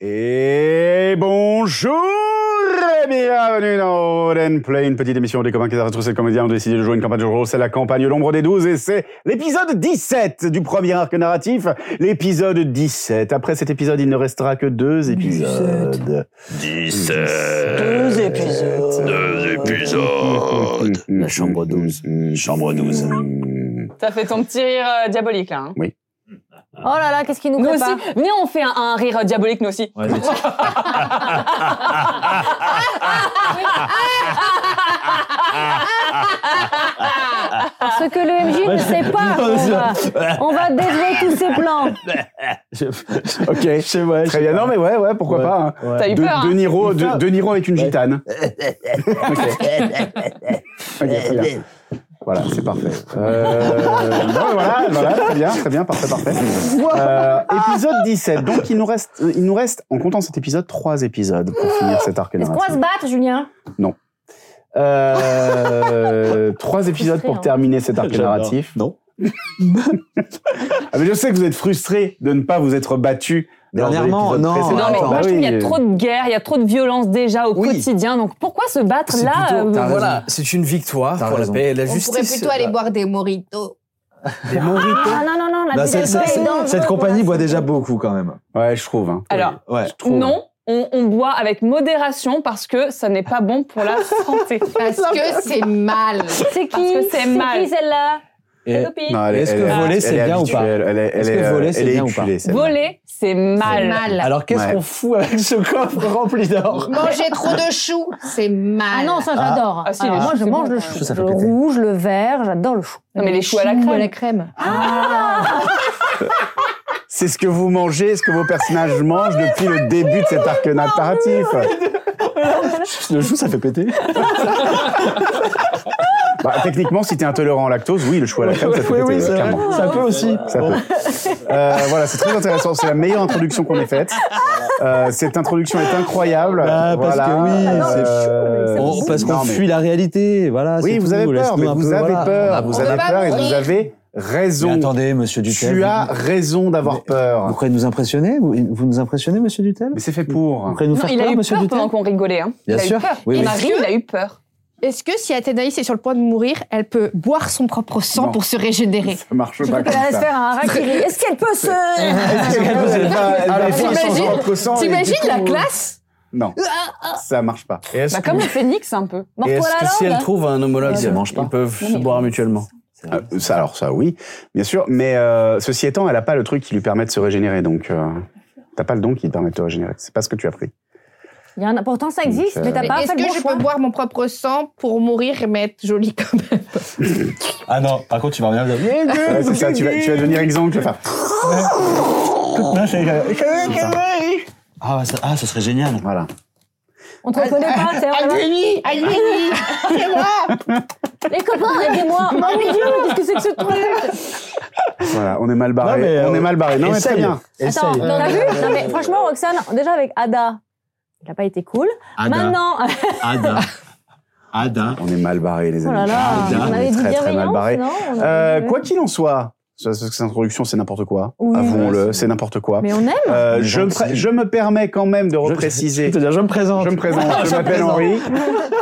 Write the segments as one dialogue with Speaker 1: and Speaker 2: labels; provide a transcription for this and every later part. Speaker 1: Et bonjour et bienvenue dans Oden Play, une petite émission où des copains qui s'arrêtent sur ces comédiens ont décidé de jouer une campagne de rôle. C'est la campagne L'ombre des 12 et c'est l'épisode 17 du premier arc narratif. L'épisode 17. Après cet épisode, il ne restera que deux épisodes. euh,
Speaker 2: 17
Speaker 3: Deux épisodes.
Speaker 2: Deux épisodes
Speaker 1: La chambre 12.
Speaker 2: Chambre 12
Speaker 4: T'as fait ton petit rire euh, diabolique là. hein.
Speaker 3: Oh là là, qu'est-ce qu'il nous
Speaker 4: Nous
Speaker 3: prépare
Speaker 4: aussi, venez, on fait un, un rire euh, diabolique nous aussi.
Speaker 3: Ce que le MJ
Speaker 5: Ah,
Speaker 3: ne sait pas.
Speaker 5: Non,
Speaker 3: on,
Speaker 5: c'est-
Speaker 3: va, on va déjouer tous ses plans.
Speaker 1: Ok.
Speaker 5: Je sais, ouais, je
Speaker 1: Très
Speaker 5: sais
Speaker 1: bien.
Speaker 5: pas.
Speaker 1: Non mais ouais, ouais, pourquoi
Speaker 5: Ouais.
Speaker 1: pas. hein.
Speaker 5: Ouais.
Speaker 4: T'as eu
Speaker 1: De,
Speaker 4: peur. hein.
Speaker 1: de Niro,
Speaker 5: Il
Speaker 1: de,
Speaker 5: fait-
Speaker 1: de Niro avec une
Speaker 5: Ouais.
Speaker 1: gitane. Ok. Ok, très bien. Voilà, c'est parfait. Euh, bon, voilà, voilà, très bien, très bien, parfait, parfait. Euh, épisode 17. Donc il nous reste, euh, il nous reste, en comptant cet épisode, trois épisodes pour finir cet arc
Speaker 3: Est-ce qu'on va se
Speaker 1: narratif.
Speaker 3: battre, Julien
Speaker 1: Euh, trois épisodes
Speaker 3: Frustré,
Speaker 1: pour
Speaker 3: hein.
Speaker 1: terminer cet arc
Speaker 5: J'adore.
Speaker 1: narratif.
Speaker 5: Non.
Speaker 1: Ah, mais je sais que vous êtes frustrés de ne pas vous être battus. lors de
Speaker 5: Dernièrement,
Speaker 1: l'épisode
Speaker 5: non.
Speaker 1: précédent.
Speaker 4: Non mais moi
Speaker 1: Bah
Speaker 4: je trouve
Speaker 1: oui.
Speaker 4: qu'il y a trop de guerre, il y a trop de violence déjà au
Speaker 5: Oui.
Speaker 4: quotidien. Donc pourquoi se battre
Speaker 5: C'est
Speaker 4: là
Speaker 5: plutôt-
Speaker 4: euh,
Speaker 5: t'as raison.
Speaker 6: Voilà, c'est une victoire
Speaker 5: T'as
Speaker 6: pour
Speaker 5: raison.
Speaker 6: la paix et la
Speaker 7: On
Speaker 6: justice.
Speaker 7: pourrait plutôt aller boire des moritos.
Speaker 5: Bah, Des moritos.
Speaker 3: Ah non, non, non, la
Speaker 5: Bah,
Speaker 3: bouteille
Speaker 5: c'est- c'est-
Speaker 3: est dangereuse
Speaker 5: cette
Speaker 3: pour
Speaker 5: compagnie
Speaker 3: la
Speaker 5: boit déjà
Speaker 3: santé.
Speaker 5: beaucoup quand même.
Speaker 1: Ouais, je trouve. hein.
Speaker 4: Alors
Speaker 5: Ouais.
Speaker 4: non, on, on boit avec modération parce que ça n'est pas bon pour la santé.
Speaker 7: Parce que c'est mal.
Speaker 3: C'est qui
Speaker 4: Parce que c'est mal.
Speaker 3: qui celle-là
Speaker 5: Et-
Speaker 3: Sophie
Speaker 1: Non, elle
Speaker 5: Est-ce
Speaker 1: elle
Speaker 5: que voler,
Speaker 1: elle
Speaker 5: c'est bien ou pas
Speaker 1: habituelle, Elle est, elle
Speaker 5: Est-ce
Speaker 1: est,
Speaker 5: que
Speaker 1: euh,
Speaker 5: voler, c'est
Speaker 1: elle est
Speaker 5: bien ou pas
Speaker 1: éculée, celle-là.
Speaker 4: Voler, c'est mal.
Speaker 7: mal.
Speaker 5: Alors qu'est-ce
Speaker 1: Ouais.
Speaker 5: qu'on fout avec ce coffre rempli d'or
Speaker 7: Manger trop de choux, c'est
Speaker 3: Ah
Speaker 7: mal.
Speaker 3: non, ça j'adore.
Speaker 4: Ah, si, les
Speaker 3: Alors,
Speaker 4: choux,
Speaker 3: moi je
Speaker 4: c'est
Speaker 3: mange
Speaker 4: bon.
Speaker 3: le
Speaker 5: Ça,
Speaker 3: chou.
Speaker 5: ça fait
Speaker 3: le
Speaker 5: péter.
Speaker 3: rouge, le vert, j'adore le chou.
Speaker 4: Non, mais les choux à la
Speaker 7: Choux
Speaker 4: crème.
Speaker 1: C'est ce que vous mangez, ce que vos personnages mangent depuis le début de cet arc narratif.
Speaker 5: Le chou, ça fait péter.
Speaker 1: Bah, techniquement, si t'es intolérant au lactose, oui, le choix à la crème, ça peut
Speaker 5: oui,
Speaker 1: péter,
Speaker 5: oui, c'est
Speaker 1: clairement.
Speaker 5: vrai. Ça peut aussi.
Speaker 1: Ça peut. Euh, voilà, c'est très intéressant. C'est la meilleure introduction qu'on ait faite. Euh, cette introduction est incroyable.
Speaker 5: Ah, parce
Speaker 1: Voilà.
Speaker 5: que oui,
Speaker 3: Ah non,
Speaker 5: c'est
Speaker 1: Euh,
Speaker 5: On- parce qu'on
Speaker 1: non, mais-
Speaker 5: fuit la réalité, voilà.
Speaker 1: Oui,
Speaker 5: c'est
Speaker 1: vous
Speaker 5: tout,
Speaker 1: avez peur,
Speaker 5: laisse-nous
Speaker 1: mais
Speaker 5: un
Speaker 1: vous
Speaker 5: peu,
Speaker 1: avez
Speaker 5: voilà. Bah,
Speaker 1: peur. Vous
Speaker 7: On
Speaker 1: avez
Speaker 7: peut pas
Speaker 1: peur et vous
Speaker 7: mourir.
Speaker 1: avez
Speaker 5: Mais
Speaker 1: raison.
Speaker 5: attendez, monsieur Dutel.
Speaker 1: Tu
Speaker 5: vous-
Speaker 1: as raison d'avoir
Speaker 5: Mais- Vous
Speaker 1: peur.
Speaker 5: croyez nous impressionner vous, vous nous impressionnez, monsieur Dutel
Speaker 1: Mais
Speaker 5: Vous
Speaker 1: c'est fait pour.
Speaker 5: croyez nous
Speaker 4: Non,
Speaker 5: faire
Speaker 4: il a
Speaker 5: peur,
Speaker 4: eu
Speaker 5: monsieur
Speaker 4: peur
Speaker 5: Dutel
Speaker 4: pendant qu'on rigolait. Hein.
Speaker 5: Bien
Speaker 4: il a
Speaker 5: sûr,
Speaker 4: eu peur.
Speaker 5: oui,
Speaker 4: Et
Speaker 5: oui.
Speaker 4: Marie, il a eu peur.
Speaker 7: Est-ce que si Athénaïs est sur le point de mourir, elle peut boire son propre sang
Speaker 1: Non.
Speaker 7: pour se régénérer
Speaker 1: Ça marche
Speaker 3: Je
Speaker 1: pas comme
Speaker 3: crois qu'elle allait se
Speaker 1: ça.
Speaker 3: faire un harakiri. Est-ce qu'elle peut se.
Speaker 1: Est-ce qu'elle peut-
Speaker 5: Elle va- elle va
Speaker 1: à la
Speaker 5: faire
Speaker 1: fois
Speaker 7: son
Speaker 1: son propre sang et
Speaker 7: T'imagines
Speaker 1: du coup- euh,
Speaker 7: la classe
Speaker 1: Non,
Speaker 7: Ah,
Speaker 1: ça marche pas. Et est-ce
Speaker 4: Bah, comme le phénix un peu.
Speaker 3: Mords-toi
Speaker 6: Et est-ce
Speaker 3: la
Speaker 6: que si
Speaker 3: langue
Speaker 6: elles trouvent un homologue,
Speaker 5: Ils hein. se mangent pas.
Speaker 6: ils peuvent se
Speaker 4: mais-
Speaker 6: boire mutuellement.
Speaker 1: Ah, ça, alors ça, oui, bien sûr. Mais euh, ceci étant, elle a pas le truc qui lui permet de se régénérer. Donc, euh, t'as pas le don qui te permet de te régénérer. C'est pas ce que tu as pris.
Speaker 3: Il y en a- Pourtant ça existe,
Speaker 1: Donc,
Speaker 3: mais t'as
Speaker 1: euh,
Speaker 3: pas
Speaker 7: Est-ce
Speaker 3: fait le
Speaker 7: que
Speaker 3: bon
Speaker 7: je
Speaker 3: choix.
Speaker 7: peux boire mon propre sang pour mourir et m'être jolie comme même
Speaker 5: Ah non, par contre, tu vas revenir.
Speaker 1: Ouais, c'est ça, tu vas, tu vas devenir exemple. tu vas faire- euh,
Speaker 5: Ah, ça, ah, ça serait génial.
Speaker 1: Voilà.
Speaker 3: On te reconnaît pas, c'est vraiment-
Speaker 7: Agrélie Agrélie C'est moi
Speaker 3: Les copains, aidez-moi Oh mon dieu, qu'est-ce que c'est que ce truc
Speaker 1: voilà. On est mal barré.
Speaker 5: Non, mais, euh,
Speaker 1: on est mal barré. Non, mais très
Speaker 5: Essaye.
Speaker 1: bien.
Speaker 3: Attends,
Speaker 5: Essaye.
Speaker 3: t'as vu Non mais franchement, Roxane, déjà avec Ada, il a pas été cool. Maintenant,
Speaker 5: Ada. Ada.
Speaker 1: On est mal barré, les
Speaker 3: oh
Speaker 1: amis. Ah,
Speaker 3: là là,
Speaker 5: Ada,
Speaker 3: on
Speaker 1: on est
Speaker 3: avait dit
Speaker 1: très, très mal
Speaker 3: bienveillance,
Speaker 1: barré.
Speaker 3: non On
Speaker 1: Euh,
Speaker 3: avait-
Speaker 1: quoi qu'il en soit, ça, c'est- cette introduction, c'est n'importe quoi.
Speaker 3: Oui.
Speaker 1: Avouons-le, c'est n'importe quoi.
Speaker 3: Mais on aime.
Speaker 1: Euh,
Speaker 5: Mais
Speaker 1: je, me,
Speaker 5: gentil.
Speaker 1: pré- je me permets quand même de repréciser.
Speaker 5: Je veux te dire, je me présente.
Speaker 1: Je me présente, je m'appelle Henri.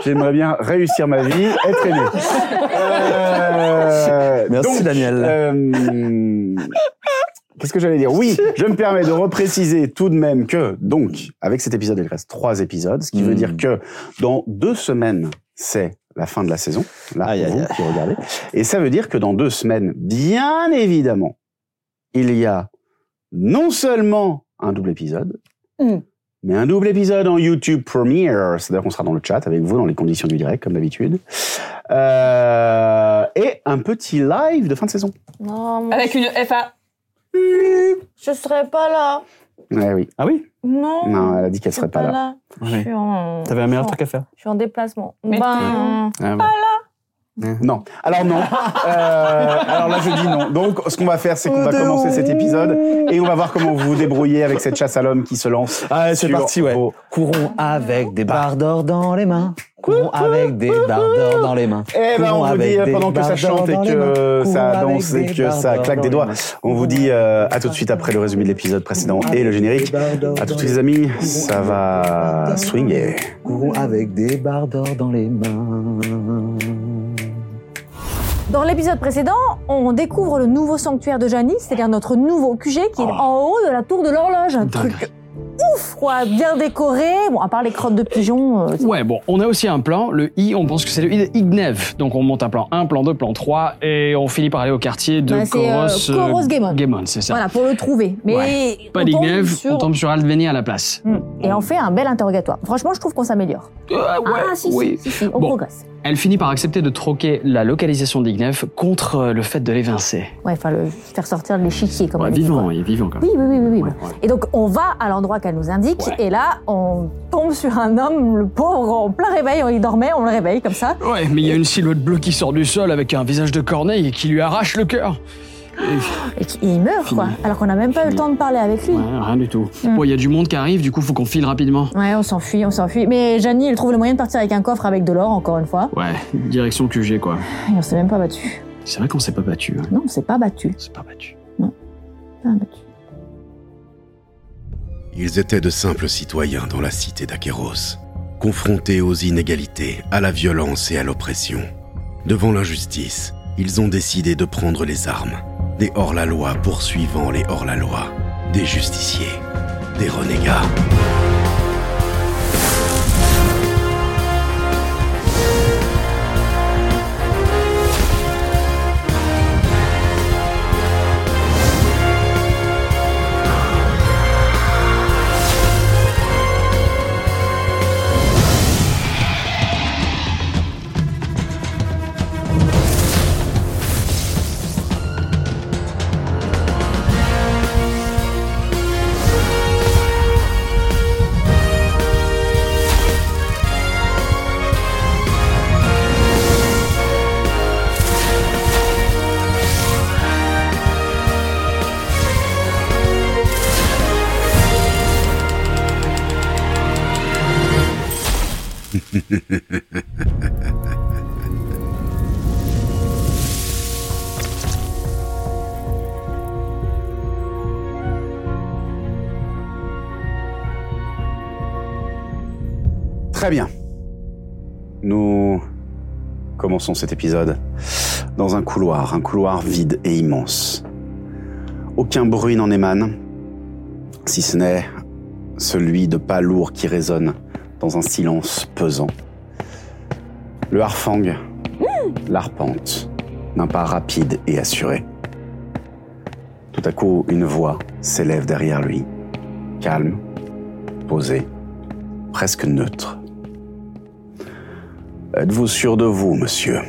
Speaker 1: J'aimerais bien réussir ma vie, être aimé. Euh,
Speaker 5: Merci
Speaker 1: donc,
Speaker 5: Daniel.
Speaker 1: euh, Qu'est-ce que j'allais dire Oui, je me permets de repréciser tout de même que, donc, avec cet épisode, il reste trois épisodes, ce qui veut
Speaker 5: Mm.
Speaker 1: dire que dans deux semaines, c'est la fin de la saison, là,
Speaker 5: Aïe, aïe,
Speaker 1: vous
Speaker 5: aïe.
Speaker 1: qui regardez. Et ça veut dire que dans deux semaines, bien évidemment, il y a non seulement un double épisode,
Speaker 4: Mm.
Speaker 1: mais un double épisode en YouTube Premiere. C'est-à-dire qu'on sera dans le chat avec vous dans les conditions du direct, comme d'habitude. Euh, et un petit live de fin de saison.
Speaker 3: Non, moi,
Speaker 4: Avec une FA.
Speaker 3: je serais pas là.
Speaker 1: Ouais, oui.
Speaker 5: Ah oui
Speaker 3: Non.
Speaker 1: Non, elle a dit qu'elle
Speaker 3: je
Speaker 1: serait
Speaker 3: serais
Speaker 1: pas là.
Speaker 3: Je suis en.
Speaker 5: T'avais un meilleur
Speaker 1: Oh.
Speaker 3: je suis
Speaker 5: truc à faire.
Speaker 3: en- Je suis en déplacement.
Speaker 4: Mais
Speaker 3: ben,
Speaker 1: Ah, bon. Non. Alors non. Euh, alors là, je dis non. Donc, ce qu'on va faire, c'est qu'on va commencer cet épisode et on va voir comment vous vous débrouillez avec cette chasse à l'homme qui se lance.
Speaker 8: Ah, c'est
Speaker 1: sur
Speaker 8: parti, ouais.
Speaker 1: vos-
Speaker 5: Courons avec des barres d'or dans les mains. Courons avec des barres d'or dans les mains.
Speaker 1: Eh ben, on vous
Speaker 5: Courons
Speaker 1: dit
Speaker 5: avec
Speaker 1: euh,
Speaker 5: des
Speaker 1: pendant que ça
Speaker 5: barres d'or
Speaker 1: chante et
Speaker 5: dans les
Speaker 1: que
Speaker 5: mains.
Speaker 1: ça
Speaker 5: Courons
Speaker 1: danse et
Speaker 5: avec des
Speaker 1: que ça
Speaker 5: barres
Speaker 1: claque
Speaker 5: d'or
Speaker 1: des
Speaker 5: dans
Speaker 1: doigts.
Speaker 5: les mains.
Speaker 1: On vous dit euh, à tout de suite après le résumé de l'épisode précédent et le générique. À tout de suite, les amis. Ça va swinguer.
Speaker 5: Courons avec des barres d'or dans les mains.
Speaker 3: Dans l'épisode précédent, on découvre le nouveau sanctuaire de Janie, c'est-à-dire notre nouveau QG qui est en haut de la tour de l'horloge. Un truc ouf, quoi, bien décoré. Bon, à part les crottes de pigeons. euh,
Speaker 9: Ouais, bon, on a aussi un plan, le I, on pense que c'est le I de Ignev. Donc on monte un plan 1, plan 2, plan 3, et on finit par aller au quartier de
Speaker 3: Bah, c'est, euh,
Speaker 9: Koros. euh,
Speaker 3: Koros Gaemon.
Speaker 9: Gaemon, c'est ça.
Speaker 3: voilà, pour le trouver. Mais
Speaker 9: Ouais. Pas
Speaker 3: on tombe
Speaker 9: d'Ignev,
Speaker 3: sur-
Speaker 9: on tombe sur Aldveni à la place.
Speaker 3: Hmm. Et on fait un bel interrogatoire. Franchement, je trouve qu'on s'améliore.
Speaker 9: Euh, ouais,
Speaker 3: ah, si,
Speaker 9: oui.
Speaker 3: si, si, si, on
Speaker 9: Bon.
Speaker 3: progresse.
Speaker 9: Elle finit par accepter de troquer la localisation d'Ignev contre euh, le fait de l'évincer.
Speaker 3: Ouais, enfin, le faire sortir de l'échiquier, comme on
Speaker 9: Ouais,
Speaker 3: dit, quoi.
Speaker 9: vivant, oui, vivant quand même.
Speaker 3: Oui, oui, oui, oui. oui.
Speaker 9: Ouais,
Speaker 3: bon.
Speaker 9: ouais.
Speaker 3: Et donc, on va à l'endroit qu'elle nous indique, et là, on tombe sur un homme, le pauvre, en plein réveil, il dormait, on le réveille comme ça.
Speaker 9: Ouais, mais il y a une silhouette bleue qui sort du sol avec un visage de corneille et qui lui arrache le cœur.
Speaker 3: Et qui- et il meurt,
Speaker 9: Fini.
Speaker 3: quoi. Alors qu'on n'a même pas eu le
Speaker 9: Fini.
Speaker 3: temps de parler avec lui.
Speaker 9: Ouais,
Speaker 3: Ouais,
Speaker 9: rien du tout.
Speaker 3: Mm.
Speaker 9: Bon, il y a du monde qui arrive, du coup, faut qu'on file rapidement.
Speaker 3: on s'enfuit, on s'enfuit. Mais Janie, elle trouve le moyen de partir avec un coffre avec de l'or, encore une fois.
Speaker 9: Ouais, direction QG, quoi.
Speaker 3: Et on s'est même pas battu.
Speaker 9: C'est vrai qu'on s'est pas battu, hein.
Speaker 3: Non, on s'est pas battu.
Speaker 9: On s'est pas battu.
Speaker 3: Pas battu.
Speaker 10: Ils étaient de simples citoyens dans la cité d'Aqueros, confrontés aux inégalités, à la violence et à l'oppression. Devant l'injustice, ils ont décidé de prendre les armes, des hors-la-loi poursuivant les hors-la-loi, des justiciers, des renégats.
Speaker 1: Très bien. Nous commençons cet épisode dans un couloir, un couloir vide et immense. Aucun bruit n'en émane, si ce n'est celui de pas lourds qui résonnent dans un silence pesant. Le harfang l'arpente d'un pas rapide et assuré. Tout à coup, une voix s'élève derrière lui, calme, posée presque neutre. Êtes-vous sûr de vous, monsieur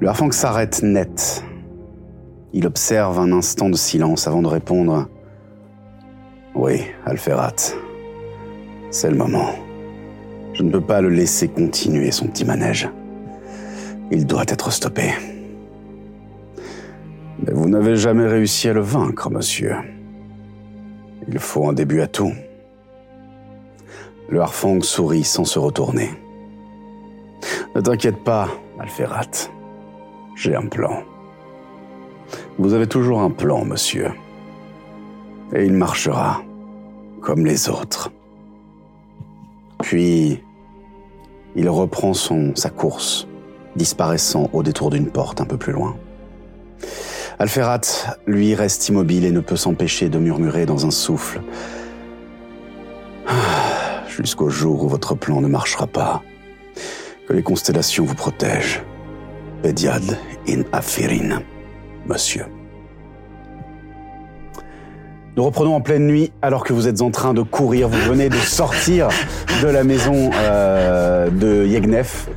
Speaker 1: Le harfang s'arrête net. Il observe un instant de silence avant de répondre Oui, Alferat, c'est le moment. Je ne peux pas le laisser continuer son petit manège. Il doit être stoppé. Mais vous n'avez jamais réussi à le vaincre, monsieur. Il faut un début à tout. Le Harfang sourit sans se retourner. Ne t'inquiète pas, Alferat. J'ai un plan. Vous avez toujours un plan, monsieur. Et il marchera, comme les autres. Puis, il reprend son, sa course, disparaissant au détour d'une porte un peu plus loin. Alferat, lui, reste immobile et ne peut s'empêcher de murmurer dans un souffle jusqu'au jour où votre plan ne marchera pas. Que les constellations vous protègent. Pediad in Afirin, monsieur. Nous reprenons en pleine nuit alors que vous êtes en train de courir. Vous venez de sortir de la maison euh, de Yegnef.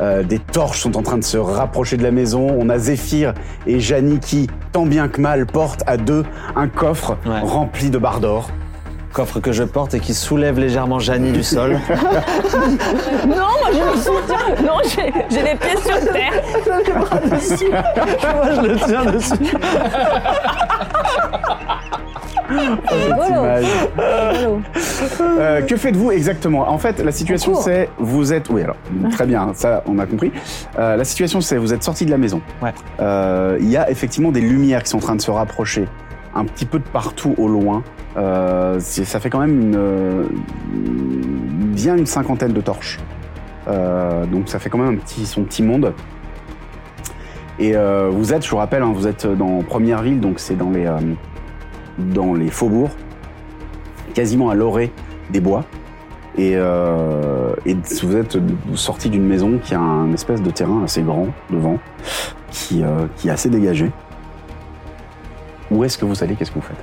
Speaker 1: Euh, des torches sont en train de se rapprocher de la maison. On a Zéphyr et Jani qui, tant bien que mal, portent à deux un coffre
Speaker 8: Ouais.
Speaker 1: rempli de barres d'or.
Speaker 5: coffre que je porte et qui soulève légèrement Janie du sol.
Speaker 4: Non, moi je me soutiens. Non, j'ai j'ai les pieds sur terre.
Speaker 5: Moi, je le tiens dessus.
Speaker 3: Rigolo. Rigolo.
Speaker 1: Euh, que faites-vous exactement En fait, la situation
Speaker 3: court.
Speaker 1: c'est vous êtes oui alors très bien ça on a compris. Euh, la situation c'est vous êtes sorti de la maison.
Speaker 5: Ouais.
Speaker 1: Euh, Il y a effectivement des lumières qui sont en train de se rapprocher un petit peu de partout au loin. Euh, c'est- ça fait quand même une euh, bien une cinquantaine de torches. Euh, donc ça fait quand même un petit son petit monde. Et euh, vous êtes, je vous rappelle, hein, vous êtes dans première ville, donc c'est dans les euh, dans les faubourgs, quasiment à l'orée des bois. Et, euh, et vous êtes sorti d'une maison qui a un espèce de terrain assez grand devant, qui, euh, qui est assez dégagé. Où est-ce que vous allez Qu'est-ce que vous faites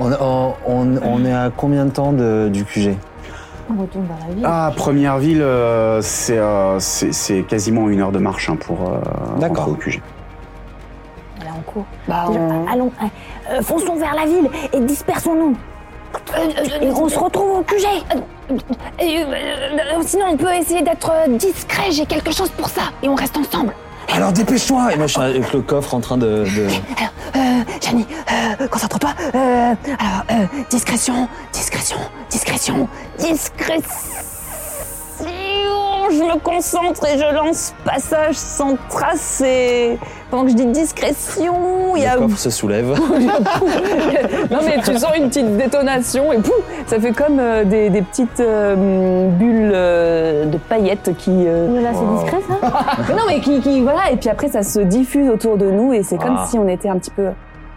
Speaker 5: On, on- on- on est à combien de temps de- du QG
Speaker 3: On retourne dans la ville.
Speaker 1: Ah, première ville, euh, c'est euh, c'est- c'est quasiment une heure de marche hein, pour euh,
Speaker 5: D'accord.
Speaker 1: rentrer au QG.
Speaker 3: Elle est en cours.
Speaker 4: Bah,
Speaker 3: Déjà, Allons,
Speaker 11: hein.
Speaker 3: euh, euh, fonçons vers la ville et dispersons-nous.
Speaker 11: Euh,
Speaker 3: Et on se retrouve au QG.
Speaker 11: Et, euh, euh, sinon, on peut essayer d'être euh, discret, j'ai quelque chose pour ça, et on reste ensemble.
Speaker 5: Alors dépêche-toi Et moi je suis avec le coffre en train de. de-
Speaker 11: Euh, Janie, euh, concentre-toi. Euh, alors, euh, discrétion, discrétion, discrétion, discrétion.
Speaker 4: je me concentre et je lance passage sans trace et pendant que je dis discrétion, il y a
Speaker 5: Le coffre se soulève.
Speaker 4: non mais tu sens une petite détonation et pouf, ça fait comme euh, des, des petites euh, bulles euh, de paillettes qui euh,
Speaker 3: Là, c'est discret, ça
Speaker 4: mais non mais qui, qui- voilà et puis après ça se diffuse autour de nous et c'est comme
Speaker 5: Ah.
Speaker 4: si on était un petit peu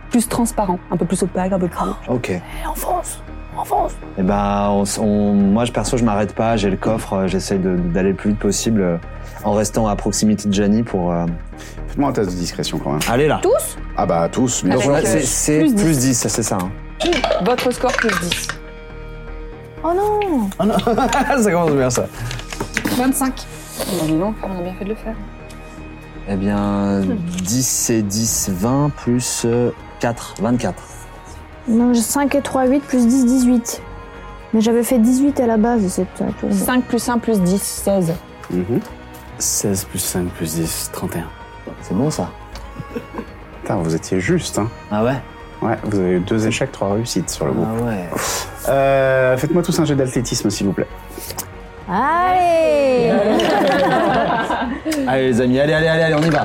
Speaker 4: plus transparent, un peu plus opaque, un peu
Speaker 3: Oh.
Speaker 4: plus.
Speaker 5: ok.
Speaker 11: En France, en France.
Speaker 5: Et ben, on s- on- moi je perso, je m'arrête pas, j'ai le coffre, euh, j'essaie de- d'aller le plus vite possible euh, en restant à proximité de Jani pour. euh,
Speaker 1: Faites-moi un test de discrétion quand même.
Speaker 5: Allez là
Speaker 4: Tous
Speaker 1: Ah bah tous, mais
Speaker 5: Donc
Speaker 4: Avec,
Speaker 5: on a-
Speaker 4: euh,
Speaker 5: c'est- C'est
Speaker 4: plus
Speaker 5: plus,
Speaker 4: dix.
Speaker 5: 10, ça c'est ça. hein.
Speaker 4: Votre score plus 10.
Speaker 3: Oh non
Speaker 5: ça commence bien ça.
Speaker 7: 25.
Speaker 4: Oh, on a bien fait de le faire.
Speaker 5: Eh bien, 10 c'est 10, 20 plus euh, 4, 24.
Speaker 11: Non, 5 et 3, 8 plus 10, 18. Mais j'avais fait 18 à la base, c'est tout.
Speaker 4: 5 plus 1 plus 10, 16.
Speaker 9: 16 plus 5 plus 10, 31.
Speaker 5: C'est bon ça
Speaker 1: Putain, vous étiez juste. Hein.
Speaker 5: Ah ouais
Speaker 1: Ouais, vous avez eu deux échecs, trois réussites sur le groupe.
Speaker 5: Ah ouais.
Speaker 1: Euh, Faites-moi tous un jet d'athlétisme s'il vous plaît.
Speaker 3: Allez
Speaker 5: Allez les amis, allez, allez, allez, allez, on y va.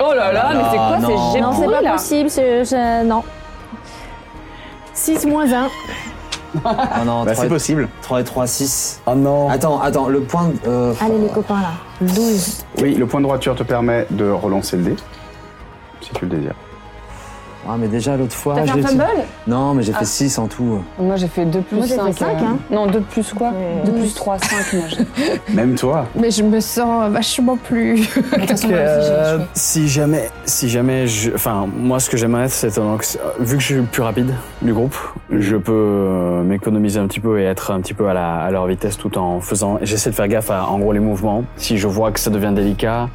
Speaker 4: Oh là là, mais c'est quoi
Speaker 5: Ah, Non, non.
Speaker 4: ces jets
Speaker 3: Non, c'est
Speaker 4: pourris,
Speaker 12: hein.
Speaker 3: pas
Speaker 4: là
Speaker 3: possible, c'est... c'est- Non.
Speaker 7: 6 moins 1.
Speaker 5: Ah non,
Speaker 1: Bah,
Speaker 5: 3,
Speaker 1: c'est possible.
Speaker 5: 3 et 3, 6.
Speaker 1: Oh non.
Speaker 5: Attends, attends, le point. de- euh,
Speaker 3: Allez, les copains, là. 12.
Speaker 1: Oui, le point de droiture te permet de relancer le dé, si tu le désires.
Speaker 5: Ah, mais déjà l'autre fois.
Speaker 4: T'as fait
Speaker 5: je l'ai
Speaker 4: un
Speaker 5: dit-
Speaker 4: fumble Ah.
Speaker 5: Non, mais j'ai fait 6 en tout.
Speaker 4: Moi j'ai fait 2 plus
Speaker 3: Moi, j'ai fait
Speaker 4: 5.
Speaker 3: cinq, hein.
Speaker 4: Non, 2 plus quoi 2 plus 3, 5 moi j'ai.
Speaker 1: Même toi.
Speaker 7: Mais je me sens vachement plus.
Speaker 9: Euh, si jamais, si jamais, je- enfin, moi, ce que j'aimerais, c'est un anx- vu que je suis le plus rapide du groupe, je
Speaker 1: Mhm.
Speaker 9: peux euh, m'économiser un petit peu et être un petit peu à, la, à leur vitesse tout en faisant. J'essaie de faire gaffe à, en gros, les mouvements. Si je vois que ça devient délicat,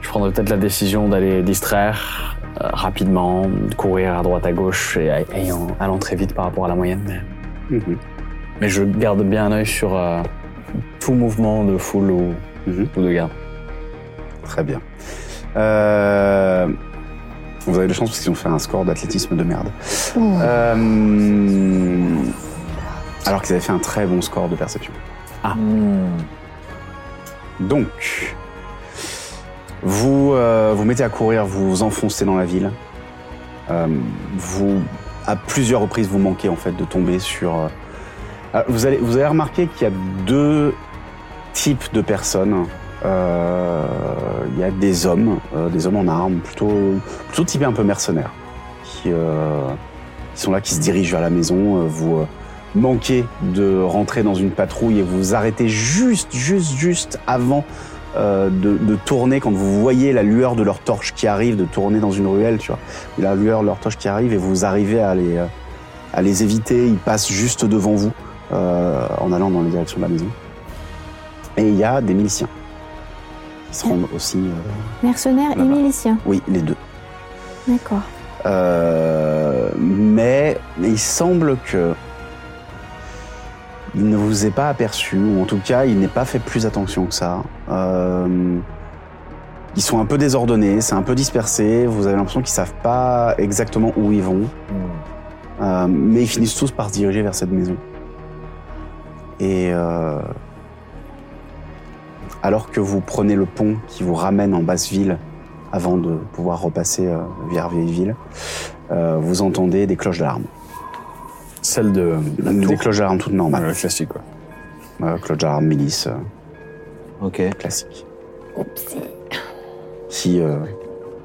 Speaker 9: je prendrai peut-être la décision d'aller distraire euh, rapidement, de courir à droite à gauche et, à- et en allant très vite par rapport à la moyenne. Mais,
Speaker 1: Mhm.
Speaker 9: mais je garde bien un œil sur euh, tout mouvement de foule ou,
Speaker 1: Mhm.
Speaker 9: ou de garde.
Speaker 1: Très bien. Euh, vous avez de la chance parce qu'ils ont fait un score d'athlétisme de merde. Euh, alors qu'ils avaient fait un très bon score de perception.
Speaker 5: Hmm.
Speaker 1: Donc, vous euh, vous mettez à courir, vous vous enfoncez dans la ville. Euh, vous, à plusieurs reprises, vous manquez en fait de tomber sur. euh, ah, vous allez vous avez remarqué qu'il y a deux types de personnes. Euh, Il y a des hommes, euh, des hommes en armes, plutôt plutôt typés un peu mercenaires, qui euh, qui sont là, qui se dirigent vers la maison. euh, vous euh, manquez de rentrer dans une patrouille et vous vous arrêtez juste, juste, juste avant euh, de, de tourner, quand vous voyez la lueur de leur torche qui arrive, de tourner dans une ruelle, tu vois. La lueur de leur torche qui arrive et vous arrivez à les, euh, à les éviter, ils passent juste devant vous euh, en allant dans les directions de la maison. Et il y a des miliciens qui se rendent aussi, euh,
Speaker 11: Mercenaires et
Speaker 1: Là-bas.
Speaker 11: miliciens,
Speaker 1: oui, les deux.
Speaker 11: d'accord.
Speaker 5: Euh, mais il semble que il ne vous ait pas aperçu, ou en tout cas, il n'ait pas fait plus attention que ça. Euh, ils sont un peu désordonnés, c'est un peu dispersé, vous avez l'impression qu'ils savent pas exactement où ils vont. Euh, mais ils finissent tous par se diriger vers cette maison. Et euh, alors que vous prenez le pont qui vous ramène en basse ville avant de pouvoir repasser euh, vers Vieilleville, euh, vous entendez des cloches d'alarme.
Speaker 2: Celle de.
Speaker 5: Des cloches d'alarme toutes normales.
Speaker 2: classique, quoi.
Speaker 5: Euh, cloches d'alarme, milice. euh,
Speaker 2: Ok.
Speaker 5: classique. Qui euh,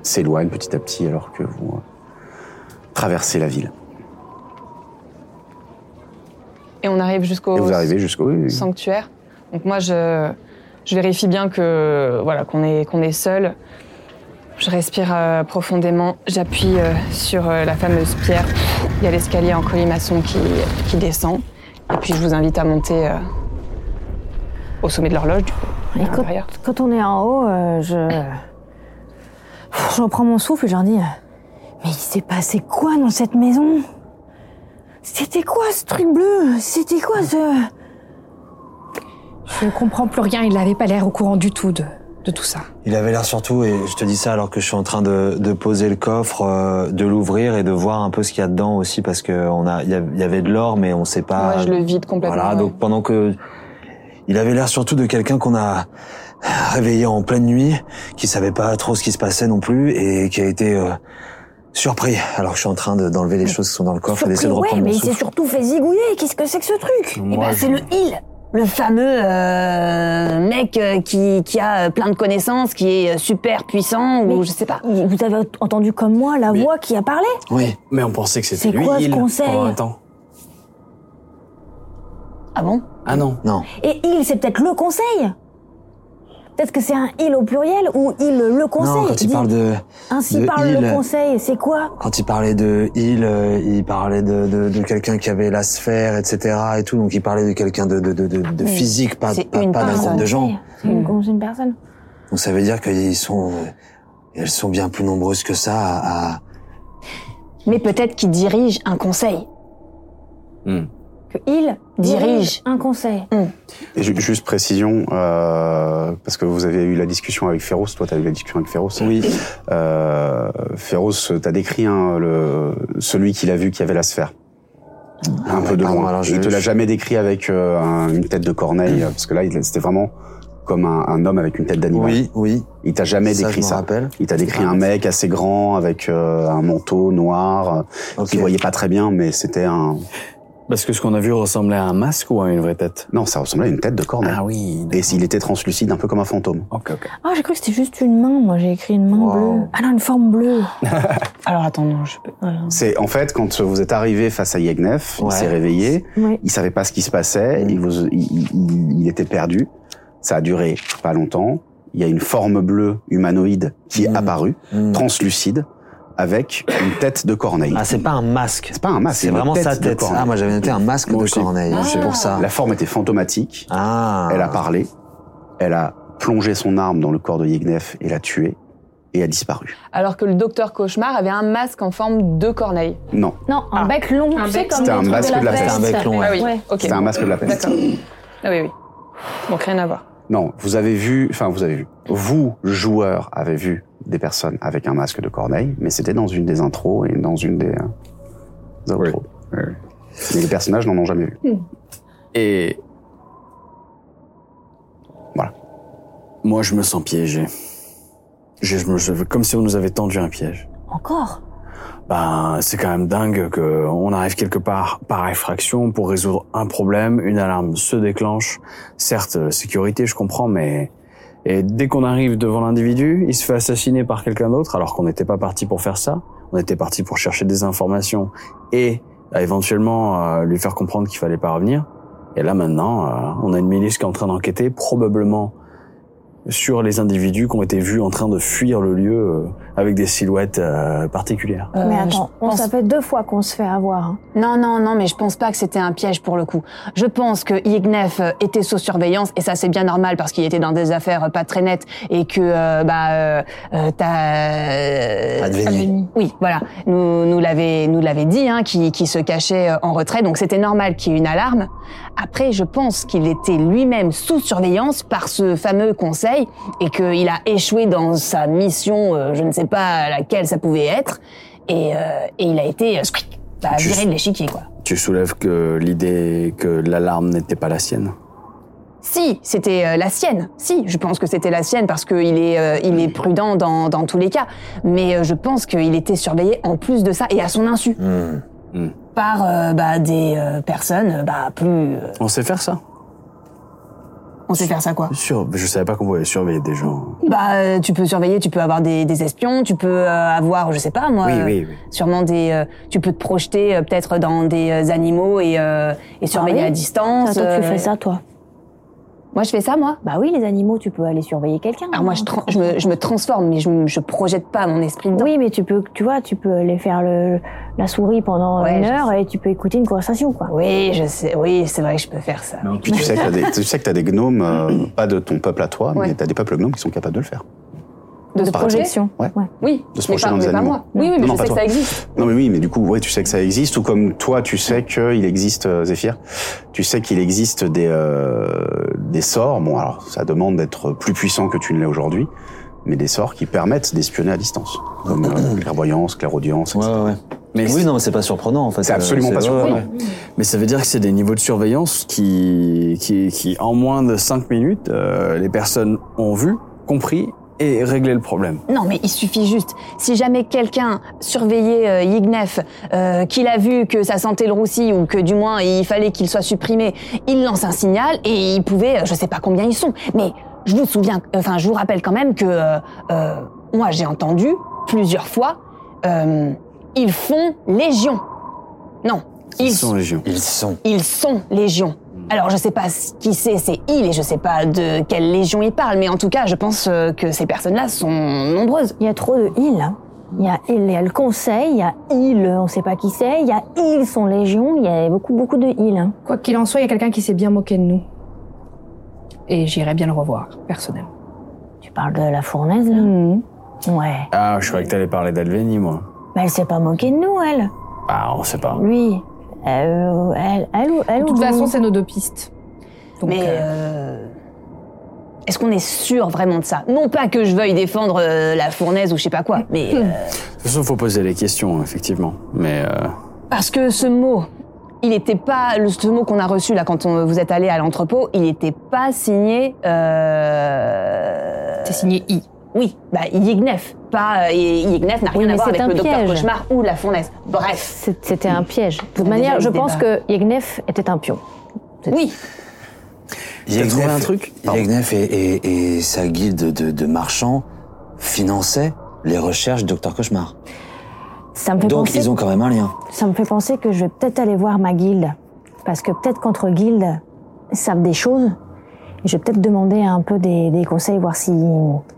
Speaker 5: s'éloigne petit à petit alors que vous euh, traversez la ville.
Speaker 4: Et on arrive jusqu'au
Speaker 5: Et vous arrivez jusqu'au. oui, oui.
Speaker 4: sanctuaire. Donc moi, je, je vérifie bien que voilà qu'on est, qu'on est seul. Je respire euh, profondément, j'appuie euh, sur euh, la fameuse pierre. Il y a l'escalier en colimaçon qui, qui descend. Et puis je vous invite à monter euh, au sommet de l'horloge, du coup,
Speaker 3: Et
Speaker 4: à
Speaker 3: quand,
Speaker 4: l'intérieur.
Speaker 3: quand on est en haut, euh, je. Je reprends mon souffle et je leur dis euh, Mais il s'est passé quoi dans cette maison C'était quoi ce truc bleu C'était quoi ce.
Speaker 12: Je ne comprends plus rien, il n'avait pas l'air au courant du tout de, de tout ça.
Speaker 5: Il avait l'air surtout, et je te dis ça alors que je suis en train de, de poser le coffre, euh, de l'ouvrir et de voir un peu ce qu'il y a dedans aussi, parce que on a, il y a- il y avait de l'or, mais on sait pas.
Speaker 4: Moi, je le vide complètement.
Speaker 5: Ah, Voilà,
Speaker 4: ouais.
Speaker 5: donc pendant que il avait l'air surtout de quelqu'un qu'on a réveillé en pleine nuit, qui savait pas trop ce qui se passait non plus et qui a été euh, surpris. Alors que je suis en train de- d'enlever les choses qui sont dans le coffre et d'essayer de
Speaker 3: Surpris, ouais,
Speaker 5: reprendre
Speaker 3: mais
Speaker 5: mon
Speaker 3: il s'est
Speaker 5: souffle.
Speaker 3: surtout fait zigouiller. Qu'est-ce que c'est que ce truc
Speaker 13: Eh
Speaker 2: Moi,
Speaker 13: ben,
Speaker 2: je-
Speaker 13: c'est le Hill, le fameux euh, mec euh, qui, qui a euh, plein de connaissances, qui est euh, super puissant, ou
Speaker 3: Mais-
Speaker 13: je sais pas.
Speaker 3: Il- Vous avez entendu comme moi la voix qui a parlé
Speaker 5: Oui,
Speaker 2: Mais on pensait que c'était
Speaker 3: C'est
Speaker 2: lui,
Speaker 3: quoi ce
Speaker 2: il,
Speaker 3: conseil
Speaker 2: pendant un temps.
Speaker 13: Ah bon
Speaker 2: Ah non.
Speaker 5: non.
Speaker 3: Et il, c'est peut-être le conseil Peut-être que c'est un il au pluriel ou il le conseil.
Speaker 5: non, quand il
Speaker 3: Dis-
Speaker 5: parle de,
Speaker 3: Ainsi
Speaker 5: de
Speaker 3: parle le
Speaker 5: il.
Speaker 3: conseil, c'est quoi
Speaker 5: quand il parlait de il, euh, il parlait de, de, de quelqu'un qui avait la sphère, etc. et tout. Donc il parlait de quelqu'un de, de, de, de, de
Speaker 3: Mais
Speaker 5: physique, pas,
Speaker 4: c'est
Speaker 5: pas,
Speaker 4: une
Speaker 5: pas d'un
Speaker 4: personne.
Speaker 5: groupe de gens.
Speaker 3: C'est une, con- c'est une personne.
Speaker 5: Donc ça veut dire qu'ils sont, euh, elles sont bien plus nombreuses que ça à, à-
Speaker 13: Mais peut-être qu'il dirige un conseil.
Speaker 5: Hmm.
Speaker 3: Que il dirige
Speaker 13: Dirige.
Speaker 3: un conseil.
Speaker 1: Et ju- juste précision, euh, parce que vous avez eu la discussion avec Féroce, toi tu as eu la discussion avec Féroce.
Speaker 5: Oui.
Speaker 1: Euh, Féroce, t'as décrit hein, le, celui qu'il a vu qui avait la sphère. Un peu de
Speaker 5: pardon,
Speaker 1: loin.
Speaker 5: alors je-
Speaker 1: il te l'a
Speaker 5: je-
Speaker 1: jamais décrit avec euh, un- une tête de corneille, euh, parce que là il- c'était vraiment comme un, un homme avec une tête d'animal.
Speaker 5: Oui, oui.
Speaker 1: Il t'a jamais
Speaker 5: ça,
Speaker 1: décrit
Speaker 5: je me
Speaker 1: ça.
Speaker 5: rappelle.
Speaker 1: Il t'a décrit un mec assez grand avec euh, un manteau noir, euh,
Speaker 5: Ok.
Speaker 1: qui voyait pas très bien, mais c'était un.
Speaker 2: Parce que ce qu'on a vu ressemblait à un masque ou à une vraie tête
Speaker 1: Non, ça ressemblait à une tête de corneille.
Speaker 5: Ah
Speaker 2: oui.
Speaker 1: Et s'il était translucide, un peu comme un fantôme.
Speaker 2: Ok, ok.
Speaker 3: Ah, j'ai cru que c'était juste une main, moi j'ai écrit une main
Speaker 5: Wow.
Speaker 3: bleue. Ah non, une forme bleue.
Speaker 4: Alors attends, non, je peux. voilà.
Speaker 1: C'est en fait quand vous êtes arrivé face à Yegnef, il
Speaker 5: Ouais.
Speaker 1: s'est réveillé,
Speaker 3: Ouais.
Speaker 1: il savait pas ce qui se passait,
Speaker 5: Mm.
Speaker 1: il, vous- il- il- il était perdu. Ça a duré pas longtemps. Il y a une forme bleue humanoïde qui est
Speaker 5: Mm.
Speaker 1: apparue,
Speaker 5: Hmm.
Speaker 1: translucide, avec une tête de corneille.
Speaker 5: Ah, c'est pas un masque.
Speaker 1: c'est pas un masque,
Speaker 5: C'est
Speaker 1: une
Speaker 5: vraiment sa
Speaker 1: de
Speaker 5: tête.
Speaker 1: corneille.
Speaker 5: Ah, moi j'avais noté un masque
Speaker 2: Moi
Speaker 5: de
Speaker 2: aussi.
Speaker 5: corneille.
Speaker 2: Moi
Speaker 5: C'est
Speaker 2: aussi.
Speaker 5: pour ça.
Speaker 1: La forme était fantomatique.
Speaker 5: Ah.
Speaker 1: Elle a parlé. Elle a plongé son arme dans le corps de Yegnef et l'a tué et a disparu.
Speaker 4: Alors que le docteur Cauchemar avait un masque en forme de corneille.
Speaker 1: Non,
Speaker 3: Non, un
Speaker 4: Ah.
Speaker 3: bec long,
Speaker 4: Un
Speaker 3: tu sais,
Speaker 4: bec.
Speaker 3: comme
Speaker 1: C'était
Speaker 3: les
Speaker 1: un
Speaker 3: trucs
Speaker 1: masque de la
Speaker 3: peste.
Speaker 1: peste.
Speaker 5: C'était un bec long, ouais.
Speaker 4: Ah oui, ok.
Speaker 1: c'était un masque de la peste.
Speaker 4: D'accord. Ah oui, oui. Donc rien à voir.
Speaker 1: Non, vous avez vu, enfin vous avez vu, vous, joueurs, avez vu des personnes avec un masque de corneille, mais c'était dans une des intros et dans une des, euh, des outros. Mais les personnages n'en ont jamais vu.
Speaker 2: Et.
Speaker 1: Voilà.
Speaker 2: Moi, je me sens piégé. Je, je me, je- comme si on nous avait tendu un piège.
Speaker 3: Encore
Speaker 2: Ben, c'est quand même dingue que on arrive quelque part par effraction pour résoudre un problème, une alarme se déclenche. Certes, euh, sécurité, je comprends, mais et dès qu'on arrive devant l'individu, il se fait assassiner par quelqu'un d'autre alors qu'on n'était pas parti pour faire ça. On était parti pour chercher des informations et à éventuellement euh, lui faire comprendre qu'il fallait pas revenir. Et là maintenant, euh, on a une milice qui est en train d'enquêter, probablement sur les individus qui ont été vus en train de fuir le lieu euh, avec des silhouettes euh, particulières.
Speaker 3: Mais attends, on, ça fait deux fois qu'on se fait avoir. hein.
Speaker 4: Non, non, non, mais je pense pas que c'était un piège pour le coup. Je pense que Ignef euh, était sous surveillance, et ça c'est bien normal parce qu'il était dans des affaires euh, pas très nettes, et que, euh, bah, euh, euh, t'as... euh,
Speaker 2: Adveni.
Speaker 4: Oui, voilà. Nous, nous l'avait, nous l'avait dit, hein, qui, qui se cachait euh, en retrait, donc c'était normal qu'il y ait une alarme. Après, je pense qu'il était lui-même sous surveillance par ce fameux conseil, et qu'il a échoué dans sa mission, euh, je ne sais pas laquelle ça pouvait être, et, euh, et il a été, euh, squeak, bah,
Speaker 2: Tu-
Speaker 4: viré de l'échiquier, quoi.
Speaker 2: Tu soulèves que l'idée que l'alarme n'était pas la sienne.
Speaker 4: Si, c'était euh, la sienne. Si, je pense que c'était la sienne parce qu'il est, euh, il
Speaker 2: Mm.
Speaker 4: est prudent dans, dans tous les cas. Mais euh, je pense qu'il était surveillé en plus de ça et à son insu
Speaker 2: Mm.
Speaker 4: par euh, bah, des euh, personnes euh, bah, plus. euh,
Speaker 2: On sait faire ça
Speaker 4: on sait faire ça quoi
Speaker 2: Sur, je savais pas qu'on pouvait surveiller des gens.
Speaker 4: Bah, euh, tu peux surveiller, tu peux avoir des, des espions, tu peux euh, avoir, je sais pas moi.
Speaker 2: Oui,
Speaker 4: euh,
Speaker 2: oui, oui.
Speaker 4: Sûrement des. euh, tu peux te projeter euh, peut-être dans des euh, animaux et, euh, et surveiller
Speaker 3: Ah oui.
Speaker 4: à distance.
Speaker 3: Attends, tu
Speaker 4: euh,
Speaker 3: fais ça, toi
Speaker 4: Moi, je fais ça, moi
Speaker 3: Bah oui, les animaux, tu peux aller surveiller quelqu'un.
Speaker 4: Alors moi, je, tran- je, me, je me transforme, mais je, me- je projette pas mon esprit dedans.
Speaker 3: Oui, mais tu peux, tu vois, tu peux aller faire le, la souris pendant
Speaker 4: Ouais,
Speaker 3: une
Speaker 4: je
Speaker 3: heure et tu peux écouter une conversation, quoi.
Speaker 4: Oui, je sais. Oui, c'est vrai que je peux faire ça.
Speaker 1: Puis tu sais que t'as des, tu sais que t'as des gnomes, euh, pas de ton peuple à toi, mais
Speaker 4: Ouais.
Speaker 1: t'as des peuples gnomes qui sont capables de le faire.
Speaker 4: De se
Speaker 1: Par exemple.
Speaker 4: projection.
Speaker 1: Ouais.
Speaker 4: Oui,
Speaker 1: De se
Speaker 4: mais
Speaker 1: projeter
Speaker 4: pas,
Speaker 1: dans les
Speaker 4: mais pas
Speaker 1: animaux.
Speaker 4: moi. Oui, oui, mais
Speaker 1: Non,
Speaker 4: je
Speaker 1: pas
Speaker 4: sais que
Speaker 1: toi.
Speaker 4: ça existe.
Speaker 1: Non mais oui, mais du coup, ouais, tu sais que ça existe, tout comme toi, tu sais qu'il existe, euh, Zéphyr, tu sais qu'il existe des, euh, des sorts, bon alors ça demande d'être plus puissant que tu ne l'es aujourd'hui, mais des sorts qui permettent d'espionner à distance, comme euh, clairvoyance, clairaudience, etc.
Speaker 5: Mais oui, non, mais c'est pas surprenant en fait.
Speaker 1: C'est
Speaker 5: Euh,
Speaker 1: absolument pas
Speaker 5: ouais,
Speaker 1: surprenant.
Speaker 5: ouais.
Speaker 2: Mais ça veut dire que c'est des niveaux de surveillance qui, qui, qui en moins de 5 minutes, euh, les personnes ont vu, compris et réglé le problème.
Speaker 4: Non, mais il suffit juste. Si jamais quelqu'un surveillait euh, Yignef, euh, qu'il a vu que ça sentait le roussi ou que du moins il fallait qu'il soit supprimé, il lance un signal et il pouvait, euh, je sais pas combien ils sont, mais je vous souviens, enfin je vous rappelle quand même que euh, euh, moi j'ai entendu plusieurs fois, euh, ils font légion. Non, ils
Speaker 2: sont légion.
Speaker 5: Ils sont.
Speaker 4: Ils sont Légion.
Speaker 3: Hmm.
Speaker 4: Alors je sais pas ce qui c'est, c'est il et je sais pas de quelle Légion il parle, mais en tout cas je pense euh, que ces personnes-là sont nombreuses.
Speaker 3: Il y a trop de îles. hein. Il y a il, il y a le conseil, il y a il, on sait pas qui c'est, il y a il, son légion, il y a beaucoup, beaucoup de il. hein.
Speaker 7: Quoi qu'il en soit, il y a quelqu'un qui s'est bien moqué de nous. Et j'irai bien le revoir, personnellement.
Speaker 3: Tu parles de la fournaise, là
Speaker 4: Mhm.
Speaker 3: Ouais.
Speaker 2: Ah, je croyais que t'allais parler d'Alveni, moi.
Speaker 3: Mais elle s'est pas moquée de nous, elle.
Speaker 2: Ah, on sait pas.
Speaker 3: Lui. Euh, elle, elle, ou- elle
Speaker 7: De
Speaker 3: ou
Speaker 7: toute façon,
Speaker 3: vous
Speaker 7: c'est nos deux pistes. Donc,
Speaker 4: mais
Speaker 7: euh,
Speaker 4: euh, est-ce qu'on est sûr vraiment de ça Non pas que je veuille défendre euh, la fournaise ou je sais pas quoi,
Speaker 3: Hmm.
Speaker 4: mais euh,
Speaker 2: De toute façon, faut poser les questions, effectivement. Mais euh,
Speaker 4: parce que ce mot, il était pas le, ce mot qu'on a reçu là quand on, vous êtes allé à l'entrepôt, il était pas signé. Euh...
Speaker 7: c'est signé I.
Speaker 4: Oui, bah Yignef, pas euh, Yignef n'a rien
Speaker 3: Oui,
Speaker 4: à
Speaker 3: mais
Speaker 4: voir
Speaker 3: c'est
Speaker 4: avec
Speaker 3: un
Speaker 4: le docteur
Speaker 3: piège.
Speaker 4: Cauchemar ou la fournaise. Bref.
Speaker 3: C'est- C'était un piège. De toute
Speaker 4: On a déjà
Speaker 3: manière,
Speaker 4: eu
Speaker 3: je
Speaker 4: ce
Speaker 3: pense
Speaker 4: débat.
Speaker 3: que Yegnef était un pion.
Speaker 4: Oui,
Speaker 2: t'as trouvé
Speaker 5: Yegnef-
Speaker 2: un truc
Speaker 5: Yegnef et, et- et sa guilde de, de marchands finançaient les recherches du Docteur Cauchemar.
Speaker 3: Ça me fait
Speaker 5: Donc
Speaker 3: penser.
Speaker 5: ils ont quand même un lien.
Speaker 3: Ça me fait penser que je vais peut-être aller voir ma guilde. Parce que peut-être qu'entre guildes, ils savent des choses. Et je vais peut-être demander un peu des, des conseils, voir si.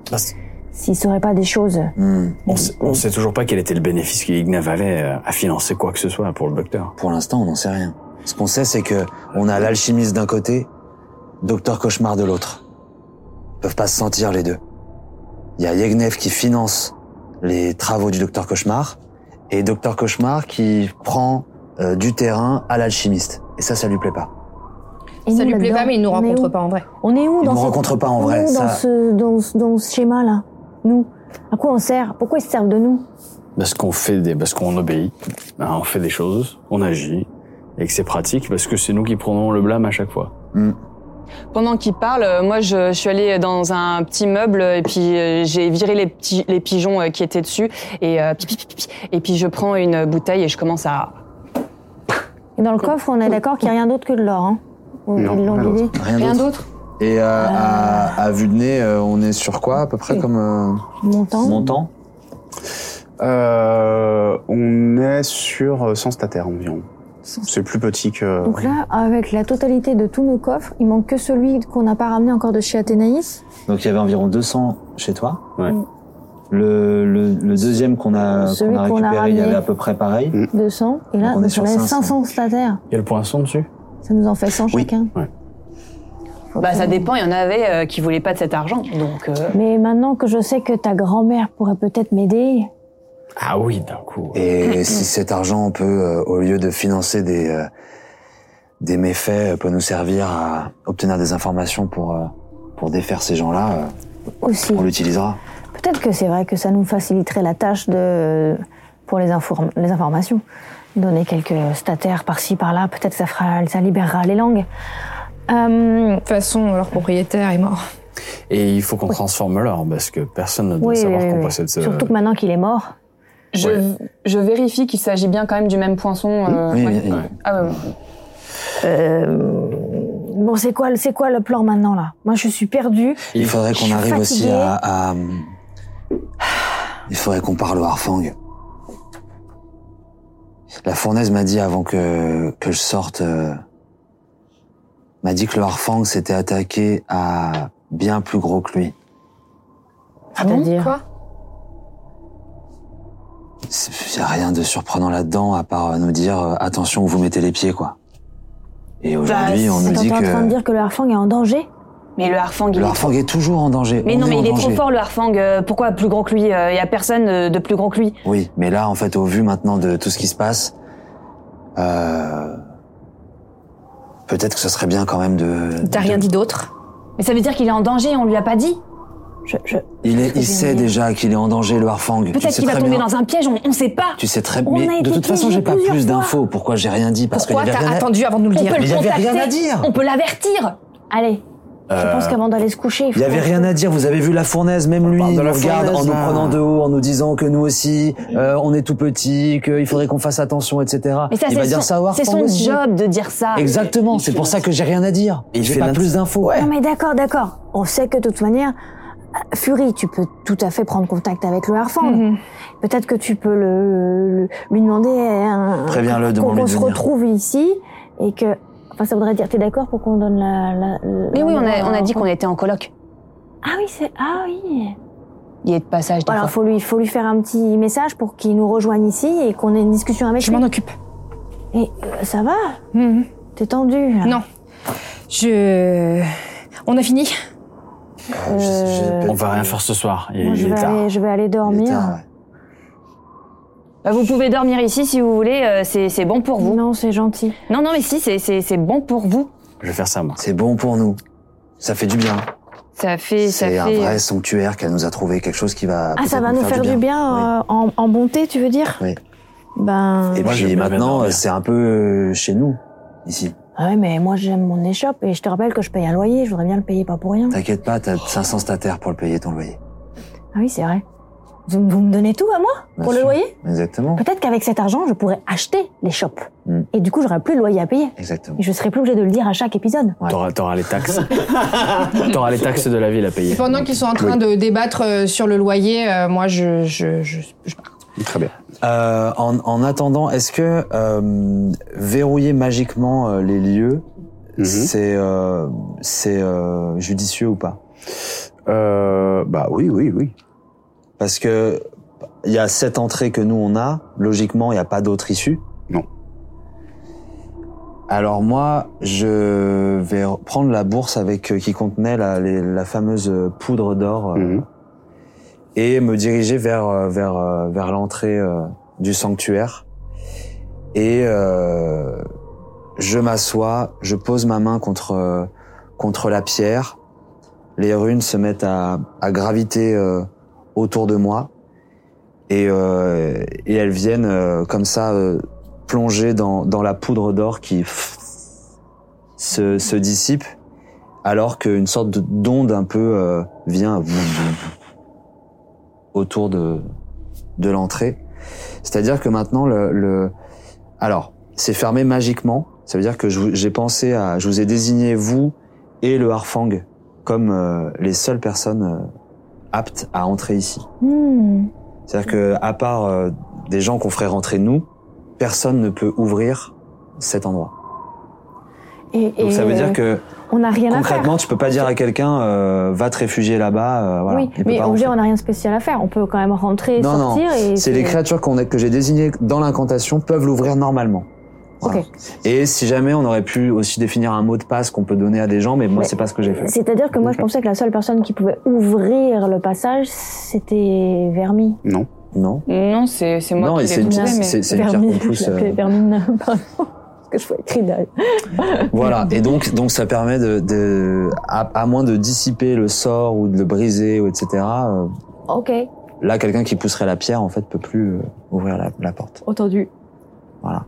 Speaker 2: Parce-
Speaker 3: S'ils sauraient pas des choses.
Speaker 5: Hmm.
Speaker 2: on, sait, on sait toujours pas quel était le bénéfice qu'Ignav avait euh, à financer quoi que ce soit pour le docteur.
Speaker 5: Pour l'instant, on n'en sait rien. Ce qu'on sait, c'est que on a l'alchimiste d'un côté, Docteur Cauchemar de l'autre. Ils peuvent pas se sentir les deux. Il y a Yegnev qui finance les travaux du Docteur Cauchemar et Docteur Cauchemar qui prend euh, du terrain à l'alchimiste. Et ça, ça lui plaît pas.
Speaker 3: Et
Speaker 7: Ça
Speaker 3: nous,
Speaker 7: lui plaît
Speaker 3: là-dedans,
Speaker 7: pas, mais il nous
Speaker 3: on est
Speaker 7: rencontre
Speaker 3: où
Speaker 7: pas en vrai.
Speaker 3: On est où
Speaker 5: Il
Speaker 3: dans
Speaker 5: ne
Speaker 3: ce-
Speaker 5: rencontre pas
Speaker 3: on
Speaker 5: en vrai.
Speaker 3: est où dans
Speaker 5: Ça,
Speaker 3: ce, dans, ce- dans ce schéma-là Nous À quoi on sert Pourquoi ils se servent de nous
Speaker 2: Parce qu'on fait des, parce qu'on obéit, ben, on fait des choses, on agit, et que c'est pratique parce que c'est nous qui prenons le blâme à chaque fois.
Speaker 14: Pendant qu'il parle, euh, moi je, je suis allée dans un petit meuble euh, et puis euh, j'ai viré les, petits, les pigeons euh, qui étaient dessus et euh, pi, pi, pi, pi, pi. et puis je prends une bouteille et je commence à
Speaker 3: Et dans le coffre, on est d'accord qu'il n'y a rien d'autre que de l'or. Hein Ils
Speaker 1: Non, rien
Speaker 3: l'ont
Speaker 1: d'autre.
Speaker 3: vidé.
Speaker 14: rien d'autre.
Speaker 5: Et euh, à, à vue de nez, euh, on est sur quoi à peu près comme euh,
Speaker 3: Montant.
Speaker 5: montant
Speaker 1: Euh, on est sur 100 statères environ. C'est plus petit que...
Speaker 3: Donc là, avec la totalité de tous nos coffres, il manque que celui qu'on n'a pas ramené encore de chez Athénaïs.
Speaker 15: Donc il y avait environ 200 chez toi.
Speaker 9: Ouais.
Speaker 15: Le, le, le deuxième qu'on a,
Speaker 3: Celui
Speaker 15: qu'on a
Speaker 3: qu'on a
Speaker 15: récupéré, il y avait
Speaker 3: ramené.
Speaker 15: à peu près pareil.
Speaker 3: 200. Et là,
Speaker 15: Donc, on est
Speaker 3: donc
Speaker 15: sur
Speaker 3: on avait
Speaker 15: 500.
Speaker 3: 500 stataires.
Speaker 9: Il y a le poinçon dessus
Speaker 3: Ça nous en fait
Speaker 1: euh,
Speaker 3: 100 chacun.
Speaker 4: Bah, ça dépend, il y en avait euh, qui voulaient pas de cet argent. Donc, euh,
Speaker 3: Mais maintenant que je sais que ta grand-mère pourrait peut-être m'aider,
Speaker 9: Ah oui, d'un coup.
Speaker 2: Et si cet argent, on peut, euh, au lieu de financer des, euh, des méfaits, euh, peut nous servir à obtenir des informations pour, euh, pour défaire ces gens-là, euh,
Speaker 3: aussi.
Speaker 2: on l'utilisera.
Speaker 3: Peut-être que c'est vrai que ça nous faciliterait la tâche de, pour les, inform- les informations. Donner quelques stataires par-ci, par-là, peut-être que ça, fera, ça libérera les langues. Euh,
Speaker 7: De toute façon, leur propriétaire est mort.
Speaker 9: Et il faut qu'on transforme l'or parce que personne ne doit
Speaker 3: Oui,
Speaker 9: savoir
Speaker 3: oui,
Speaker 9: qu'on
Speaker 3: oui.
Speaker 9: possède ce.
Speaker 3: Surtout que maintenant qu'il est mort.
Speaker 16: Je, je vérifie qu'il s'agit bien quand même du même poinçon. euh, ouais. Ah ouais, ouais.
Speaker 3: Bon, c'est quoi, c'est quoi le plan maintenant, là Moi, je suis perdue.
Speaker 2: Il faudrait
Speaker 3: Je suis
Speaker 2: qu'on arrive aussi
Speaker 3: fatiguée.
Speaker 2: à, à- Il faudrait qu'on parle au Harfang. La fournaise m'a dit avant que, que je sorte... euh, m'a dit que le Harfang s'était attaqué à bien plus gros que lui.
Speaker 7: Ah,
Speaker 3: C'est-à-dire
Speaker 2: Il n'y a rien de surprenant là-dedans à part euh, nous dire euh, attention où vous mettez les pieds, quoi. Et aujourd'hui, on nous
Speaker 3: Attends,
Speaker 2: dit
Speaker 3: t'es en train de
Speaker 2: que
Speaker 3: dire Bah, que le harfang est en danger
Speaker 4: Mais le harfang, il
Speaker 2: le
Speaker 4: est
Speaker 2: Harfang est toujours en danger.
Speaker 4: Mais
Speaker 2: On
Speaker 4: non, mais
Speaker 2: en
Speaker 4: il est trop
Speaker 2: danger.
Speaker 4: fort le Harfang. euh, Pourquoi plus grand que lui Il y a personne euh, de plus grand que lui.
Speaker 2: Oui, mais là, en fait, au vu maintenant de tout ce qui se passe, euh, peut-être que ce serait bien quand même de.
Speaker 4: T'as rien dit d'autre Mais ça veut dire qu'il est en danger, on lui a pas dit
Speaker 2: Il, est, il sait déjà qu'il est en danger, le Harfang. Tu
Speaker 4: Peut-être
Speaker 2: sais
Speaker 4: qu'il va
Speaker 2: très
Speaker 4: tomber
Speaker 2: bien.
Speaker 4: dans un piège, on, on sait pas
Speaker 2: Tu sais très
Speaker 4: On a
Speaker 2: Mais de
Speaker 4: été
Speaker 2: toute façon,
Speaker 4: piégés
Speaker 2: j'ai pas
Speaker 4: plusieurs
Speaker 2: plus
Speaker 4: fois.
Speaker 2: d'infos. Pourquoi j'ai rien dit Parce
Speaker 4: Pourquoi
Speaker 2: que
Speaker 4: t'as
Speaker 3: attendu avant de nous le
Speaker 2: On
Speaker 3: dire
Speaker 2: peut
Speaker 3: Mais
Speaker 2: il y
Speaker 3: il
Speaker 2: avait
Speaker 3: contacter,
Speaker 2: rien à dire.
Speaker 4: On peut l'avertir
Speaker 3: Allez, je
Speaker 2: Euh,
Speaker 3: pense qu'avant d'aller se coucher, il
Speaker 2: Il y
Speaker 3: faut-
Speaker 2: avait rien à dire. Vous avez vu la fournaise, même lui, il
Speaker 1: la
Speaker 2: nous regarde en
Speaker 1: fournaise,
Speaker 2: nous
Speaker 1: là.
Speaker 2: prenant de haut, en nous disant que nous aussi, euh, on est tout petit, qu'il faudrait qu'on fasse attention, etc.
Speaker 4: Mais ça,
Speaker 2: il va
Speaker 4: c'est
Speaker 2: dire ça au
Speaker 4: son, c'est
Speaker 2: Harfang
Speaker 4: son
Speaker 2: aussi.
Speaker 16: hein.
Speaker 4: job de dire ça.
Speaker 2: Exactement. C'est pour ça que j'ai rien à dire.
Speaker 1: Il
Speaker 2: J'ai
Speaker 1: fait
Speaker 2: pas
Speaker 1: l'int-
Speaker 2: plus d'infos.
Speaker 3: Non mais d'accord, d'accord. On sait que de toute manière, euh, Fury, tu peux tout à fait prendre contact avec le Harfang.
Speaker 7: Mhm. Oh,
Speaker 3: Peut-être que tu peux le, le- lui demander un,
Speaker 2: Préviens-le,
Speaker 3: qu'on-
Speaker 2: demande-lui
Speaker 3: qu'on
Speaker 2: de
Speaker 3: se
Speaker 2: venir.
Speaker 3: retrouve ici et que. Enfin, ça voudrait dire, t'es d'accord pour qu'on donne la. la- la-
Speaker 4: Mais oui, on a,
Speaker 3: la-
Speaker 4: on a dit qu'on était en coloc.
Speaker 3: Ah oui, c'est ah oui.
Speaker 4: Il est de passage. des
Speaker 3: Voilà,
Speaker 4: fois.
Speaker 3: faut lui, faut lui faire un petit message pour qu'il nous rejoigne ici et qu'on ait une discussion avec lui. Je m'en
Speaker 7: occupe.
Speaker 3: Et euh, ça va T'es tendu
Speaker 7: Non. Je. On a fini
Speaker 9: On va rien faire ce soir. Il,
Speaker 3: Euh, Moi, je
Speaker 9: il est
Speaker 3: vais,
Speaker 9: tard.
Speaker 3: aller, je vais aller dormir.
Speaker 4: Bah, vous pouvez dormir ici si vous voulez, euh, c'est c'est bon pour vous.
Speaker 3: Non, c'est gentil.
Speaker 4: Non, non, mais si, c'est- c'est c'est bon pour vous.
Speaker 9: Je vais faire ça, moi.
Speaker 2: C'est bon pour nous. Ça fait du bien.
Speaker 4: Ça fait, ça
Speaker 2: C'est
Speaker 4: fait.
Speaker 2: un
Speaker 4: euh,
Speaker 2: vrai sanctuaire qu'elle nous a trouvé, quelque chose qui va.
Speaker 3: Ah, ça
Speaker 2: peut-être
Speaker 3: va nous faire du bien, euh, en, en bonté, tu veux dire
Speaker 2: Oui.
Speaker 3: Ben.
Speaker 2: Et puis maintenant, euh, c'est un peu euh, chez nous, ici.
Speaker 3: Ah ouais, mais moi j'aime mon échoppe et je te rappelle que je paye un loyer, je voudrais bien le payer pas pour rien.
Speaker 2: T'inquiète pas, t'as 500 stataires pour le payer ton loyer.
Speaker 3: Ah oui, c'est vrai. Vous, vous me donnez tout à moi
Speaker 2: Bien
Speaker 3: pour le
Speaker 2: sûr.
Speaker 3: loyer
Speaker 2: Exactement.
Speaker 3: Peut-être qu'avec cet argent, je pourrais acheter l'échoppe.
Speaker 2: Mm.
Speaker 3: Et du coup, j'aurais plus de loyer à payer.
Speaker 2: Exactement.
Speaker 3: Et je serais plus obligée de le dire à chaque épisode.
Speaker 9: T'auras, t'auras les taxes. t'auras les taxes de la ville à payer.
Speaker 7: Et pendant qu'ils sont en train de débattre euh, sur le loyer, euh, moi je, je, je, je pars.
Speaker 2: Très bien. Euh, en, en attendant, est-ce que euh, verrouiller magiquement euh, les lieux, Mhm. c'est euh, c'est euh, judicieux ou pas Bah oui, oui, oui. Parce que il y a cette entrée que nous on a. Logiquement, il n'y a pas d'autre issue. Non. Alors moi, je vais re- prendre la bourse avec euh, qui contenait la, les- la fameuse euh, poudre d'or euh,
Speaker 1: Mhm.
Speaker 2: et me diriger vers euh, vers euh, vers l'entrée euh, du sanctuaire. Et euh, je m'assois, je pose ma main contre euh, contre la pierre. Les runes se mettent à, à graviter euh, autour de moi et euh, et elles viennent euh, comme ça euh, plonger dans dans la poudre d'or qui pff, se se dissipe alors qu'une sorte de- d'onde un peu euh, vient autour de, de l'entrée. C'est-à-dire que maintenant, le, le... alors, c'est fermé magiquement. Ça veut dire que je vous- j'ai pensé à, je vous ai désigné vous et le Harfang comme euh, les seules personnes euh, aptes à entrer ici.
Speaker 3: Hmm.
Speaker 2: C'est-à-dire que, à part euh, des gens qu'on ferait rentrer nous, personne ne peut ouvrir cet endroit.
Speaker 3: Et,
Speaker 2: Donc
Speaker 3: et,
Speaker 2: ça veut
Speaker 3: euh,
Speaker 2: dire que
Speaker 3: On n'a rien à faire.
Speaker 15: Concrètement, tu peux pas dire à quelqu'un euh, va te réfugier là-bas. euh, voilà.
Speaker 3: oui,
Speaker 15: Il peut
Speaker 3: mais
Speaker 15: pas
Speaker 3: on
Speaker 15: rentrer.
Speaker 3: dit on n'a rien de spécial à faire. On peut quand même rentrer,
Speaker 15: Non, non.
Speaker 3: sortir et. euh,
Speaker 15: C'est les créatures
Speaker 2: qu'on a- que j'ai désignées dans l'incantation peuvent l'ouvrir normalement.
Speaker 3: Ok.
Speaker 2: Et si jamais on aurait pu aussi définir un mot de passe qu'on peut donner à des gens, mais moi c'est pas ce que j'ai fait.
Speaker 3: C'est-à-dire que moi, je pensais que la seule personne qui pouvait ouvrir le passage, c'était Vermi.
Speaker 1: Non.
Speaker 2: Non.
Speaker 16: Non, c'est c'est moi
Speaker 2: Non, et
Speaker 16: qui
Speaker 2: c'est
Speaker 16: l'ai
Speaker 2: une-
Speaker 16: trouvé, mais...
Speaker 2: c'est- c'est une pierre qu'on pousse,
Speaker 3: Je l'appelais
Speaker 2: euh.
Speaker 3: Vermine, pardon. Parce que je vois écrit derrière.
Speaker 2: Voilà. Et donc donc ça permet de, de à, à moins de dissiper le sort ou de le briser ou etc. euh,
Speaker 3: Ok,
Speaker 2: Là, quelqu'un qui pousserait la pierre en fait peut plus euh, ouvrir la, la porte.
Speaker 3: entendu.
Speaker 2: Voilà.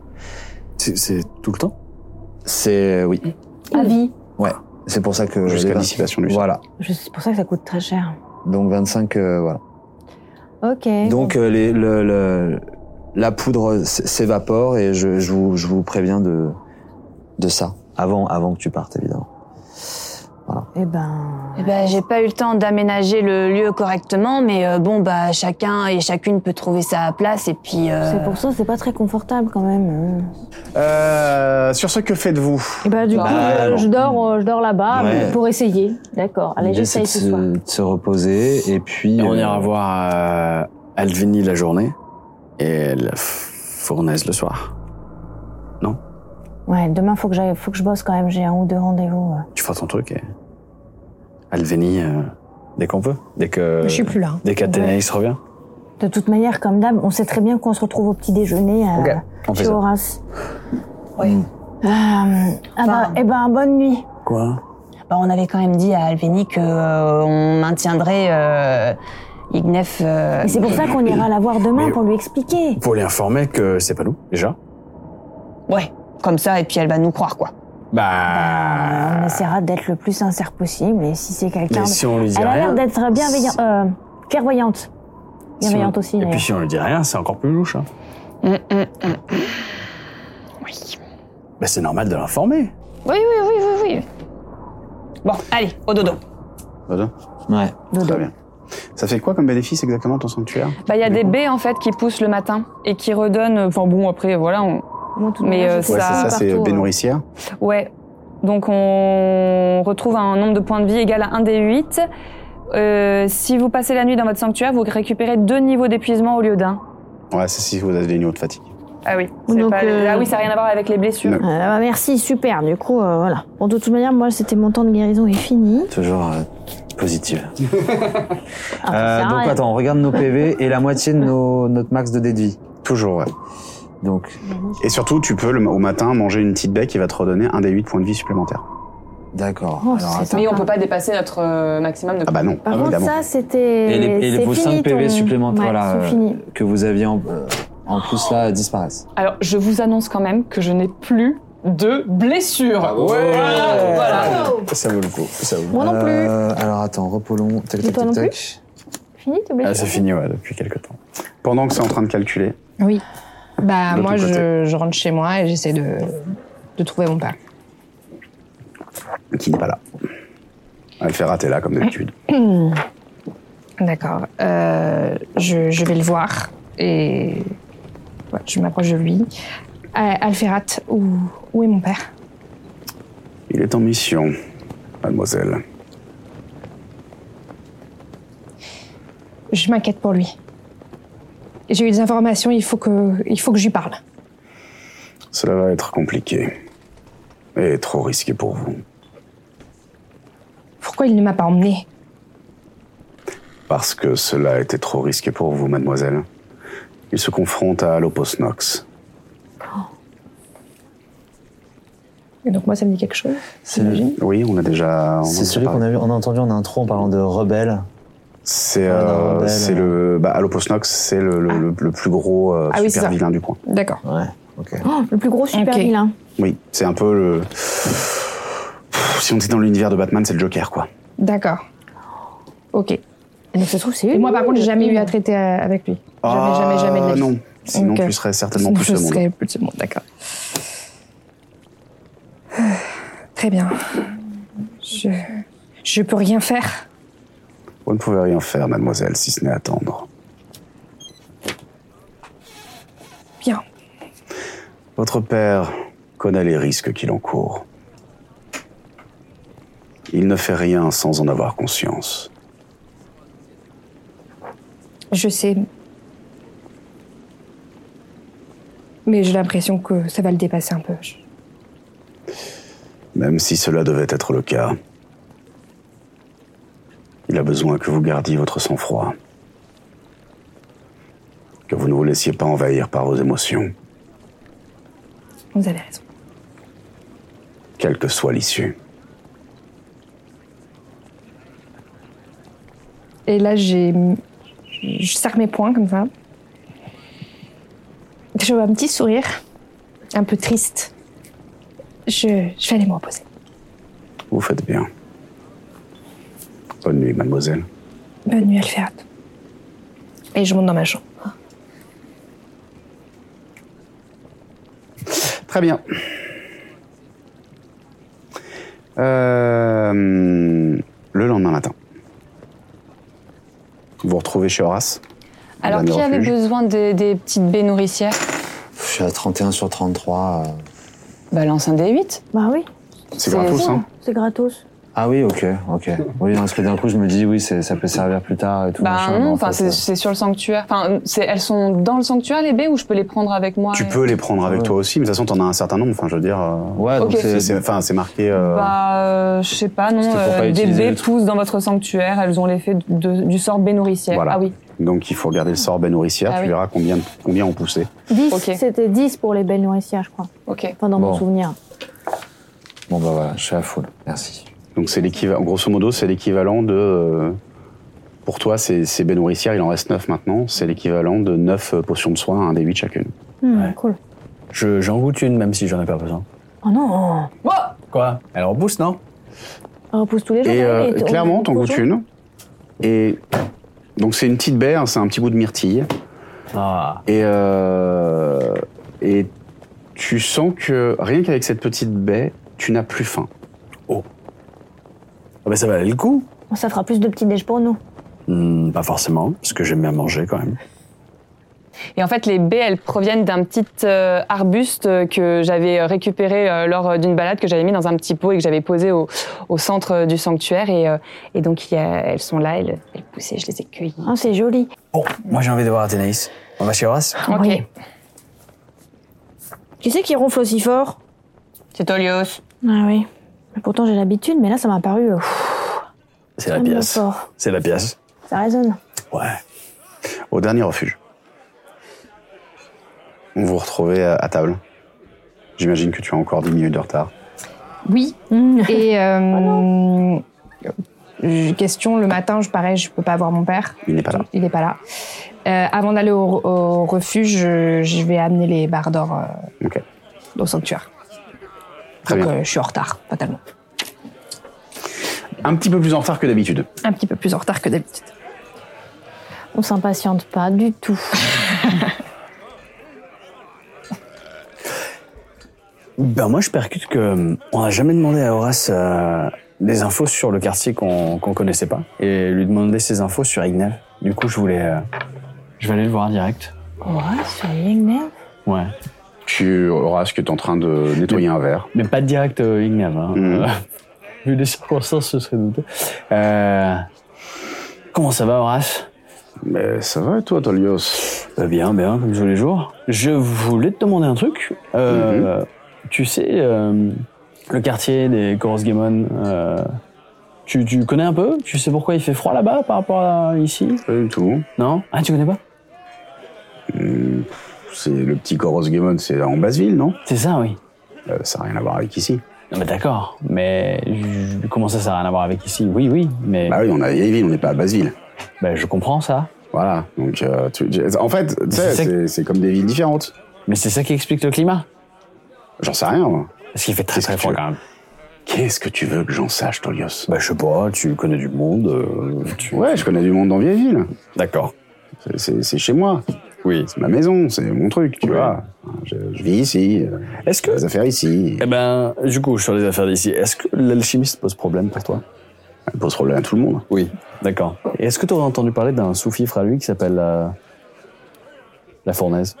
Speaker 9: C'est tout le temps
Speaker 2: C'est oui.
Speaker 3: Avis.
Speaker 2: Ouais. C'est pour ça que
Speaker 1: Jusqu'à
Speaker 2: les vingt-
Speaker 1: dissipation du sort.
Speaker 2: Voilà.
Speaker 3: Je- C'est pour ça que ça coûte très cher.
Speaker 2: Donc 25 euh, voilà.
Speaker 3: Ok.
Speaker 2: Donc euh, les- le- le- la poudre s- s'évapore et je, je vous, je vous préviens de, de ça avant, avant que tu partes évidemment.
Speaker 3: Eh ben.
Speaker 4: Eh ben, j'ai pas eu le temps d'aménager le lieu correctement, mais euh, bon, bah, chacun et chacune peut trouver sa place, et puis. euh,
Speaker 3: C'est pour ça, c'est pas très confortable quand même.
Speaker 1: Euh, sur ce, que faites-vous
Speaker 3: Et bah, du
Speaker 2: Bah,
Speaker 3: coup, je-
Speaker 2: alors.
Speaker 3: je, dors, euh, je dors là-bas
Speaker 2: Ouais.
Speaker 3: mais pour essayer. D'accord. Allez,
Speaker 2: L'idée, c'est de, se-
Speaker 3: j'essaye ce soir.
Speaker 2: de se reposer et puis
Speaker 9: Et on
Speaker 2: euh,
Speaker 9: ira voir euh, Alvini la journée et la fournaise le soir.
Speaker 3: Ouais, demain, faut que, j'aille- faut que je bosse quand même. J'ai un ou deux rendez-vous. euh.
Speaker 9: Tu feras ton truc et Alvini euh, dès qu'on peut, dès que
Speaker 7: Je suis plus là. hein.
Speaker 9: dès qu'Athénaïs revient.
Speaker 3: De toute manière, comme d'hab, on sait très bien qu'on se retrouve au petit déjeuner euh,
Speaker 9: Ok, on fait
Speaker 3: chez
Speaker 9: ça.
Speaker 3: Horace.
Speaker 4: Oui.
Speaker 3: Euh, ah bah, eh ben, bonne nuit.
Speaker 9: Quoi
Speaker 4: bah, on avait quand même dit à Alveni que euh, on maintiendrait euh, Ignef. euh,
Speaker 3: Et c'est pour ça qu'on ira la voir demain pour lui expliquer.
Speaker 9: Pour les informer que c'est pas nous déjà.
Speaker 4: Ouais, comme ça, et puis elle va nous croire, quoi.
Speaker 9: Bah.
Speaker 3: Euh, on essaiera d'être le plus sincère possible. Et si c'est quelqu'un.
Speaker 9: Mais si on lui dit
Speaker 3: Elle a l'air
Speaker 9: rien.
Speaker 3: d'être bienveillante. euh, clairvoyante.
Speaker 9: si on-
Speaker 3: Bienveillante aussi.
Speaker 9: Et
Speaker 3: d'ailleurs.
Speaker 9: puis si on lui dit rien, c'est encore plus louche. hein.
Speaker 4: Mm,
Speaker 16: Hum, hum, hum.
Speaker 9: Bah c'est normal de l'informer.
Speaker 16: Oui, oui, oui, oui, oui. Bon, allez, au dodo.
Speaker 1: Dodo
Speaker 2: Ouais.
Speaker 1: Très bien. Ça fait quoi comme bénéfice exactement ton sanctuaire
Speaker 16: Bah, il y a des baies, en fait, qui poussent le matin et qui redonnent... Enfin, bon, après, voilà, on...
Speaker 3: Moi, tout de
Speaker 16: Mais,
Speaker 3: même,
Speaker 16: euh,
Speaker 3: je sais
Speaker 16: Ouais,
Speaker 3: pas
Speaker 16: c'est
Speaker 1: Ça,
Speaker 3: partout,
Speaker 1: c'est
Speaker 3: euh,
Speaker 1: bénourricière.
Speaker 16: Ouais. Donc on retrouve un nombre de points de vie égal à 1 des 8. Euh, si vous passez la nuit dans votre sanctuaire, vous récupérez deux niveaux d'épuisement au lieu d'un.
Speaker 1: Ouais, c'est si vous avez des niveaux de fatigue.
Speaker 16: Ah oui. c'est
Speaker 3: Donc,
Speaker 16: pas-
Speaker 3: euh,
Speaker 16: Ah oui, ça n'a rien à voir avec les blessures.
Speaker 1: Non.
Speaker 3: Euh, bah, merci, super. Du coup, euh, voilà. Bon, de toute manière, moi, c'était mon temps de guérison est fini.
Speaker 2: toujours euh, positive.
Speaker 3: Ah,
Speaker 2: Euh,
Speaker 3: ça sert à
Speaker 2: donc
Speaker 3: rien.
Speaker 2: attends, on regarde nos PV et la moitié de nos, notre max de déduit.
Speaker 1: Toujours, ouais.
Speaker 2: Donc
Speaker 1: Et surtout, tu peux le- au matin manger une petite baie qui va te redonner un des 8 points de vie supplémentaires.
Speaker 2: d'accord.
Speaker 3: Oh,
Speaker 2: Alors,
Speaker 3: c'est
Speaker 2: attends.
Speaker 16: Mais on peut pas dépasser notre euh, maximum de
Speaker 1: Ah bah non,
Speaker 3: Par contre,
Speaker 1: évidemment.
Speaker 3: ça, c'était.
Speaker 2: Et les- et les-
Speaker 3: c'est
Speaker 2: vos
Speaker 3: fini,
Speaker 2: cinq PV
Speaker 3: ton-
Speaker 2: supplémentaires,
Speaker 3: ouais,
Speaker 2: là,
Speaker 3: sont
Speaker 2: euh,
Speaker 3: finis.
Speaker 2: que vous aviez en, euh, en plus là disparaissent.
Speaker 16: Alors, je vous annonce quand même que je n'ai plus de blessures.
Speaker 1: Ah
Speaker 16: Voilà, voilà.
Speaker 9: Ça vaut le coup. Ça vaut. le coup.
Speaker 3: Moi non plus.
Speaker 2: Euh, alors attends, repolons. Tac
Speaker 3: Et
Speaker 2: tac
Speaker 3: toi
Speaker 2: tac
Speaker 3: non plus
Speaker 2: tac.
Speaker 3: Fini, t'es obligé.
Speaker 9: Ah, c'est fini ouais depuis quelque temps.
Speaker 1: Pendant que c'est en train de calculer,
Speaker 7: Oui. Bah,
Speaker 1: De
Speaker 7: moi,
Speaker 1: ton
Speaker 7: je,
Speaker 1: côté.
Speaker 7: je rentre chez moi et j'essaie de, de trouver mon père.
Speaker 1: qui n'est pas là. Elle fait rater là, comme d'habitude.
Speaker 7: D'accord. Euh, je, je vais le voir et ouais, je m'approche de lui. Euh, Alferat, où, où est mon père
Speaker 1: Il est en mission, mademoiselle.
Speaker 7: Je m'inquiète pour lui. J'ai eu des informations, il faut que, il faut que j'y parle.
Speaker 1: Cela va être compliqué. Et trop risqué pour vous.
Speaker 7: Pourquoi il ne m'a pas emmené
Speaker 1: Parce que cela était trop risqué pour vous, mademoiselle. Il se confronte à Lopos Nox.
Speaker 7: Et donc moi, ça me dit quelque chose.
Speaker 2: C'est le-
Speaker 1: Oui, on a déjà. on en a
Speaker 2: C'est
Speaker 1: déjà
Speaker 2: celui
Speaker 1: parlé.
Speaker 2: qu'on a vu, on a entendu en intro en parlant de rebelle.
Speaker 1: C'est
Speaker 2: Ah, non,
Speaker 1: euh,
Speaker 2: Belle.
Speaker 1: c'est le bah, Alopos Nox, c'est le, le, le- le plus gros euh,
Speaker 7: Ah oui, c'est
Speaker 1: super
Speaker 7: ça.
Speaker 1: vilain du coin.
Speaker 7: D'accord.
Speaker 2: Ouais, ok.
Speaker 3: Oh, le plus gros super
Speaker 7: Ok.
Speaker 3: vilain.
Speaker 1: Oui, c'est un peu le. Pff, Si on était dans l'univers de Batman, c'est le Joker, quoi.
Speaker 7: D'accord. Ok.
Speaker 3: Mais ça se trouve, c'est
Speaker 7: Et
Speaker 3: une.
Speaker 7: moi, par contre, j'ai jamais eu à traiter euh, avec lui. Jamais, jamais, jamais de la
Speaker 1: Ah,
Speaker 7: vie.
Speaker 1: Non, sinon
Speaker 7: Ok.
Speaker 1: tu serais certainement
Speaker 7: Sinon,
Speaker 1: plus
Speaker 7: je
Speaker 1: le monde.
Speaker 7: serais plus de ce monde, d'accord. Très bien. Je. Je peux rien faire.
Speaker 1: Vous ne pouvez rien faire, mademoiselle, si ce n'est attendre.
Speaker 7: Bien.
Speaker 1: Votre père connaît les risques qu'il encourt. Il ne fait rien sans en avoir conscience.
Speaker 7: Je sais. Mais j'ai l'impression que ça va le dépasser un peu. Je-
Speaker 1: Même si cela devait être le cas, il a besoin que vous gardiez votre sang-froid, que vous ne vous laissiez pas envahir par vos émotions,
Speaker 7: Vous avez raison.
Speaker 1: quelle que soit l'issue.
Speaker 7: Et là, j'ai. Je serre mes poings comme ça. J'ai un petit sourire, un peu triste. Je, je vais aller me reposer.
Speaker 1: Vous faites bien. Bonne nuit, mademoiselle.
Speaker 7: Bonne nuit, Alfred. Et je monte dans ma chambre.
Speaker 1: Très bien. Euh, le lendemain matin, vous vous retrouvez chez Horace.
Speaker 4: Alors,
Speaker 1: Dernier
Speaker 4: qui avait
Speaker 1: refuge.
Speaker 4: besoin des, des petites baies nourricières
Speaker 2: Je suis à 31 sur 33. euh.
Speaker 4: Balance un D8.
Speaker 3: Bah oui.
Speaker 2: C'est gratos, hein.
Speaker 3: C'est gratos.
Speaker 2: Ah oui, ok, ok. Oui, parce que d'un coup, je me dis, oui, c'est- ça peut servir plus tard et tout.
Speaker 4: Bah
Speaker 2: machin, mais
Speaker 4: non,
Speaker 2: en
Speaker 4: enfin
Speaker 2: fait,
Speaker 4: c'est
Speaker 2: euh,
Speaker 4: c'est sur le sanctuaire. Enfin, c'est- elles sont dans le sanctuaire les baies ou je peux les prendre avec moi
Speaker 1: Tu
Speaker 4: et-
Speaker 1: peux les prendre avec toi aussi, mais de toute façon, t'en as un certain nombre. Enfin, je veux dire.
Speaker 2: euh,
Speaker 1: Ouais,
Speaker 4: donc Ok. c'est-
Speaker 1: Enfin, c'est marqué. euh,
Speaker 4: Bah, euh, je sais pas, non.
Speaker 1: C'était pour
Speaker 4: euh,
Speaker 1: pas
Speaker 4: des
Speaker 1: utiliser
Speaker 4: baies
Speaker 1: le truc.
Speaker 4: poussent dans votre sanctuaire, elles ont l'effet de- de- du sort baies nourricières.
Speaker 1: Voilà.
Speaker 4: Ah oui.
Speaker 1: Donc, il faut regarder le sorbet nourricière.
Speaker 3: Ah
Speaker 1: tu
Speaker 3: oui.
Speaker 1: verras combien, combien ont poussé.
Speaker 3: 10, c'était 10 pour les belles nourricières, je crois.
Speaker 4: Ok.
Speaker 3: Enfin, dans
Speaker 1: Bon.
Speaker 3: mon souvenir.
Speaker 1: Bon, bah voilà, je suis à full. Merci. Donc, c'est l'équivalent. Grosso modo, c'est l'équivalent de. euh, pour toi, c'est c'est baies nourricières, il en reste 9 maintenant. C'est l'équivalent de 9 potions de soins, un des 8 chacune.
Speaker 3: Hmm, Cool.
Speaker 9: Je- J'en goûte une, même si j'en ai pas besoin.
Speaker 3: Oh non
Speaker 9: Quoi Elle repousse, non
Speaker 3: On repousse tous les jours.
Speaker 1: Et euh,
Speaker 3: on-
Speaker 1: clairement,
Speaker 3: on-
Speaker 1: t'en goûtes une. Et donc c'est une petite baie, hein, c'est un petit bout de myrtille.
Speaker 9: Ah.
Speaker 1: Et euh, et tu sens que rien qu'avec cette petite baie, tu n'as plus faim. Oh.
Speaker 9: Ah bah ça valait le coup.
Speaker 3: Ça fera plus de petits déj pour nous.
Speaker 9: Hmm, Pas forcément, parce que j'aime bien manger quand même.
Speaker 4: Et en fait, les baies, elles proviennent d'un petit euh, arbuste euh, que j'avais euh, récupéré euh, lors euh, d'une balade que j'avais mis dans un petit pot et que j'avais posé au, au centre euh, du sanctuaire. Et, euh, et donc, il y a- elles sont là, elles, elles poussaient, je les ai cueillies.
Speaker 3: Ah, c'est joli.
Speaker 9: Bon, moi j'ai envie de voir Athénaïs. On va chez Horace
Speaker 7: Ah
Speaker 4: Ok.
Speaker 3: Qui c'est qui ronfle aussi fort
Speaker 4: C'est Tolios.
Speaker 3: Ah oui. Mais pourtant, j'ai l'habitude, mais là, ça m'a paru. euh,
Speaker 5: Ah,
Speaker 3: pff,
Speaker 9: C'est la
Speaker 3: Ah, mais
Speaker 9: pièce.
Speaker 3: fort.
Speaker 9: C'est la pièce.
Speaker 3: ça résonne.
Speaker 9: Ouais.
Speaker 1: Au dernier refuge. On vous retrouvez à, à table. J'imagine que tu as encore 10 minutes de retard.
Speaker 7: Oui. Et.
Speaker 4: Oh
Speaker 7: euh, euh, question, le matin, je parais, je peux pas voir mon père.
Speaker 1: Il n'est pas là.
Speaker 7: Il n'est pas là. Euh, avant d'aller au, au refuge, je, je vais amener les barres d'or euh,
Speaker 1: Ok.
Speaker 7: au sanctuaire.
Speaker 1: Très
Speaker 7: Donc
Speaker 1: bien.
Speaker 7: euh, je suis en retard, fatalement.
Speaker 1: Un petit peu plus en retard que d'habitude.
Speaker 7: Un petit peu plus en retard que d'habitude.
Speaker 3: On s'impatiente pas du tout.
Speaker 9: Ben moi je percute que hum, on n'a jamais demandé à Horace euh, des infos sur le quartier qu'on qu'on connaissait pas et lui demander ses infos sur Ignav. Du coup je voulais, euh, je vais aller le voir direct.
Speaker 3: Ouais, sur Yegner.
Speaker 9: Ouais.
Speaker 1: Tu Horace que tu es en train de nettoyer un verre.
Speaker 9: Mais pas direct euh, Ignav. Hein.
Speaker 1: Mm.
Speaker 9: Euh, vu les circonstances, ce serait douteux. Euh, comment ça va Horace Euh,
Speaker 1: Mais ça va et toi, Tolios
Speaker 9: Bien, bien, comme tous les jours. Je voulais te demander un truc. Euh,
Speaker 1: Mm-hmm.
Speaker 9: Tu sais, euh, le quartier des Coros Gamon, euh, tu, tu connais un peu Tu sais pourquoi il fait froid là-bas par rapport à ici
Speaker 1: Pas du tout.
Speaker 9: Non Ah, tu connais pas
Speaker 1: Hmm, C'est le petit Coros Gamon, c'est en Basse-Ville, non Euh,
Speaker 9: C'est ça, oui.
Speaker 1: ça n'a rien à voir avec ici.
Speaker 9: Non, mais d'accord. Mais je- comment ça, ça n'a rien à voir avec ici Oui, oui, mais.
Speaker 1: Bah oui, on a Vieilleville, on n'est pas à Basse-Ville.
Speaker 9: Bah, je comprends ça.
Speaker 1: Voilà. Donc, euh, tu- en fait, tu sais,
Speaker 9: c'est ça-
Speaker 1: c'est- c'est comme des villes différentes.
Speaker 9: Mais c'est ça qui explique le climat
Speaker 1: J'en sais rien, moi.
Speaker 9: Parce qu'il fait très très froid quand même.
Speaker 1: Qu'est-ce que tu veux que j'en sache, Tolios
Speaker 9: Bah, je sais pas, tu connais du monde. euh,
Speaker 1: Ouais, je connais du monde dans Vieilleville.
Speaker 9: D'accord.
Speaker 1: C'est- C'est c'est chez moi.
Speaker 9: Oui.
Speaker 1: C'est ma maison, c'est mon truc, tu vois. Je, je vis ici.
Speaker 9: Est-ce que.
Speaker 1: Les affaires ici.
Speaker 9: Eh ben, du coup, sur les affaires d'ici, est-ce que l'alchimiste pose problème pour toi
Speaker 1: Elle pose problème à tout le monde.
Speaker 9: Oui, d'accord. Et est-ce que tu aurais entendu parler d'un sous-fifre à lui qui s'appelle euh, La Fournaise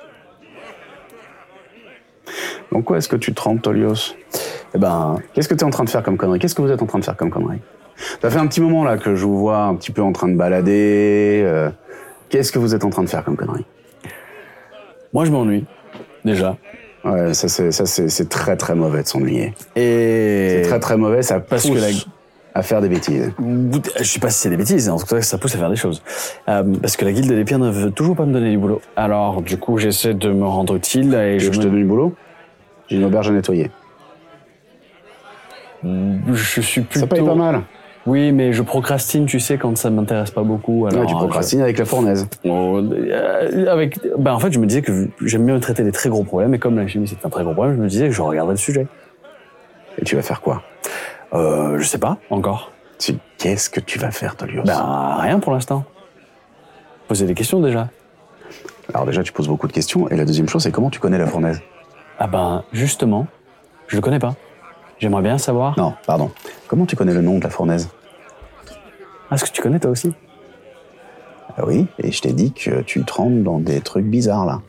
Speaker 1: Donc, quoi est-ce que tu trempes, Tolios Eh ben, qu'est-ce que tu es en train de faire comme connerie Qu'est-ce que vous êtes en train de faire comme connerie Ça fait un petit moment là que je vous vois un petit peu en train de balader. euh, qu'est-ce que vous êtes en train de faire comme connerie
Speaker 2: Moi, je m'ennuie. Déjà.
Speaker 1: Ouais, ça c'est ça c'est c'est très très mauvais de s'ennuyer.
Speaker 2: Et
Speaker 1: c'est très très mauvais, ça
Speaker 2: Parce
Speaker 1: pousse
Speaker 2: que la-
Speaker 1: à faire des bêtises.
Speaker 2: Je sais pas si c'est des bêtises, hein. en tout cas ça pousse à faire des choses. Euh, parce que la guilde des pires ne veut toujours pas me donner du boulot. Alors du coup j'essaie de me rendre utile et je,
Speaker 1: je te donne du boulot J'ai une auberge à nettoyer.
Speaker 2: Je suis plutôt...
Speaker 1: Ça paye pas mal.
Speaker 2: Oui, mais je procrastine, tu sais, quand ça m'intéresse pas beaucoup. Alors,
Speaker 1: Ouais, tu
Speaker 2: euh,
Speaker 1: procrastines avec la fournaise.
Speaker 2: Oh, euh, avec, bah en fait, je me disais que vu- j'aime bien traiter les très gros problèmes, et comme l'alchimie c'est un très gros problème, je me disais que je regarderais le sujet.
Speaker 1: Et tu vas faire quoi
Speaker 2: euh, Je sais pas encore.
Speaker 1: Qu'est-ce que tu vas faire, Tolios
Speaker 2: Bah rien pour l'instant. Poser des questions déjà.
Speaker 1: Alors déjà, tu poses beaucoup de questions. Et la deuxième chose, c'est comment tu connais la fournaise
Speaker 2: Ah ben justement, je le connais pas. J'aimerais bien savoir.
Speaker 1: Non, pardon. Comment tu connais le nom de la fournaise
Speaker 2: Ah, Est-ce que tu connais toi aussi
Speaker 1: Ah oui, et je t'ai dit que tu trembles dans des trucs bizarres là.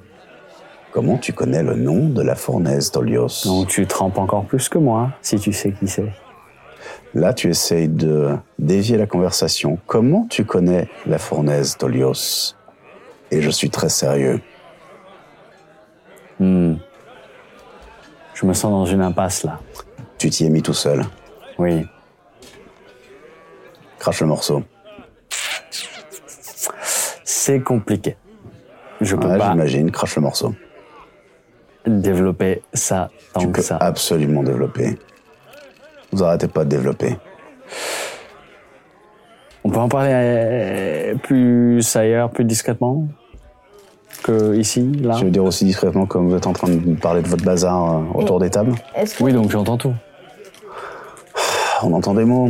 Speaker 1: Comment tu connais le nom de la fournaise, Tolios
Speaker 2: Donc tu trempes encore plus que moi, hein, si tu sais qui c'est.
Speaker 1: Là, tu essayes de dévier la conversation. Comment tu connais la fournaise, Tolios Et je suis très sérieux.
Speaker 2: Hmm. Je me sens dans une impasse là.
Speaker 1: Tu t'y es mis tout seul.
Speaker 2: Oui.
Speaker 1: Crache le morceau.
Speaker 2: C'est compliqué. Je peux
Speaker 1: Ouais,
Speaker 2: pas
Speaker 1: J'imagine, crache le morceau.
Speaker 2: développer ça tant
Speaker 1: tu
Speaker 2: que
Speaker 1: peux
Speaker 2: ça.
Speaker 1: absolument développer. Vous arrêtez pas de développer.
Speaker 2: On peut en parler euh, plus ailleurs, plus discrètement que ici, là.
Speaker 1: Je veux dire aussi discrètement comme vous êtes en train de me parler de votre bazar euh,
Speaker 2: Oh.
Speaker 1: autour des tables.
Speaker 2: Oui, donc j'entends tout.
Speaker 1: On entend des mots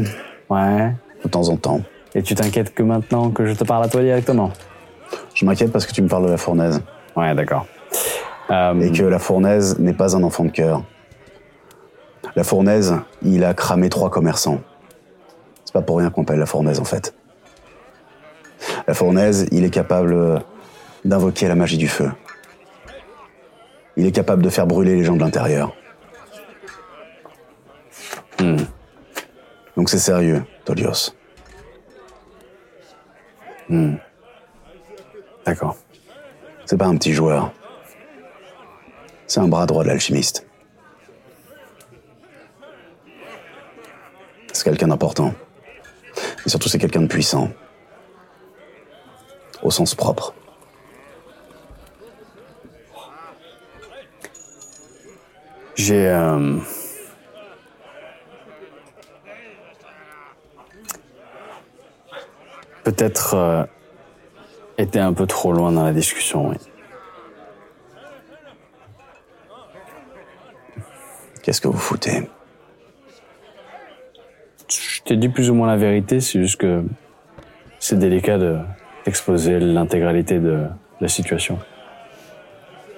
Speaker 2: Ouais.
Speaker 1: de temps en temps.
Speaker 2: Et tu t'inquiètes que maintenant que je te parle à toi directement.
Speaker 1: Je m'inquiète parce que tu me parles de la fournaise.
Speaker 2: Ouais, d'accord. Euh,
Speaker 1: Et que la fournaise n'est pas un enfant de cœur. La fournaise, il a cramé trois commerçants. C'est pas pour rien qu'on appelle la fournaise en fait. La fournaise, il est capable d'invoquer la magie du feu. Il est capable de faire brûler les gens de l'intérieur. Donc c'est sérieux, Tolios.
Speaker 2: Hmm. D'accord.
Speaker 1: C'est pas un petit joueur. C'est un bras droit de l'alchimiste. C'est quelqu'un d'important. Et surtout, c'est quelqu'un de puissant. Au sens propre.
Speaker 2: J'ai. euh, Peut-être euh, été un peu trop loin dans la discussion, oui.
Speaker 1: Qu'est-ce que vous foutez
Speaker 2: Je t'ai dit plus ou moins la vérité, c'est juste que c'est délicat de- d'exposer l'intégralité de la situation.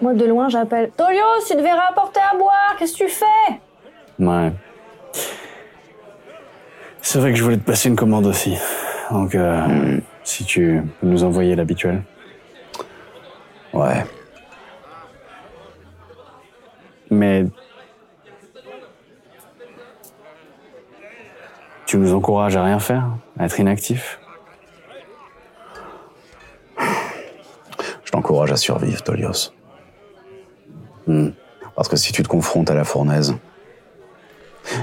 Speaker 17: Moi, de loin, j'appelle. Tolios, il devait rapporter à boire, qu'est-ce que tu fais
Speaker 2: Ouais. C'est vrai que je voulais te passer une commande aussi. Donc, euh,
Speaker 1: Hmm.
Speaker 2: si tu peux nous envoyer l'habituel.
Speaker 1: Ouais.
Speaker 2: Mais. Tu nous encourages à rien faire, à être inactif.
Speaker 1: Je t'encourage à survivre, Tolios. Hmm. Parce que si tu te confrontes à la fournaise,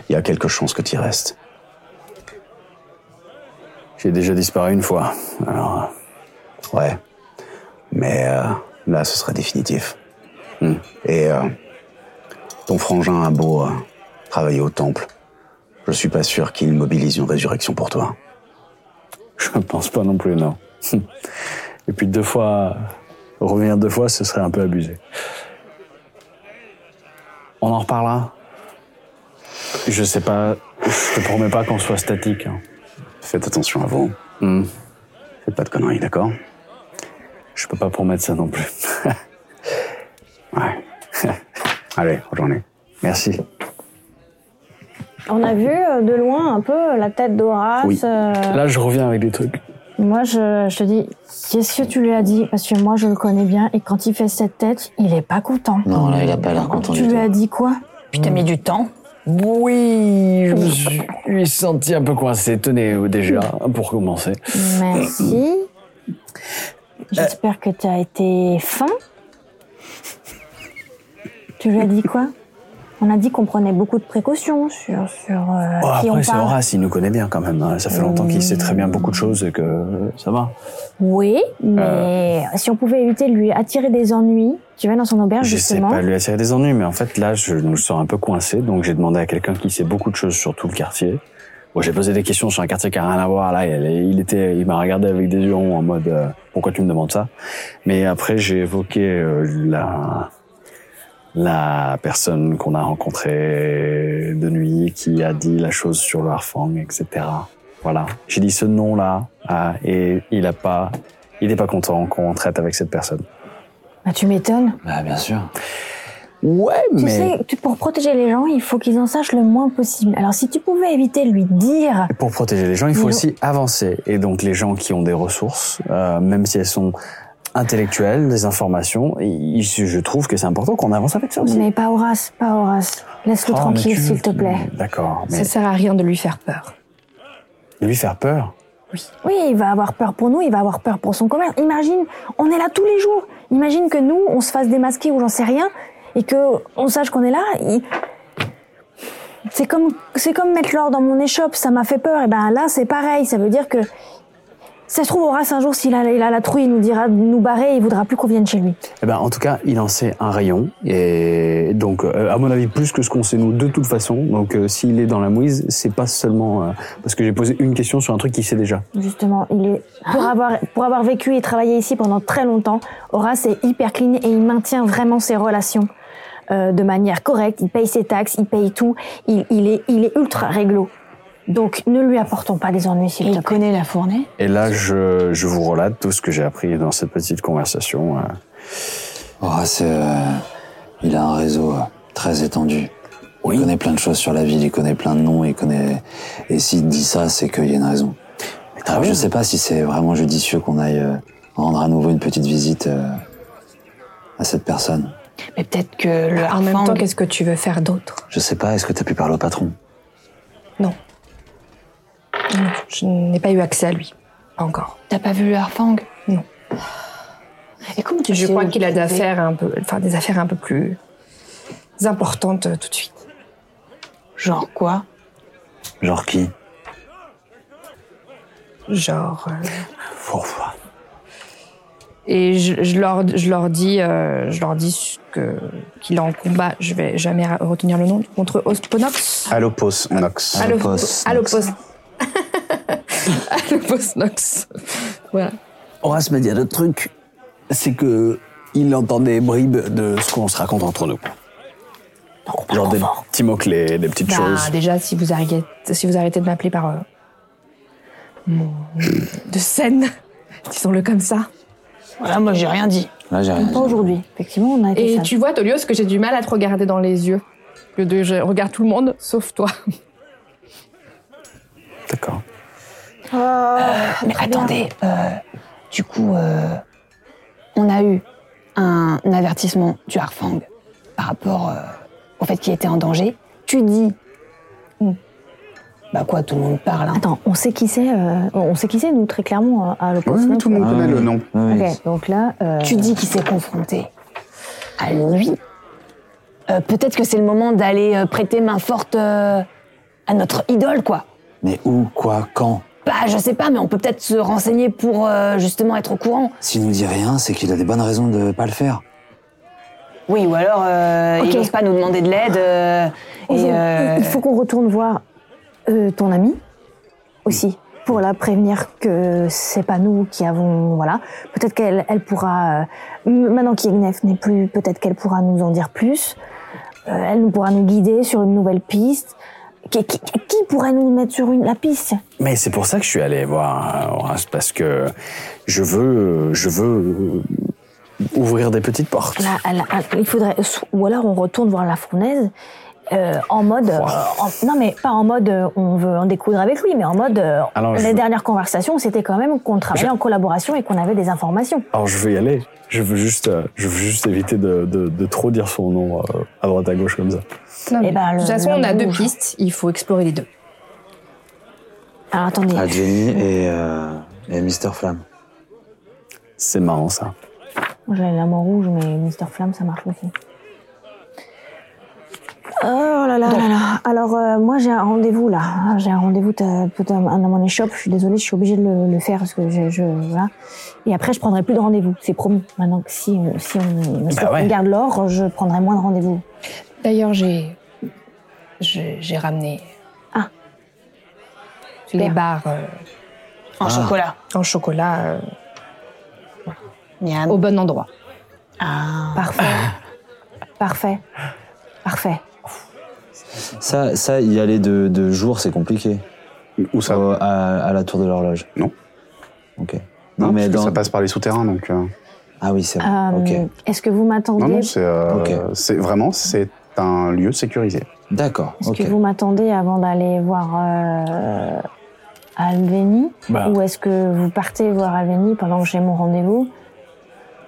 Speaker 1: il y a quelques chances que tu y restes.
Speaker 2: J'ai déjà disparu une fois, alors.
Speaker 1: euh, Ouais. Mais euh, là, ce serait définitif.
Speaker 2: Hmm.
Speaker 1: Et euh, ton frangin a beau euh, travailler au temple. Je suis pas sûr qu'il mobilise une résurrection pour toi.
Speaker 2: Je pense pas non plus, non. Et puis deux fois, revenir deux fois, ce serait un peu abusé. On en reparlera. Je sais pas, je te promets pas qu'on soit statique. hein.
Speaker 1: Faites attention à vous.
Speaker 2: Hmm.
Speaker 1: Faites pas de conneries, d'accord
Speaker 2: Je peux pas promettre ça non plus.
Speaker 1: Ouais. Allez, bonne journée.
Speaker 2: Merci.
Speaker 17: On a vu euh, de loin un peu la tête d'Horace. euh,
Speaker 2: Là, je reviens avec des trucs. Ah,
Speaker 3: Moi, je, je te dis, qu'est-ce que tu lui as dit Parce que moi, je le connais bien, et quand il fait cette tête, il est pas content.
Speaker 5: Non, là, il a pas l'air content
Speaker 3: Tu
Speaker 5: du
Speaker 3: lui
Speaker 5: tout.
Speaker 3: as dit quoi
Speaker 5: Je t'ai mis du temps.
Speaker 2: Oui, je me suis senti un peu coincé. Tenez, euh, déjà, pour commencer.
Speaker 3: Merci.
Speaker 5: Euh,
Speaker 3: J'espère que tu as été fin. Tu lui as dit quoi On a dit qu'on prenait beaucoup de précautions sur, sur euh,
Speaker 2: Oh,
Speaker 3: à qui on
Speaker 2: après, c'est
Speaker 3: parle.
Speaker 2: Horace, il nous connaît bien quand même. hein. Ça fait longtemps qu'il sait très bien beaucoup de choses et que euh, ça va.
Speaker 3: Oui, mais si on pouvait éviter de lui attirer des ennuis, tu vas dans son auberge
Speaker 2: Euh. Je sais
Speaker 3: justement.
Speaker 2: pas lui attirer des ennuis, mais en fait, là, je nous sens un peu coincé. Donc, j'ai demandé à quelqu'un qui sait beaucoup de choses sur tout le quartier. Bon, j'ai posé des questions sur un quartier qui a rien à voir. Là, il, il était, il m'a regardé avec des yeux ronds en mode euh, pourquoi tu me demandes ça Mais après, j'ai évoqué euh, la la personne qu'on a rencontrée de nuit qui a dit la chose sur le harfang, etc. Voilà. J'ai dit ce nom-là ah, et il a pas, il n'est pas content qu'on traite avec cette personne.
Speaker 3: Bah, tu m'étonnes.
Speaker 2: Bah, bien sûr. Ouais,
Speaker 3: Tu
Speaker 2: mais.
Speaker 3: sais, tu- pour protéger les gens, il faut qu'ils en sachent le moins possible. Alors si tu pouvais éviter de lui dire,
Speaker 2: Pour protéger les gens, il
Speaker 3: Mais
Speaker 2: faut
Speaker 3: non.
Speaker 2: aussi avancer. Et donc, les gens qui ont des ressources, euh, même si elles sont intellectuelles, des informations, il- je trouve que c'est important qu'on avance avec ça aussi.
Speaker 3: mais pas Horace, pas Horace. Laisse-le
Speaker 2: Oh, mais
Speaker 3: tranquille,
Speaker 2: tu- Hmm,
Speaker 3: s'il te plaît.
Speaker 2: D'accord, mais
Speaker 7: Ça sert à rien de lui faire peur.
Speaker 2: lui faire peur
Speaker 3: Oui, il va avoir peur pour nous, il va avoir peur pour son commerce. Imagine, on est là tous les jours. Imagine que nous, on se fasse démasquer ou j'en sais rien, et que on sache qu'on est là. il- C'est comme, c'est comme mettre l'or dans mon échoppe, ça m'a fait peur. Et ben là, c'est pareil. Ça veut dire que ça se trouve, Horace un jour, s'il a, il a la trouille, il nous dira de nous barrer, il voudra plus qu'on vienne chez lui.
Speaker 2: eh ben, En tout cas, il en sait un rayon. Et donc, euh, à mon avis, plus que ce qu'on sait nous de toute façon. Donc, euh, s'il est dans la mouise, c'est pas seulement euh, parce que j'ai posé une question sur un truc qu'il sait déjà.
Speaker 3: Justement, il est pour avoir pour avoir vécu et travaillé ici pendant très longtemps, Horace est hyper clean et il maintient vraiment ses relations euh, de manière correcte. Il paye ses taxes, il paye tout. Il, il est il est ultra réglo. Donc ne lui apportons pas des ennuis s'il te plaît. Il connaît la fournée.
Speaker 2: Et là, je, je vous relate tout ce que j'ai appris dans cette petite conversation. euh.
Speaker 5: Horace, euh, il a un réseau euh, très étendu. Il connaît plein de choses sur la ville, il connaît plein de noms, il connaît. Et s'il dit ça, c'est qu'il y a une raison.
Speaker 2: Ah
Speaker 5: Après, je sais pas si c'est vraiment judicieux qu'on aille euh, rendre à nouveau une petite visite euh, à cette personne.
Speaker 4: Mais peut-être que le
Speaker 7: Ah, En même
Speaker 4: harfang-
Speaker 7: temps, qu'est-ce que tu veux faire d'autre
Speaker 5: Je sais pas, est-ce que t'as pu parler au patron
Speaker 7: Non, je n'ai pas eu accès à lui. Pas encore.
Speaker 4: T'as pas vu le harfang
Speaker 7: Non.
Speaker 4: Et comment tu
Speaker 7: Je
Speaker 4: sais
Speaker 7: crois
Speaker 4: où
Speaker 7: qu'il a
Speaker 4: le
Speaker 7: des
Speaker 4: trouver
Speaker 7: affaires un peu, enfin des affaires un peu plus importantes euh, tout de suite.
Speaker 4: Genre quoi
Speaker 5: Genre qui
Speaker 7: Genre. euh, Et je, je leur, je leur dis, euh, je leur dis que qu'il est en combat. Je vais jamais ra- retenir le nom contre Osponox.
Speaker 1: Allopos, Nox.
Speaker 7: Allopos. Allopos. Allopos Nox. Voilà.
Speaker 18: Horace m'a dit un autre truc, c'est que il entend des bribes de ce qu'on se raconte entre nous.
Speaker 2: Genre des petits mots-clés, des petites
Speaker 7: Bah,
Speaker 2: choses.
Speaker 7: déjà, si vous arrêtez, si vous arrêtez de m'appeler par euh, mon de scène, disons-le comme ça.
Speaker 4: Voilà, moi j'ai rien dit.
Speaker 5: Là, j'ai
Speaker 3: Pas aujourd'hui. Effectivement, on a été
Speaker 7: Et
Speaker 3: sage.
Speaker 7: tu vois, Tolio, ce que j'ai du mal à te regarder dans les yeux. Au lieu de- je regarde tout le monde, sauf toi.
Speaker 4: Mais attendez, euh, du coup, euh, on a eu un avertissement du Harfang par rapport euh, au fait qu'il était en danger. Tu dis. Bah quoi, tout le monde parle. hein.
Speaker 3: Attends, on sait qui c'est. euh, on sait qui c'est nous très clairement euh, à Allopos.
Speaker 4: Oui,
Speaker 3: non
Speaker 4: tout le
Speaker 2: Ah,
Speaker 4: monde connaît le
Speaker 1: nom.
Speaker 3: Ok, donc là. euh,
Speaker 4: Tu dis qu'il s'est confronté à lui.
Speaker 19: Euh, Peut-être que c'est le moment d'aller euh, prêter main forte euh, à notre idole, quoi.
Speaker 5: Mais où, quoi, quand
Speaker 19: Bah, je sais pas, mais on peut peut-être se renseigner pour euh, justement être au courant.
Speaker 5: S'il nous dit rien, c'est qu'il a des bonnes raisons de pas le faire.
Speaker 19: Oui, ou alors euh,
Speaker 3: Ok.
Speaker 19: il n'ose pas nous demander de l'aide. euh,
Speaker 3: On
Speaker 19: et,
Speaker 3: veut-
Speaker 19: euh,
Speaker 3: Il faut qu'on retourne voir euh, ton ami aussi pour la prévenir que c'est pas nous qui avons voilà. Peut-être qu'elle elle pourra euh, m- maintenant qu'Ignef n'est plus, peut-être qu'elle pourra nous en dire plus. Euh, elle nous pourra nous guider sur une nouvelle piste. Qui, qui- qui pourrait nous mettre sur une, la piste
Speaker 2: Mais c'est pour ça que je suis allé voir euh, Horace, parce que je veux, je veux euh, ouvrir des petites portes.
Speaker 3: Là, elle- elle- Il faudrait, ou alors on retourne voir la fournaise. euh, en mode. euh, en- non, mais pas en mode euh, on veut en découdre avec lui, mais en mode. euh,
Speaker 9: Alors, je
Speaker 3: les
Speaker 9: veux-
Speaker 3: dernières conversations, c'était quand même qu'on travaillait
Speaker 9: Je-
Speaker 3: en collaboration et qu'on avait des informations.
Speaker 9: Alors je veux y aller. Je veux juste, euh, je veux juste éviter de, de- de trop dire son nom euh, à droite à gauche comme ça.
Speaker 7: Non, mais
Speaker 3: ben,
Speaker 7: de toute
Speaker 3: le-
Speaker 7: façon,
Speaker 3: le
Speaker 7: on a deux
Speaker 3: rouge.
Speaker 7: pistes, il faut explorer les deux.
Speaker 3: Alors attendez.
Speaker 9: Ah,
Speaker 2: À Jenny et, euh, et Mister Flamme.
Speaker 9: C'est marrant ça.
Speaker 3: Moi, J'avais la main rouge, mais Mister Flamme, ça marche aussi. Oh là là là là. Alors, euh, moi, j'ai un rendez-vous là. Ah, J'ai un rendez-vous ta- peut-être à à mon échoppe. Je suis désolée, je suis obligée de le, le faire parce que je. je- voilà. Et après, je prendrai plus de rendez-vous, c'est promis. Maintenant que si, on- si on, si
Speaker 7: Bah ouais.
Speaker 3: on garde l'or, je prendrai moins de rendez-vous.
Speaker 7: D'ailleurs, j'ai. je- J'ai ramené.
Speaker 3: Ah.
Speaker 7: Les barres. euh,
Speaker 9: Ah.
Speaker 4: En chocolat.
Speaker 7: En chocolat. euh, voilà. Au bon endroit.
Speaker 3: Parfait.
Speaker 9: Ah.
Speaker 3: Parfait. Parfait.
Speaker 2: Ça, ça, y aller de, de jour, c'est compliqué.
Speaker 1: Où ça
Speaker 2: à, à la tour de l'horloge.
Speaker 1: Non.
Speaker 2: Ok.
Speaker 1: Non, mais ça passe par les souterrains, donc. euh.
Speaker 2: Ah oui, c'est
Speaker 3: Euh, Est-ce que vous m'attendez
Speaker 1: Non, non, c'est euh, c'est- vraiment, c'est un lieu sécurisé.
Speaker 2: D'accord.
Speaker 3: Est-ce que vous m'attendez avant d'aller voir euh, Alveni
Speaker 1: Bah.
Speaker 3: Ou est-ce que vous partez voir Alveni pendant que j'ai mon rendez-vous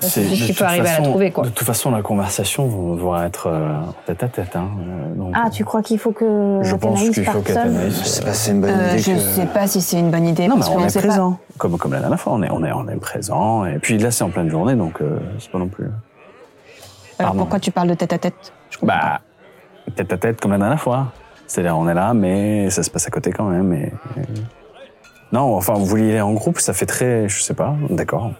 Speaker 9: C'est
Speaker 3: celui qui
Speaker 9: de
Speaker 3: peut
Speaker 9: toute
Speaker 3: arriver à la
Speaker 9: façon-
Speaker 3: trouver, quoi.
Speaker 9: De toute façon, la conversation va être euh, en tête à tête. hein, euh, donc,
Speaker 3: Ah, tu crois qu'il faut que
Speaker 9: je pense
Speaker 3: Athénaïs
Speaker 9: qu'il faut
Speaker 3: parte seule
Speaker 9: qu'Athénaïs. Je sais pas si c'est une
Speaker 16: Euh, je sais pas si c'est une bonne idée.
Speaker 2: Ah,
Speaker 9: Non, mais
Speaker 16: parce
Speaker 9: on
Speaker 16: qu'on
Speaker 9: est
Speaker 16: sait pas.
Speaker 9: présent. Comme, comme la dernière fois, on est, on est, on est présent. Et puis là, c'est en pleine journée, donc euh, c'est pas non plus.
Speaker 19: euh,
Speaker 16: Alors
Speaker 9: Pardon.
Speaker 16: pourquoi tu parles de tête à tête
Speaker 9: Bah, tête à tête comme la dernière fois. C'est-à-dire, on est là, mais ça se passe à côté quand même. Et... et- Non, enfin, vous voulez y aller en groupe, ça fait très. Je sais pas, d'accord.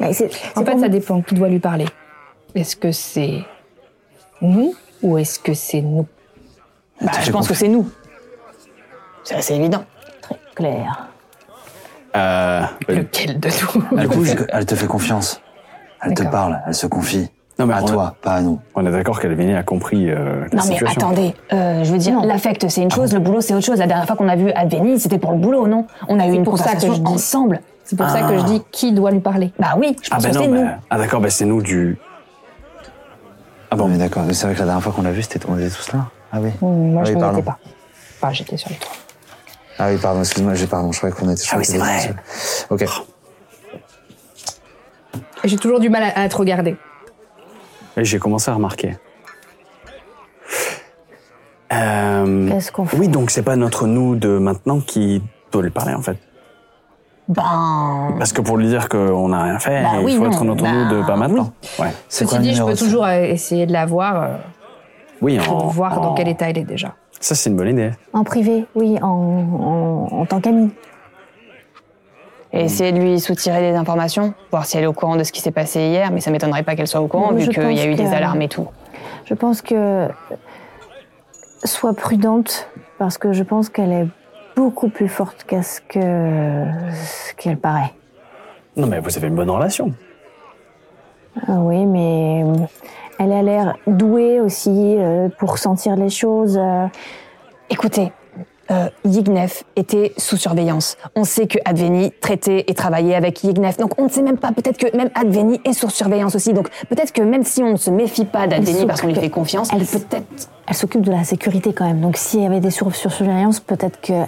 Speaker 7: en fait, ça dépend qui doit lui parler. Est-ce que c'est nous ou est-ce que c'est nous
Speaker 16: Bah, je pense que c'est nous. C'est assez évident.
Speaker 3: Claire.
Speaker 9: Euh,
Speaker 7: Lequel de nous
Speaker 2: Du coup, je- elle te fait confiance. Elle te parle, elle se confie. à toi, pas à nous.
Speaker 9: On est d'accord qu'Alvini a compris euh, la
Speaker 4: Non mais
Speaker 9: situation.
Speaker 4: attendez, euh, je veux dire, l'affect c'est une
Speaker 16: Ah
Speaker 4: chose, le boulot c'est autre chose. La dernière fois qu'on a vu Adveni, c'était pour le boulot, non On a eu
Speaker 7: C'est
Speaker 4: une
Speaker 7: pour ça que
Speaker 4: conversation
Speaker 7: je dis-
Speaker 4: ensemble.
Speaker 7: C'est pour ça que je dis qui doit lui parler.
Speaker 4: Bah oui, je
Speaker 9: Ah,
Speaker 4: pense
Speaker 9: ben
Speaker 4: que c'est
Speaker 9: non,
Speaker 4: nous.
Speaker 9: ben- ah d'accord, ben c'est nous du.
Speaker 2: Ah bon, mais d'accord. Mais c'est vrai que la dernière fois qu'on l'a vu, c'était on était tous là. Ah oui.
Speaker 7: Moi,
Speaker 2: Ah
Speaker 7: je
Speaker 2: oui,
Speaker 7: n'en
Speaker 2: pardon.
Speaker 7: étais pas. Enfin, j'étais sur les trois.
Speaker 2: Ah oui, pardon, excuse-moi, j'ai pardon, je croyais qu'on était. je
Speaker 7: Ah oui,
Speaker 2: croyais qu'on
Speaker 7: c'est
Speaker 2: était tous seuls. Ok.
Speaker 9: Oh.
Speaker 7: Et J'ai toujours du mal à, à te regarder.
Speaker 9: Et Eh, j'ai commencé à remarquer. Euh,
Speaker 3: Qu'est-ce qu'on fait
Speaker 9: Oui, donc c'est pas notre nous de maintenant qui doit lui parler en fait.
Speaker 4: Ben.
Speaker 9: Parce que pour lui dire qu'on n'a rien fait,
Speaker 7: Bah
Speaker 9: il
Speaker 7: oui,
Speaker 9: faut
Speaker 7: non,
Speaker 9: être notre
Speaker 7: bah
Speaker 9: nous de pas maintenant. Ouais.
Speaker 7: Ceci dit, je peux toujours euh, essayer de la voir euh,
Speaker 9: Oui,
Speaker 7: pour
Speaker 9: en,
Speaker 7: voir dans
Speaker 9: en-
Speaker 7: quel état elle est déjà.
Speaker 9: Ça, c'est une bonne idée.
Speaker 3: En privé, oui, en, en, en tant qu'ami.
Speaker 16: Et essayer de lui soutirer des informations, voir si elle est au courant de ce qui s'est passé hier, mais ça m'étonnerait pas qu'elle soit au courant
Speaker 3: Oui,
Speaker 16: vu
Speaker 3: je
Speaker 16: qu'il y a
Speaker 3: pense
Speaker 16: eu des
Speaker 3: que-
Speaker 16: alarmes et tout.
Speaker 3: Je pense que. Sois prudente, parce que je pense qu'elle est beaucoup plus forte qu'à ce que. ce qu'elle paraît.
Speaker 9: Non, mais vous avez une bonne relation.
Speaker 3: Ah oui, mais euh, elle a l'air douée aussi euh, pour sentir les choses. euh.
Speaker 4: Écoutez, euh, Yignef était sous surveillance. On sait que Adveni traitait et travaillait avec Yignef, donc on ne sait même pas. Peut-être que même Adveni est sous surveillance aussi. Donc peut-être que même si on ne se méfie pas d'Adveni
Speaker 3: s'occupe-
Speaker 4: parce qu'on lui fait confiance, elle peut-être.
Speaker 3: Elle s'occupe de la sécurité quand même. Donc s'il y avait des sur surveillance, peut-être que. euh,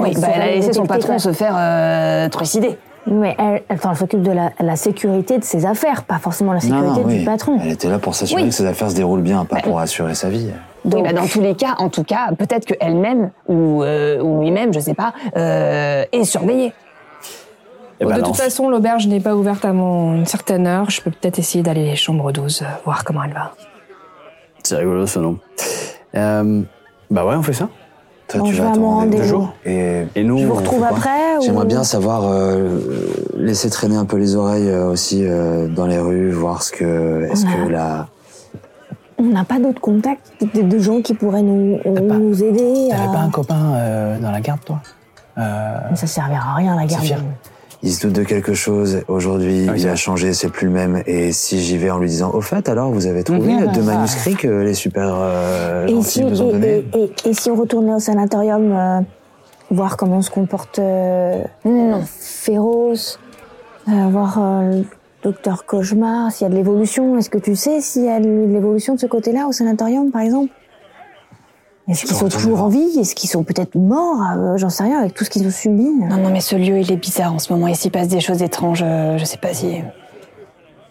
Speaker 4: Oui, bah,
Speaker 3: saurait
Speaker 4: elle a
Speaker 3: les
Speaker 4: laissé son
Speaker 3: détecter,
Speaker 4: patron
Speaker 3: quoi.
Speaker 4: se faire euh, trucider.
Speaker 3: Mais elle, enfin, elle s'occupe de la, la sécurité de ses affaires, pas forcément la sécurité du
Speaker 2: oui.
Speaker 3: patron.
Speaker 2: Elle était là pour s'assurer
Speaker 4: Oui.
Speaker 2: que ses affaires se déroulent bien, pas pour assurer sa vie.
Speaker 4: Oui, bah, dans tous les cas, en tout cas, peut-être que elle-même ou, euh, ou lui-même, je sais pas, euh, est surveillée.
Speaker 2: Eh
Speaker 9: Et
Speaker 2: ben
Speaker 7: Bon, de toute façon, l'auberge n'est pas ouverte avant une certaine heure. Je peux peut-être essayer d'aller les chambres 12, euh, voir comment elle va.
Speaker 9: C'est rigolo ce nom. Euh, bah ouais, on fait ça.
Speaker 2: Toi,
Speaker 3: Bon,
Speaker 2: tu
Speaker 3: je
Speaker 2: vas
Speaker 3: vais à
Speaker 2: à ton
Speaker 3: mon
Speaker 2: rendez-vous.
Speaker 3: rendez-vous.
Speaker 2: Et,
Speaker 9: nous,
Speaker 3: Je vous on fait retrouve quoi après, ou-
Speaker 2: J'aimerais bien savoir euh, laisser traîner un peu les oreilles euh, aussi euh, dans les rues, voir ce que est-ce
Speaker 3: Voilà.
Speaker 2: que la
Speaker 3: On n'a pas d'autres contacts de, de gens qui pourraient nous, nous aider. euh. à-
Speaker 9: copain euh, dans la garde, toi Euh,
Speaker 3: Mais Ça servira à rien la garde.
Speaker 2: il se doute de quelque chose aujourd'hui,
Speaker 9: Ah,
Speaker 2: il a changé, c'est plus le même. Et si j'y vais en lui disant, au fait, alors vous avez trouvé
Speaker 3: Mhm.
Speaker 2: deux manuscrits que les super euh,
Speaker 3: Et
Speaker 2: gentils
Speaker 3: si,
Speaker 2: vous ont
Speaker 3: et-
Speaker 2: donné
Speaker 3: et- et- et si on retournait au sanatorium, euh, voir comment on se comporte euh, Féroce, euh, voir euh, le docteur Cauchemar, s'il y a de l'évolution. Est-ce que tu sais s'il y a de l'évolution de ce côté-là au sanatorium, par exemple Est-ce qu'ils sont toujours en vie Est-ce qu'ils sont peut-être morts Euh, J'en sais rien, avec tout ce qu'ils ont subi.
Speaker 16: Non, non, mais ce lieu, il est bizarre en ce moment. Il s'y passe des choses étranges. euh, Je sais pas si.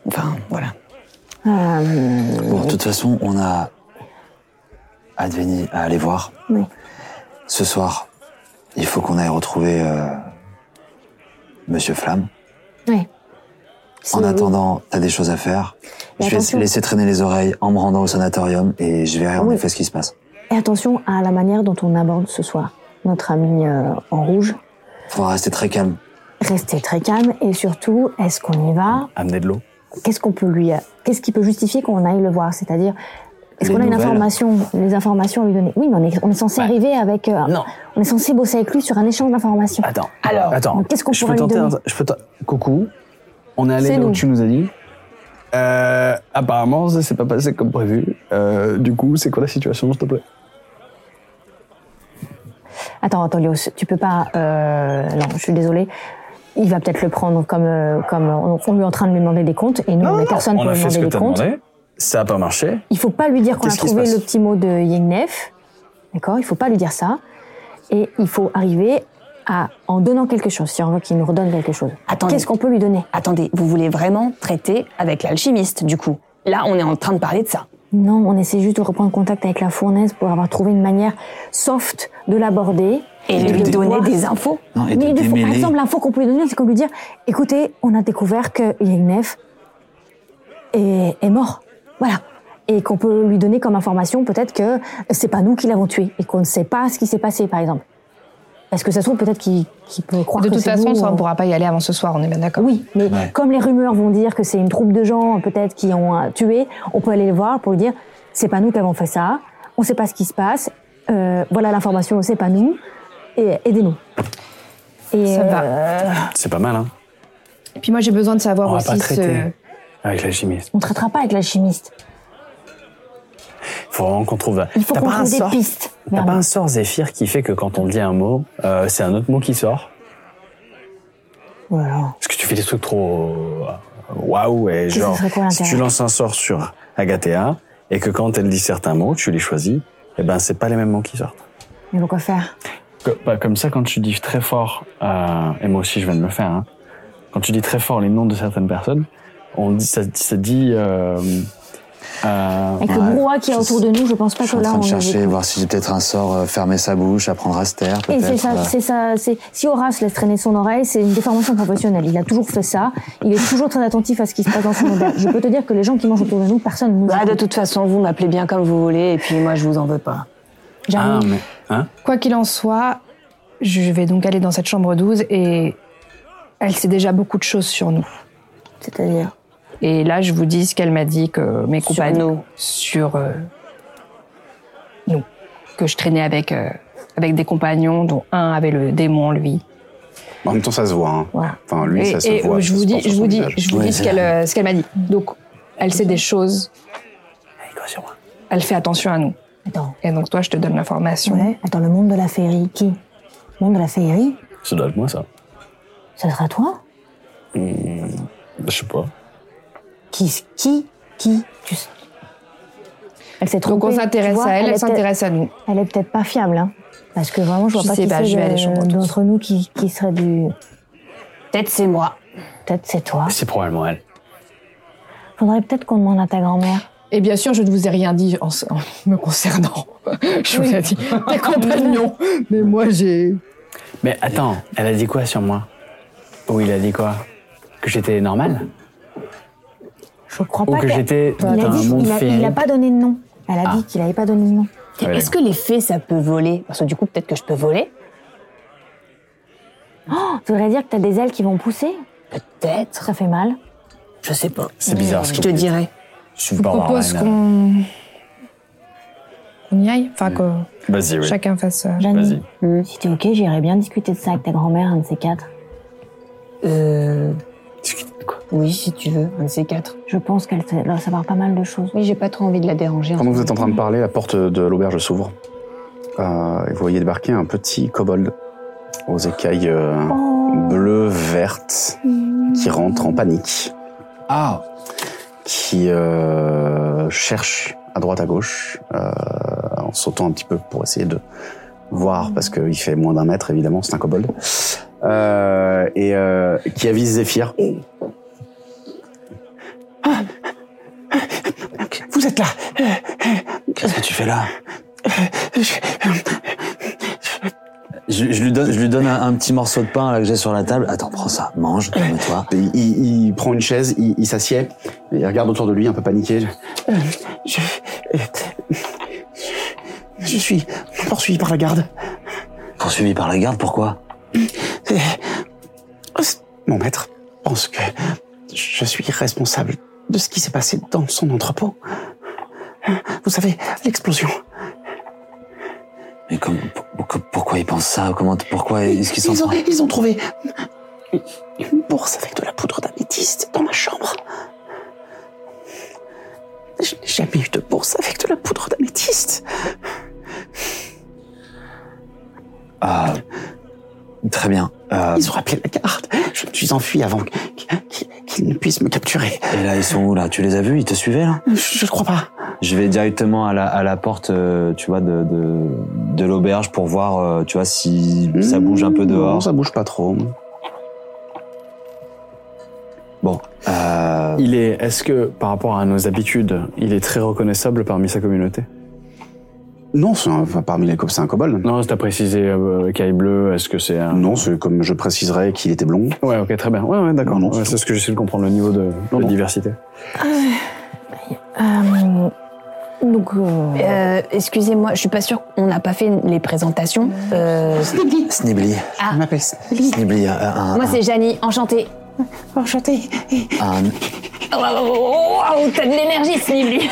Speaker 16: Enfin, voilà.
Speaker 2: Bon, de toute façon, on a Adveni à aller voir.
Speaker 3: Oui.
Speaker 2: Ce soir, il faut qu'on aille retrouver euh, Monsieur Flamme.
Speaker 3: Oui.
Speaker 2: En attendant, t'as des choses à faire.
Speaker 3: Mais
Speaker 2: je vais
Speaker 3: attention.
Speaker 2: laisser traîner les oreilles en me rendant au sanatorium et je verrai en
Speaker 3: Oui.
Speaker 2: effet ce qui se passe.
Speaker 3: Et attention à la manière dont on aborde ce soir. Notre ami euh, en rouge,
Speaker 2: Faudra rester très calme.
Speaker 3: restez très calme et surtout, est-ce qu'on y va
Speaker 2: Amener de l'eau.
Speaker 3: Qu'est-ce qu'on peut lui, qu'est-ce qui peut justifier qu'on aille le voir C'est-à-dire, est-ce
Speaker 2: Les
Speaker 3: qu'on a une
Speaker 2: nouvelles.
Speaker 3: information, les informations à lui donner Oui, mais on est, on est censé arriver avec. euh, On est censé bosser avec lui sur un échange d'informations.
Speaker 9: Attends.
Speaker 3: Alors.
Speaker 9: Attends,
Speaker 3: donc Qu'est-ce qu'on
Speaker 9: je peux
Speaker 3: pourrait lui
Speaker 9: tenter
Speaker 3: donner
Speaker 9: un- je peux ten- Coucou, on est allé
Speaker 3: C'est
Speaker 9: là où
Speaker 3: nous.
Speaker 9: tu nous as dit. Euh, apparemment, ça s'est pas passé comme prévu. Euh, du coup, c'est quoi la situation, s'il te plaît
Speaker 3: Attends, attends, Léo, tu peux pas. euh, non, je suis désolée. Il va peut-être le prendre comme euh, comme on, on lui est en train de lui demander des comptes et nous on est personne pour
Speaker 9: On a
Speaker 3: lui
Speaker 9: fait
Speaker 3: demander
Speaker 9: ce que
Speaker 3: des
Speaker 9: t'as
Speaker 3: comptes.
Speaker 9: demandé. Ça a pas marché.
Speaker 3: Il faut pas lui dire qu'on a
Speaker 9: Qu'est-ce qui se
Speaker 3: trouvé
Speaker 9: passe
Speaker 3: le petit mot de Yengnef. D'accord Il faut pas lui dire ça. Et il faut arriver à en donnant quelque chose, si on veut qu'il nous redonne quelque chose.
Speaker 4: Attendez.
Speaker 3: Qu'est-ce qu'on peut lui donner
Speaker 4: Attendez, vous voulez vraiment traiter avec l'alchimiste, du coup Là, on est en train de parler de ça.
Speaker 3: Non, on essaie juste de reprendre contact avec la fournaise pour avoir trouvé une manière soft de l'aborder.
Speaker 4: Et de lui donner des infos.
Speaker 2: Non, et de
Speaker 3: Mais il faut- par
Speaker 2: démêler.
Speaker 3: exemple, l'info qu'on peut lui donner, c'est qu'on peut lui dire écoutez, on a découvert que Yegnef est, est mort. Voilà. Et qu'on peut lui donner comme information peut-être que c'est pas nous qui l'avons tué et qu'on ne sait pas ce qui s'est passé, par exemple. Parce que ça se trouve peut-être qu'il qu'il peut croire
Speaker 7: De
Speaker 3: que
Speaker 7: toute
Speaker 3: c'est
Speaker 7: façon,
Speaker 3: nous,
Speaker 7: ça, on
Speaker 3: euh,
Speaker 7: ne pourra pas y aller avant ce soir, on est bien d'accord.
Speaker 3: Oui, mais comme les rumeurs vont dire que c'est une troupe de gens euh, peut-être qui ont euh, tué, on peut aller les voir pour lui dire c'est pas nous qui avons fait ça, on sait pas ce qui se passe, euh, voilà l'information, c'est pas nous, et aidez-nous. Et
Speaker 7: Ça va.
Speaker 9: C'est pas mal, hein
Speaker 7: Et puis moi, j'ai besoin de savoir
Speaker 9: On va
Speaker 7: aussi
Speaker 9: pas
Speaker 7: ce...
Speaker 9: traiter avec la chimiste.
Speaker 3: On traitera pas avec l'alchimiste.
Speaker 9: Faut vraiment qu'on trouve.
Speaker 3: Il faut
Speaker 9: T'as
Speaker 3: qu'on
Speaker 9: pas un
Speaker 3: trouve des
Speaker 9: sort-
Speaker 3: pistes.
Speaker 9: T'as pas un sort Zéphyr qui fait que quand on dit un mot, euh, c'est un autre mot qui sort
Speaker 3: Voilà.
Speaker 9: Parce que tu fais des trucs trop. euh, Waouh, et
Speaker 3: Qu'est-ce que
Speaker 9: genre.
Speaker 3: ce serait quoi
Speaker 9: si tu
Speaker 3: l'intérêt
Speaker 9: lances un sort sur Agathea, et que quand elle dit certains mots, tu les choisis, et ben c'est pas les mêmes mots qui sortent.
Speaker 3: Mais pourquoi faire
Speaker 9: Que- bah, comme ça, quand tu dis très fort, euh, et moi aussi je viens de le faire, hein, quand tu dis très fort les noms de certaines personnes, on dit, ça, ça dit. euh, euh,
Speaker 3: Avec le
Speaker 2: Ouais,
Speaker 3: brouhaha qu'il y a autour de nous, je pense pas
Speaker 2: Je suis
Speaker 3: que
Speaker 2: en
Speaker 3: là
Speaker 2: train
Speaker 3: on
Speaker 2: de chercher,
Speaker 3: est-
Speaker 2: voir si j'ai peut-être un sort, euh, fermer sa bouche, apprendre à se taire,
Speaker 3: Et
Speaker 2: peut-être.
Speaker 3: c'est ça,
Speaker 2: euh.
Speaker 3: c'est ça, c'est si Horace laisse traîner son oreille, c'est une déformation professionnelle. Il a toujours fait ça. Il est toujours très attentif à ce qui se passe dans son auberge. Je peux te dire que les gens qui mangent autour de nous, personne ne nous.
Speaker 4: Bah, de toute façon, vous m'appelez bien comme vous voulez, et puis moi, je vous en veux pas.
Speaker 9: Ah, mais. Hein
Speaker 7: Quoi qu'il en soit, je vais donc aller dans cette chambre 12 et elle sait déjà beaucoup de choses sur nous.
Speaker 3: C'est-à-dire
Speaker 7: Et là, je vous dis ce qu'elle m'a dit que mes
Speaker 4: Sur
Speaker 7: compagnons
Speaker 4: nous.
Speaker 7: sur euh, nous, que je traînais avec euh, avec des compagnons dont un avait le démon lui.
Speaker 1: En même temps, ça se voit. hein.
Speaker 7: Voilà.
Speaker 1: Enfin, lui,
Speaker 7: et
Speaker 1: ça se
Speaker 7: et,
Speaker 1: voit.
Speaker 7: euh, je
Speaker 1: ça
Speaker 7: vous
Speaker 1: se
Speaker 7: dis,
Speaker 1: porte sur
Speaker 7: je vous
Speaker 1: son
Speaker 7: dis,
Speaker 1: visage.
Speaker 7: je vous dis ce qu'elle euh, ce qu'elle m'a dit. Donc, elle sait des choses. Elle fait attention à nous.
Speaker 3: Attends.
Speaker 7: Et donc toi, je te donne l'information.
Speaker 3: Ouais. Attends, le monde de la féerie, qui Le monde de la féerie,
Speaker 9: Ça doit être moi ça.
Speaker 3: ça sera toi
Speaker 9: Hmm, je sais pas.
Speaker 3: Qui Qui Qui Tu sais. Elle s'est trompée.
Speaker 7: Donc on
Speaker 3: tu
Speaker 7: s'intéresse
Speaker 3: vois,
Speaker 7: à elle, elle,
Speaker 3: est
Speaker 7: s'intéresse à nous.
Speaker 3: peut-être- Elle est peut-être pas fiable, hein. Parce que vraiment, bah, je vois
Speaker 7: Je
Speaker 3: pas
Speaker 7: sais
Speaker 3: qui
Speaker 7: pas,
Speaker 3: c'est
Speaker 7: je vais aller sur
Speaker 3: de-
Speaker 7: mon tour.
Speaker 3: d'entre nous qui, qui serait du.
Speaker 4: Peut-être c'est moi.
Speaker 3: Peut-être c'est toi.
Speaker 9: C'est probablement elle.
Speaker 3: Faudrait peut-être qu'on demande à ta grand-mère.
Speaker 7: Et bien sûr, je ne vous ai rien dit en, en me concernant. Je vous ai dit, tes compagnons. Mais moi, j'ai.
Speaker 9: Mais attends, elle a dit quoi sur moi Ou il a dit quoi Que j'étais normal
Speaker 3: Je crois pas
Speaker 9: Ou Oh, que
Speaker 3: qu'elle-
Speaker 9: j'étais
Speaker 3: Il a
Speaker 9: dans un
Speaker 3: dit-
Speaker 9: monde
Speaker 3: il a- il
Speaker 9: féerique. Ah.
Speaker 3: a pas donné de nom. Elle a dit qu'il avait pas donné de nom.
Speaker 9: Ouais,
Speaker 4: Est-ce que les fées, ça peut voler Parce que du coup, peut-être que je peux voler.
Speaker 3: Oh, ça voudrait dire que t'as des ailes qui vont pousser
Speaker 4: Peut-être.
Speaker 3: Ça fait mal.
Speaker 4: Je sais pas.
Speaker 9: C'est bizarre ce
Speaker 4: Je
Speaker 9: que
Speaker 4: te
Speaker 9: vous dites.
Speaker 4: dirai.
Speaker 9: Je suis
Speaker 7: Je vous
Speaker 9: pas
Speaker 7: propose
Speaker 9: barbare,
Speaker 7: qu'on qu'on y aille. Enfin, que
Speaker 9: Vas-y, oui.
Speaker 7: chacun fasse. euh,
Speaker 3: Jeannie, si t'es ok, j'irais bien discuter de ça avec ta grand-mère, un de ces quatre.
Speaker 4: Euh. Oui, si tu veux, un de ces quatre.
Speaker 3: Je pense qu'elle sait- elle doit savoir pas mal de choses.
Speaker 4: Oui, j'ai pas trop envie de la déranger. en
Speaker 1: Pendant que
Speaker 4: ce
Speaker 1: vous êtes en train de
Speaker 4: moment.
Speaker 1: parler, la porte de l'auberge s'ouvre. Euh, et vous voyez débarquer un petit kobold aux écailles euh, bleu-vertes qui rentre en panique. Ah Qui euh, cherche à droite à gauche, euh, en sautant un petit peu pour essayer de voir, parce qu'il fait moins d'un mètre, évidemment, c'est un kobold, euh, et euh, qui avise Zéphyr.
Speaker 20: Vous êtes là
Speaker 2: Qu'est-ce que tu fais là je, je lui donne, je lui donne un, un petit morceau de pain là que j'ai sur la table. Attends, prends ça, mange, calme-toi.
Speaker 1: Il, il- il prend une chaise, il, il s'assied, et il regarde autour de lui, un peu paniqué.
Speaker 20: je, je suis poursuivi par la garde.
Speaker 2: Poursuivi par la garde, pourquoi
Speaker 20: Mon maître pense que je suis responsable de ce qui s'est passé dans son entrepôt. Vous savez, l'explosion.
Speaker 2: Mais comme, pour- pour- pourquoi ils pensent ça Comment, pourquoi est-ce qu'ils sont
Speaker 20: Ils ont, ils ont trouvé une bourse avec de la poudre d'améthyste dans ma chambre. Je n'ai jamais eu de bourse avec de la poudre d'améthyste.
Speaker 2: Ah, très bien. Euh,
Speaker 20: Ils ont rappelé la garde. Je me suis enfui avant qu'ils qu'ils ne puissent me capturer.
Speaker 2: Et là, ils sont où là Tu les as vus Ils te suivaient là
Speaker 20: Je ne crois pas.
Speaker 2: Je vais directement à la, à la porte, euh, tu vois, de, de, de l'auberge pour voir, euh, tu vois, si ça bouge un peu dehors.
Speaker 1: Hmm. ça bouge pas trop.
Speaker 2: Bon, euh,
Speaker 9: il est. Est-ce que par rapport à nos habitudes, il est très reconnaissable parmi sa communauté
Speaker 1: Non, c'est un- enfin, parmi les co- c'est un kobold.
Speaker 9: Non, c'est à préciser euh, écaille bleue. Est-ce que c'est un...
Speaker 1: Non, c'est comme je préciserais qu'il était blond.
Speaker 9: Ouais, ok, très bien. Ouais, ouais, d'accord.
Speaker 1: Non, non,
Speaker 9: Ouais, c'est ce que j'essaie de comprendre, le niveau de, de diversité.
Speaker 3: Euh, donc, euh,
Speaker 4: Euh, Excusez-moi, je suis pas sûre qu'on n'a pas fait les présentations. Euh...
Speaker 2: Snibli.
Speaker 4: Ah.
Speaker 2: Snibli, un, un,
Speaker 4: Moi, c'est Janie, enchantée. Oh,
Speaker 20: Enchantée.
Speaker 2: un-
Speaker 4: Waouh, oh, t'as de l'énergie, Snibli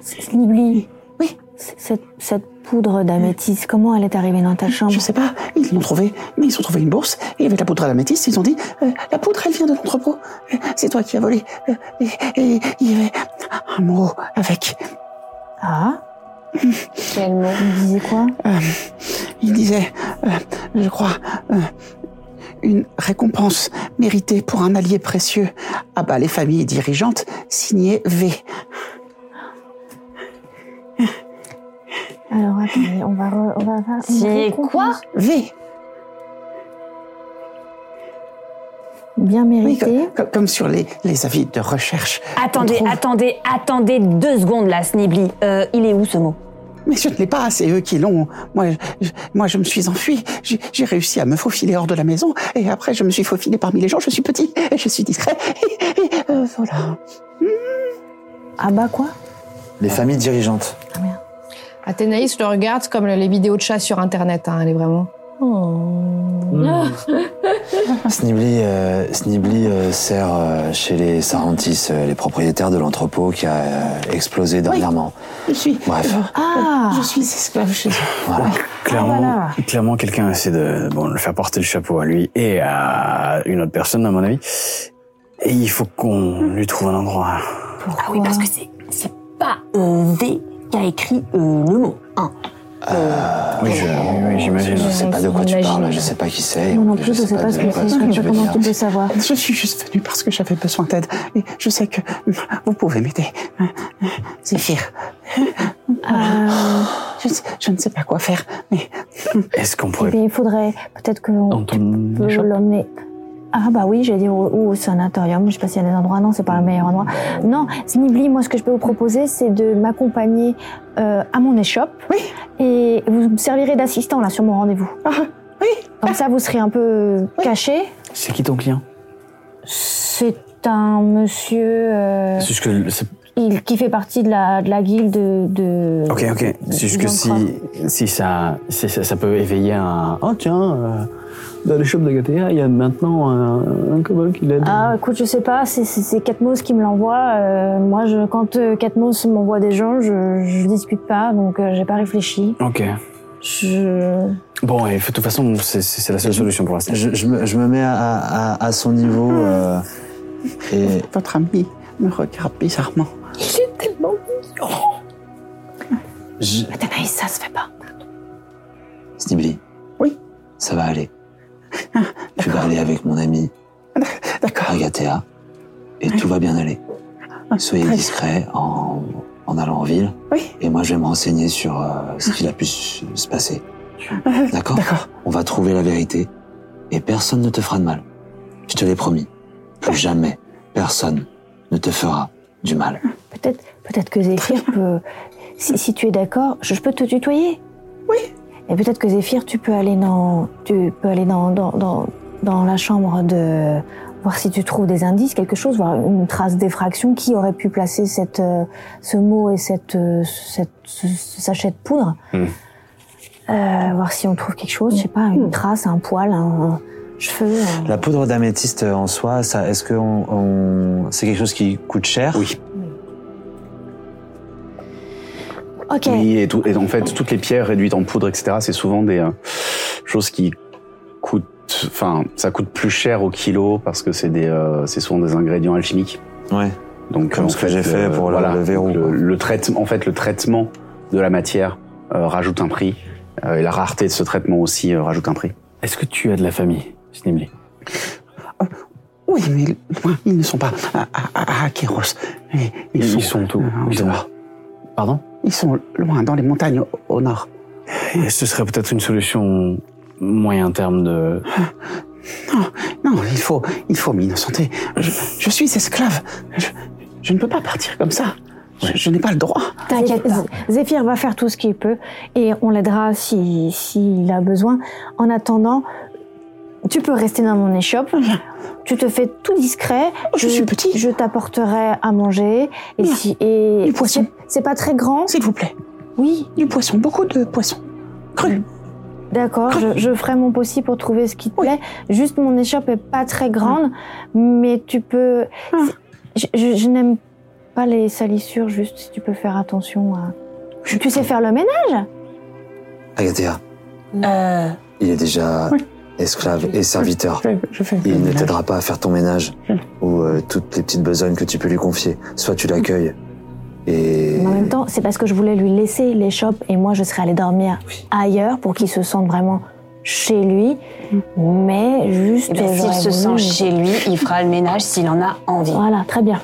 Speaker 3: Snibli. Oui. Cette, cette poudre d'améthyste, comment elle est arrivée dans ta chambre Je
Speaker 20: sais pas. Ils l'ont trouvée, mais ils ont trouvé une bourse, et avec la poudre à la métisse, ils ont dit euh, La poudre, elle vient de l'entrepôt. Euh, C'est toi qui as volé. Euh, et, et il y avait un mot avec.
Speaker 3: Ah
Speaker 16: Quel mot
Speaker 3: Il disait quoi
Speaker 20: Il disait euh, Je crois, euh, une récompense méritée pour un allié précieux. Ah bah, les familles dirigeantes, signé V.
Speaker 3: Alors, attendez, on va. Re, on va faire une
Speaker 4: Signé quoi
Speaker 3: récompense
Speaker 20: V.
Speaker 3: Bien
Speaker 20: Oui,
Speaker 3: mérité.
Speaker 20: comme, comme- comme sur les, les avis de recherche.
Speaker 4: Attendez, attendez, attendez deux secondes là, Snibli. Euh, il est où ce mot
Speaker 20: Mais je ne l'ai pas, c'est eux qui l'ont. hein. Moi, je, moi, je me suis enfui. J'ai j'ai réussi à me faufiler hors de la maison. Et après, je me suis faufilé parmi les gens. Je suis petit, et je suis discret. Et, et, euh, voilà.
Speaker 3: Ah bah quoi
Speaker 2: les familles dirigeantes.
Speaker 7: Athénaïs le regarde comme les vidéos de chats sur Internet. hein, elle est vraiment. oh.
Speaker 20: Ah.
Speaker 2: Snibli, euh, Snibli euh, sert euh, chez les Sarantis, euh, les propriétaires de l'entrepôt qui a euh, explosé dernièrement.
Speaker 20: Je suis.
Speaker 2: Bref.
Speaker 3: Ah
Speaker 20: Je suis esclave chez eux.
Speaker 2: Voilà.
Speaker 9: Clairement, clairement quelqu'un essaie de bon, le faire porter le chapeau à lui et à une autre personne, à mon avis. Et il faut qu'on lui trouve un endroit.
Speaker 4: Ah oui, parce que c'est c'est pas euh, V qui a écrit euh, le mot. Hein.
Speaker 2: Oui, je- oui, oui, j'imagine. Je sais pas de quoi tu parles, je sais pas qui c'est.
Speaker 3: Non, non
Speaker 2: Je
Speaker 3: plus, je sais pas ce
Speaker 2: de-
Speaker 3: que c'est, je
Speaker 2: tu
Speaker 3: sais
Speaker 2: veux
Speaker 3: pas comment
Speaker 2: dire.
Speaker 3: tu peux savoir.
Speaker 20: Je suis juste venu parce que j'avais besoin d'aide. Et je sais que euh, vous pouvez m'aider. Euh, euh, Zéphyr.
Speaker 3: Euh,
Speaker 20: Je, ne sais- je ne sais pas quoi faire. Mais
Speaker 9: Est-ce qu'on
Speaker 3: et
Speaker 9: pourrait...
Speaker 3: puis, Eh il faudrait peut-être que l'on peut l'emmener. Ah bah oui, j'allais dire au, au sanatorium, je sais pas s'il y a des endroits, non, c'est pas le meilleur endroit. Non, Snibli, moi ce que je peux vous proposer, c'est de m'accompagner euh, à mon échoppe.
Speaker 20: Oui. Ah,
Speaker 3: Et vous me servirez d'assistant là sur mon rendez-vous.
Speaker 20: oui.
Speaker 3: Comme ça, vous serez un peu caché.
Speaker 9: C'est qui ton client
Speaker 3: C'est un monsieur euh,
Speaker 9: C'est juste que... c'est-
Speaker 3: il, qui fait partie de la, de la guilde de... de-
Speaker 9: Ok, ok. C'est juste que
Speaker 3: Jean
Speaker 9: si,
Speaker 3: Croix.
Speaker 9: si ça, si ça, ça peut éveiller un... Oh tiens, euh, dans le shop de Gatea, il y a maintenant un, un kobold qui l'aide.
Speaker 3: Ah, écoute, je sais pas, c'est- c'est c'est Katmos qui me l'envoie. Euh, moi, je, quand euh, Katmos m'envoie des gens, je, je discute pas, donc euh, j'ai pas réfléchi.
Speaker 9: Ok.
Speaker 3: Je...
Speaker 9: Bon, et de toute façon, c'est- c'est c'est la seule solution pour l'instant.
Speaker 2: Je, je me, je me mets à, à- à son niveau euh, et
Speaker 20: votre ami me regarde bizarrement.
Speaker 3: Il est tellement
Speaker 2: je-
Speaker 3: Athénaïs, ça se fait pas.
Speaker 2: Snibli.
Speaker 20: Oui. Ah,
Speaker 2: Ça va aller. Tu vas aller avec mon ami
Speaker 20: D'accord. Ah,
Speaker 2: Agathea et tout va bien aller. Soyez discret en, en en allant en ville.
Speaker 20: Oui.
Speaker 2: Et moi, je vais me renseigner sur euh, ce qu'il a pu s- se passer.
Speaker 20: Euh,
Speaker 2: D'accord On va trouver la vérité et personne ne te fera de mal. Je te l'ai promis. Plus jamais personne ne te fera du mal.
Speaker 3: Peut-être peut que Zéphyr peut. Si, si tu es d'accord, je, je peux te tutoyer Oui. Et peut-être que Zéphyr, tu peux aller dans. Tu peux aller dans, dans, dans, dans la chambre de. Voir si tu trouves des indices, quelque chose, voir une trace d'effraction. Qui aurait pu placer cette, euh, ce mot et cette, euh, cette, ce- ce sachet de poudre Euh, Voir si on trouve quelque chose, je sais pas, une trace, un poil, un, un cheveu. un-
Speaker 2: La poudre d'améthyste euh, en soi, ça, est-ce que on, on- c'est quelque chose qui coûte cher Oui.
Speaker 3: Ok.
Speaker 1: Oui, et, tout- et en fait, toutes les pierres réduites en poudre, etc., c'est souvent des euh, choses qui coûtent. Enfin, ça coûte plus cher au kilo parce que c'est des, euh, c'est souvent des ingrédients alchimiques.
Speaker 2: Ouais.
Speaker 1: Donc, euh,
Speaker 2: Comme
Speaker 1: en
Speaker 2: ce que j'ai fait pour le- le verrou,
Speaker 1: Le, le traitement, en fait, le traitement de la matière euh, rajoute un prix. euh, et la rareté de ce traitement aussi euh, rajoute un prix.
Speaker 9: Est-ce que tu as de la famille, Snimli
Speaker 20: Oui, mais loin, ils ne sont pas à, à, à- à Kéros. Mais Ils,
Speaker 9: Ils sont où Ils sont- Pardon
Speaker 20: Ils sont loin, dans les montagnes au, au nord.
Speaker 9: Et Ce serait peut-être une solution moyen terme de...
Speaker 20: Non, non, il faut, il faut m'innocenter. Je, je suis esclave. Je, je ne peux pas partir comme ça. Je, je n'ai pas le droit.
Speaker 3: T'inquiète pas. Zéphyr va faire tout ce qu'il peut et on l'aidera si s'il a besoin. En attendant, tu peux rester dans mon échoppe. Tu te fais tout discret. Oh, je, suis petit. Je t'apporterai à manger et si et du poisson. C'est pas très grand. S'il vous plaît. Oui. Du poisson, beaucoup de poisson cru. D'accord, je, je ferai mon possible pour trouver ce qui te plaît. Juste mon échoppe est pas très grande, mais tu peux. Je, je- je n'aime pas les salissures, juste si tu peux faire attention à. Tu sais faire le ménage
Speaker 2: Agathea,
Speaker 4: Euh,
Speaker 2: il est déjà esclave et serviteur. Il ne t'aidera pas à faire ton ménage ou euh, toutes les petites besognes que tu peux lui confier. Soit tu l'accueilles et
Speaker 3: Mais En même temps, c'est parce que je voulais lui laisser l'échoppe et moi je serais allée dormir ailleurs pour qu'il se sente vraiment chez lui. Mais
Speaker 7: Eh
Speaker 3: juste.
Speaker 4: Ben, s'il
Speaker 3: j'aurais
Speaker 4: se sent
Speaker 3: voulu-
Speaker 4: chez lui, il fera le ménage s'il en a envie.
Speaker 3: Voilà, très bien.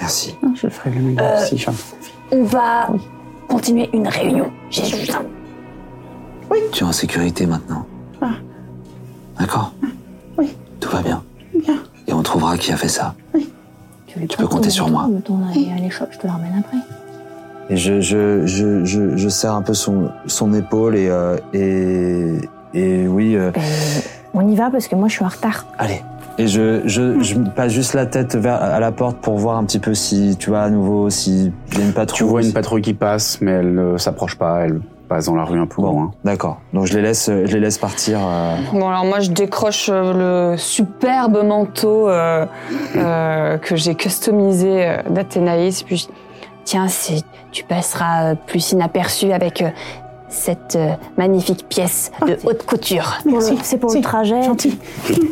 Speaker 2: Merci.
Speaker 20: Ah, Je ferai le ménage si j'en
Speaker 4: Euh, On va continuer une réunion. J'ai juste un
Speaker 2: tu es en sécurité maintenant.
Speaker 20: Ah.
Speaker 2: D'accord Oui. Tout va bien. Et on trouvera qui a fait ça.
Speaker 3: Tu
Speaker 2: peux compter sur moi.
Speaker 3: à l'échoppe, je te la ramène après.
Speaker 2: Et je, je, je, je, je serre un peu son, son épaule et, euh, et, et oui. euh,
Speaker 3: On y va parce que moi je suis en retard.
Speaker 2: Allez. Et je, je, je passe juste la tête vers, à la porte pour voir un petit peu si, tu vois, à nouveau, s'il y a une patrouille.
Speaker 1: Tu vois une patrouille qui passe, mais elle ne s'approche pas. Elle passe dans la rue un peu loin.
Speaker 2: D'accord. Donc je les laisse, je les laisse partir. euh,
Speaker 16: Bon alors moi je décroche euh, le superbe manteau euh, euh, que j'ai customisé euh, d'Athénaïs puis je-
Speaker 4: Tiens, c'est- tu passeras euh, plus inaperçu avec euh, cette euh, magnifique pièce de haute couture.
Speaker 3: Pour le- C'est pour le trajet. Gentil.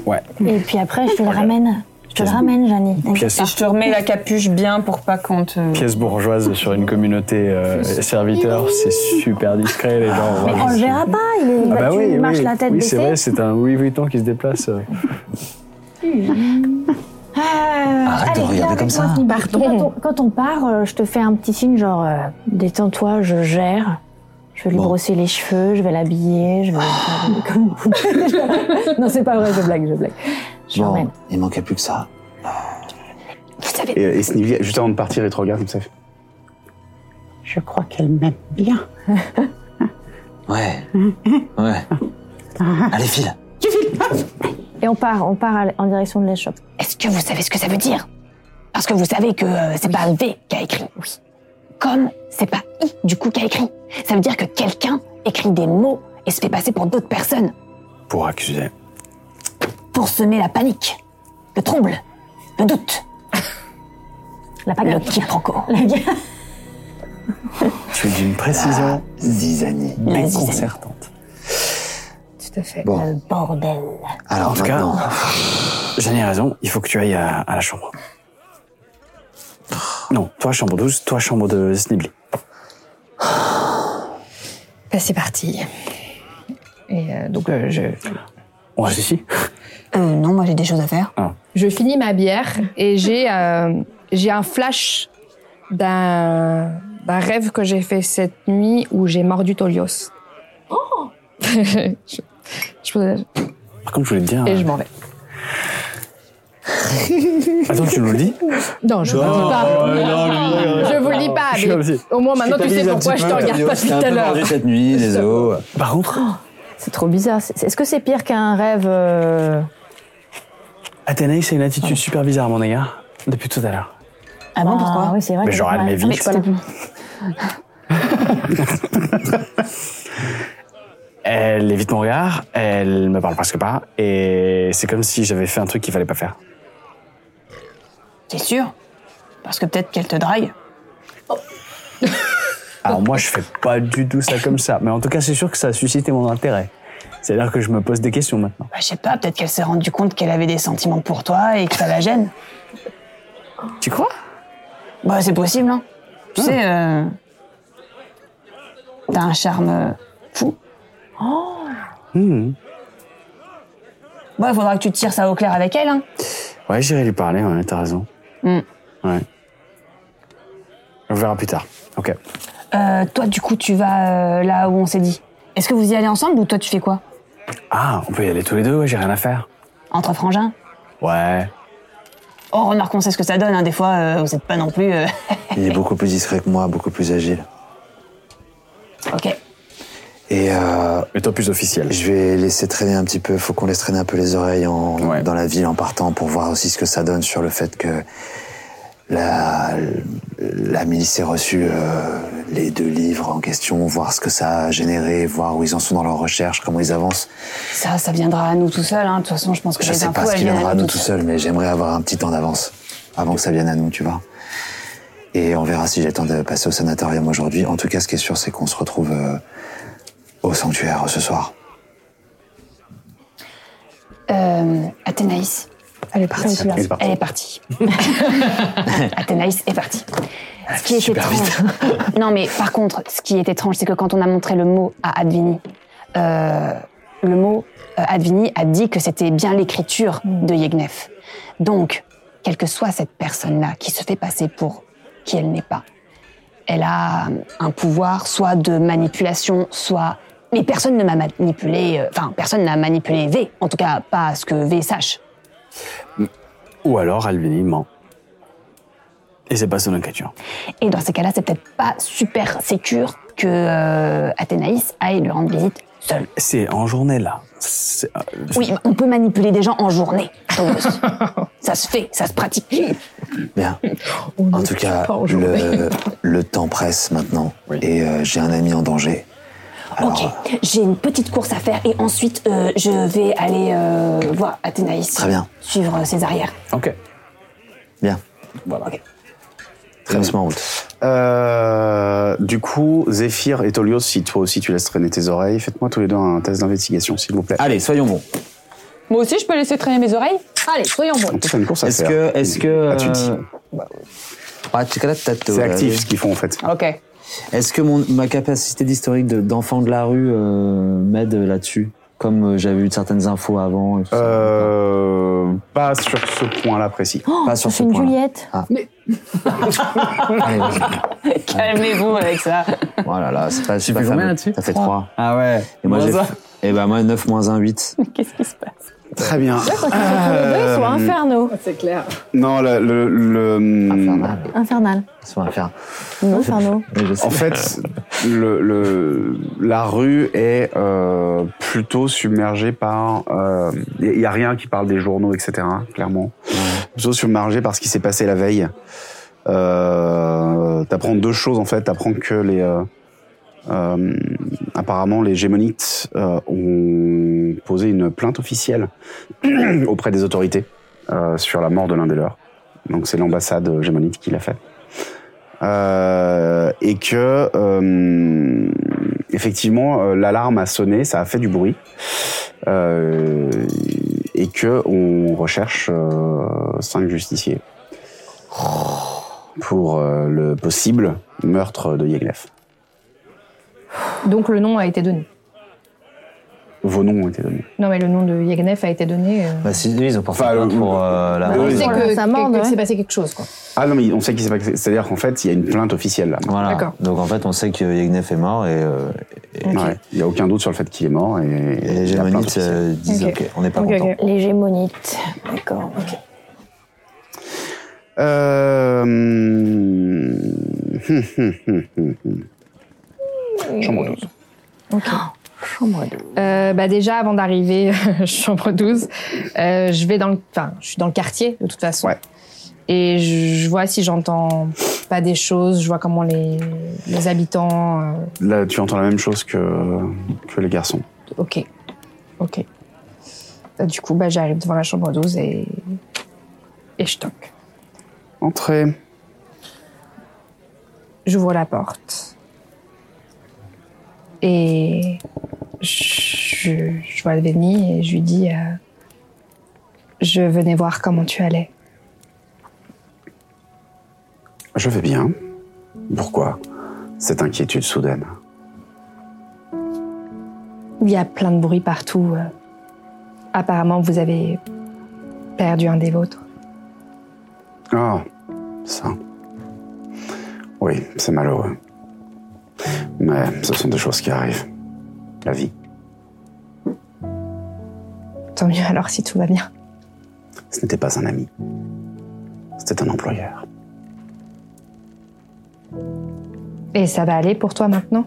Speaker 9: Ouais.
Speaker 3: Et puis après, je te le ramène. Je te le
Speaker 9: Pièce-
Speaker 3: ramène, Janie.
Speaker 9: pièce-
Speaker 16: Et je te remets la capuche bien pour pas qu'on te
Speaker 9: Pièce bourgeoise sur une communauté euh,
Speaker 2: Oh,
Speaker 9: serviteur, c'est super discret, les gens.
Speaker 3: Mais
Speaker 9: vraiment,
Speaker 3: on le
Speaker 9: c'est-
Speaker 3: verra pas, il, est,
Speaker 9: Ah bah
Speaker 3: battu,
Speaker 9: oui,
Speaker 3: il marche
Speaker 9: oui.
Speaker 3: la tête
Speaker 9: Oui,
Speaker 3: baissée.
Speaker 9: c'est vrai, c'est un Louis Vuitton qui se déplace. euh.
Speaker 3: Arrête
Speaker 9: de regarder comme ça.
Speaker 3: Quand on, quand on part, euh, je te fais un petit signe genre euh, détends-toi, je gère. Je vais lui brosser les cheveux, je vais l'habiller, je vais. comme- non, c'est pas vrai, je blague, je blague. Je
Speaker 2: bon,
Speaker 3: l'emmène.
Speaker 2: il manquait plus que ça.
Speaker 1: Et, et Snivy, juste avant de partir, il te regarde comme ça.
Speaker 20: Je crois qu'elle m'aime bien.
Speaker 2: Ouais. Ouais. Allez, file.
Speaker 3: Et on part, on part à l- en direction de l'échoppe.
Speaker 4: Est-ce que vous savez ce que ça veut dire Parce que vous savez que euh, c'est pas V qui a écrit. Oui. Comme c'est pas I du coup qui a écrit. Ça veut dire que quelqu'un écrit des mots et se fait passer pour d'autres personnes
Speaker 9: Pour accuser.
Speaker 4: pour semer la panique, le trouble, le doute.
Speaker 3: La
Speaker 4: Le quiproquo.
Speaker 9: Tu es d'une précision
Speaker 2: zizanie
Speaker 9: déconcertante.
Speaker 3: Tout à fait.
Speaker 2: Bon.
Speaker 3: Le bordel.
Speaker 2: Alors,
Speaker 9: en tout cas,
Speaker 2: maintenant.
Speaker 9: j'en ai raison, il faut que tu ailles à, à la chambre. Non, toi chambre 12, toi chambre de Snibli.
Speaker 7: Bah, c'est parti. Et euh, donc, euh, je,
Speaker 9: On reste ici
Speaker 4: Euh, non, moi j'ai des choses à faire.
Speaker 7: je finis ma bière et j'ai euh, j'ai un flash d'un d'un rêve que j'ai fait cette nuit où j'ai mordu Tolios. Oh je, je-
Speaker 9: Par contre, je voulais te dire. euh,
Speaker 7: Et je m'en vais.
Speaker 9: Attends, tu nous le dis
Speaker 7: Non, je ne vous le dis pas. je vous le dis pas,
Speaker 9: Je suis
Speaker 7: mais
Speaker 9: obligé.
Speaker 7: au moins maintenant tu sais pourquoi je te regarde pas depuis tout à l'heure.
Speaker 2: cette nuit, les eaux.
Speaker 9: Par contre,
Speaker 3: C'est trop bizarre. C'est- Est-ce que c'est pire qu'un rêve euh,
Speaker 9: Athénaïs a une attitude super bizarre à mon égard depuis tout à l'heure.
Speaker 3: Ah bon, pourquoi Oui, c'est vrai.
Speaker 9: Mais
Speaker 3: que-
Speaker 9: genre, elle
Speaker 3: ouais.
Speaker 9: m'évite.
Speaker 3: Ah, mais je suis pas là.
Speaker 9: Elle évite mon regard, elle me parle presque pas, et c'est comme si j'avais fait un truc qu'il fallait pas faire.
Speaker 4: T'es sûr Parce que peut-être qu'elle te drague.
Speaker 9: Alors moi, je fais pas du tout ça comme ça, mais en tout cas, c'est sûr que ça a suscité mon intérêt. C'est-à-dire que je me pose des questions maintenant.
Speaker 4: Bah, je sais pas, peut-être qu'elle s'est rendue compte qu'elle avait des sentiments pour toi et que ça la gêne.
Speaker 9: Tu crois
Speaker 4: Bah, c'est possible, hein.
Speaker 2: Ah.
Speaker 4: Tu sais, euh, t'as un charme euh, fou.
Speaker 2: Oh. Hmm.
Speaker 4: Bah, faudra que tu tires ça au clair avec elle, hein.
Speaker 9: Ouais, j'irai lui parler, ouais, t'as raison. Mm.
Speaker 4: Hmm.
Speaker 9: Ouais. On verra plus tard. Ok.
Speaker 4: Euh, toi, du coup, tu vas euh, là où on s'est dit. Est-ce que vous y allez ensemble ou toi, tu fais quoi
Speaker 9: Ah, on peut y aller tous les deux, ouais, j'ai rien à faire.
Speaker 4: Entre frangins
Speaker 9: Ouais.
Speaker 4: Oh, remarque, on sait ce que ça donne, hein. Des fois, euh, vous êtes pas non plus. euh,
Speaker 2: Il est beaucoup plus discret que moi, beaucoup plus agile.
Speaker 4: Ok.
Speaker 2: Et, euh,
Speaker 9: Et toi, plus officiel.
Speaker 2: Je vais laisser traîner un petit peu, faut qu'on laisse traîner un peu les oreilles en- dans la ville en partant pour voir aussi ce que ça donne sur le fait que la, la milice ait reçu euh, les deux livres en question, voir ce que ça a généré, voir où ils en sont dans leurs recherches, comment ils avancent.
Speaker 4: Ça, ça viendra à nous tout seul, hein. De toute façon, je pense que
Speaker 2: Je
Speaker 4: les
Speaker 2: sais pas
Speaker 4: infos,
Speaker 2: ce
Speaker 4: elles
Speaker 2: qui
Speaker 4: viennent
Speaker 2: viendra à nous tout
Speaker 4: toutes
Speaker 2: seul, mais j'aimerais avoir un petit temps d'avance avant que ça vienne à nous, tu vois. Et on verra si j'ai le temps de passer au sanatorium aujourd'hui. En tout cas, ce qui est sûr, c'est qu'on se retrouve euh, au sanctuaire ce soir.
Speaker 4: Euh, Athénaïs. Elle est
Speaker 7: partie.
Speaker 4: Elle est partie. Athénaïs est partie. Ce qui est étrange. non, mais par contre, ce qui est étrange, c'est que quand on a montré le mot à Advini, euh, le mot euh, Advini a dit que c'était bien l'écriture de Yegnef. Donc, quelle que soit cette personne-là qui se fait passer pour qui elle n'est pas, elle a un pouvoir soit de manipulation, soit... Mais personne ne m'a manipulé, euh, enfin personne n'a manipulé V, en tout cas pas à ce que V sache.
Speaker 9: Ou alors, Albini ment. Et c'est pas son écriture.
Speaker 4: Et dans ces cas-là, c'est peut-être pas super sécure que euh, Athénaïs aille lui rendre visite seule.
Speaker 9: C'est en journée, là. C'est- euh,
Speaker 4: Oui, on peut manipuler des gens en journée. Thomas. ça se fait, ça se pratique.
Speaker 2: Bien. en tout cas,
Speaker 4: pas
Speaker 2: le, le temps presse maintenant. Et euh, j'ai un ami en danger. euh,
Speaker 4: ok, j'ai une petite course à faire et ensuite euh, je vais aller euh, voir Athénaïs.
Speaker 2: Très bien.
Speaker 4: Suivre euh, ses arrières.
Speaker 9: Ok.
Speaker 2: Bien.
Speaker 9: Voilà.
Speaker 2: Très bien.
Speaker 1: Euh, du coup, Zéphyr et Tolios, si toi aussi tu laisses traîner tes oreilles, faites-moi tous les deux un test d'investigation, s'il vous plaît.
Speaker 2: Allez, soyons bons.
Speaker 16: Moi aussi, je peux laisser traîner mes oreilles
Speaker 4: Allez, soyons bons.
Speaker 1: C'est une course à
Speaker 2: Est-ce
Speaker 1: faire.
Speaker 2: que. Est-ce que
Speaker 1: Ah, tu dis.
Speaker 2: euh, bah, C'est
Speaker 1: C'est actif ce qu'ils font en fait.
Speaker 2: Ah,
Speaker 16: Ok.
Speaker 2: Est-ce que mon, ma capacité d'historique de- d'enfant de la rue euh, m'aide là-dessus Comme euh, j'avais eu certaines infos avant. Et tout ça.
Speaker 1: Euh, pas sur ce point-là précis.
Speaker 3: Oh,
Speaker 2: Pas sur
Speaker 3: je
Speaker 2: ce
Speaker 3: fais une
Speaker 2: point-là.
Speaker 3: Juliette.
Speaker 2: Allez, vas-y.
Speaker 16: Calmez-vous avec ça.
Speaker 2: Voilà, Oh là, c'est pas, c'est pas
Speaker 21: fait combien
Speaker 2: fameux.
Speaker 21: là-dessus
Speaker 2: Ça fait
Speaker 21: Trois.
Speaker 2: 3.
Speaker 21: Ah ouais.
Speaker 2: Et moi,
Speaker 21: Moins
Speaker 2: j'ai.
Speaker 21: un.
Speaker 2: Et ben moi, 9 moins 1, 8.
Speaker 16: Qu'est-ce qui se passe
Speaker 1: Très bien.
Speaker 3: Ils
Speaker 1: Euh,
Speaker 3: sont infernaux.
Speaker 16: C'est clair.
Speaker 1: Non, le. le, le-
Speaker 2: Ah,
Speaker 3: Infernal.
Speaker 2: Ça va faire.
Speaker 3: Non, infernaux.
Speaker 1: En fait, le, le- la rue est euh, plutôt submergée par. Il n'y a rien qui parle des journaux, etc. Clairement. Plutôt submergée par ce qui s'est passé la veille. Euh, T'apprends deux choses en fait. T'apprends que les. euh, euh, apparemment, les gémonites euh, ont posé une plainte officielle auprès des autorités euh, sur la mort de l'un des leurs. Donc c'est l'ambassade gémonite qui l'a fait. Euh, et que euh, effectivement euh, l'alarme a sonné, ça a fait du bruit, Euh, et que on recherche euh, cinq justiciers pour euh, le possible meurtre de Yeglef.
Speaker 7: Donc le nom a été donné.
Speaker 1: Vos noms ont été donnés.
Speaker 7: Non, mais le nom de Yegnef a été donné. euh,
Speaker 2: Bah, si, lui, ils ont porté plainte pour euh, la.
Speaker 7: on sait
Speaker 2: Voilà.
Speaker 7: que,
Speaker 3: sa
Speaker 7: que-
Speaker 3: mort,
Speaker 7: que
Speaker 3: ouais.
Speaker 7: s'est passé quelque chose, quoi.
Speaker 1: Ah non, mais on sait qu'il s'est pas... C'est-à-dire qu'en fait, il y a une plainte officielle là.
Speaker 2: Voilà.
Speaker 7: D'accord.
Speaker 2: Donc en fait, on sait que Yegnef est mort et. euh, et-
Speaker 1: Ouais. Il n'y a aucun doute sur le fait qu'il est mort. Et, et
Speaker 2: les Gémonites euh, disent
Speaker 1: Ok.
Speaker 2: ok, on n'est pas
Speaker 1: Ok,
Speaker 2: content.
Speaker 1: ok.
Speaker 3: Les gémonites. D'accord.
Speaker 1: Euh... hum, hum, hum, hum, hum. Chambre 12.
Speaker 7: Chambre 12. bah déjà, avant d'arriver, chambre 12, euh, je vais dans le, enfin, je suis dans le quartier, de toute façon. Et je, je vois si j'entends pas des choses, je vois comment les, les habitants. euh,
Speaker 1: Là, tu entends la même chose que, que les garçons.
Speaker 7: ok. Ok. Euh, Du coup, bah, j'arrive devant la chambre 12 et. Et je toque.
Speaker 1: Entrez.
Speaker 7: J'ouvre la porte. Et. Je, je vois Benny et je lui dis euh, Je venais voir comment tu allais.
Speaker 1: Je vais bien. Pourquoi cette inquiétude soudaine
Speaker 7: Il y a plein de bruit partout. euh. Apparemment, vous avez perdu un des vôtres.
Speaker 1: Ah, ça. Oui, c'est malheureux. Mais ce sont des choses qui arrivent. La vie.
Speaker 7: Tant mieux alors si tout va bien.
Speaker 1: Ce n'était pas un ami. C'était un employeur.
Speaker 7: Et ça va aller pour toi maintenant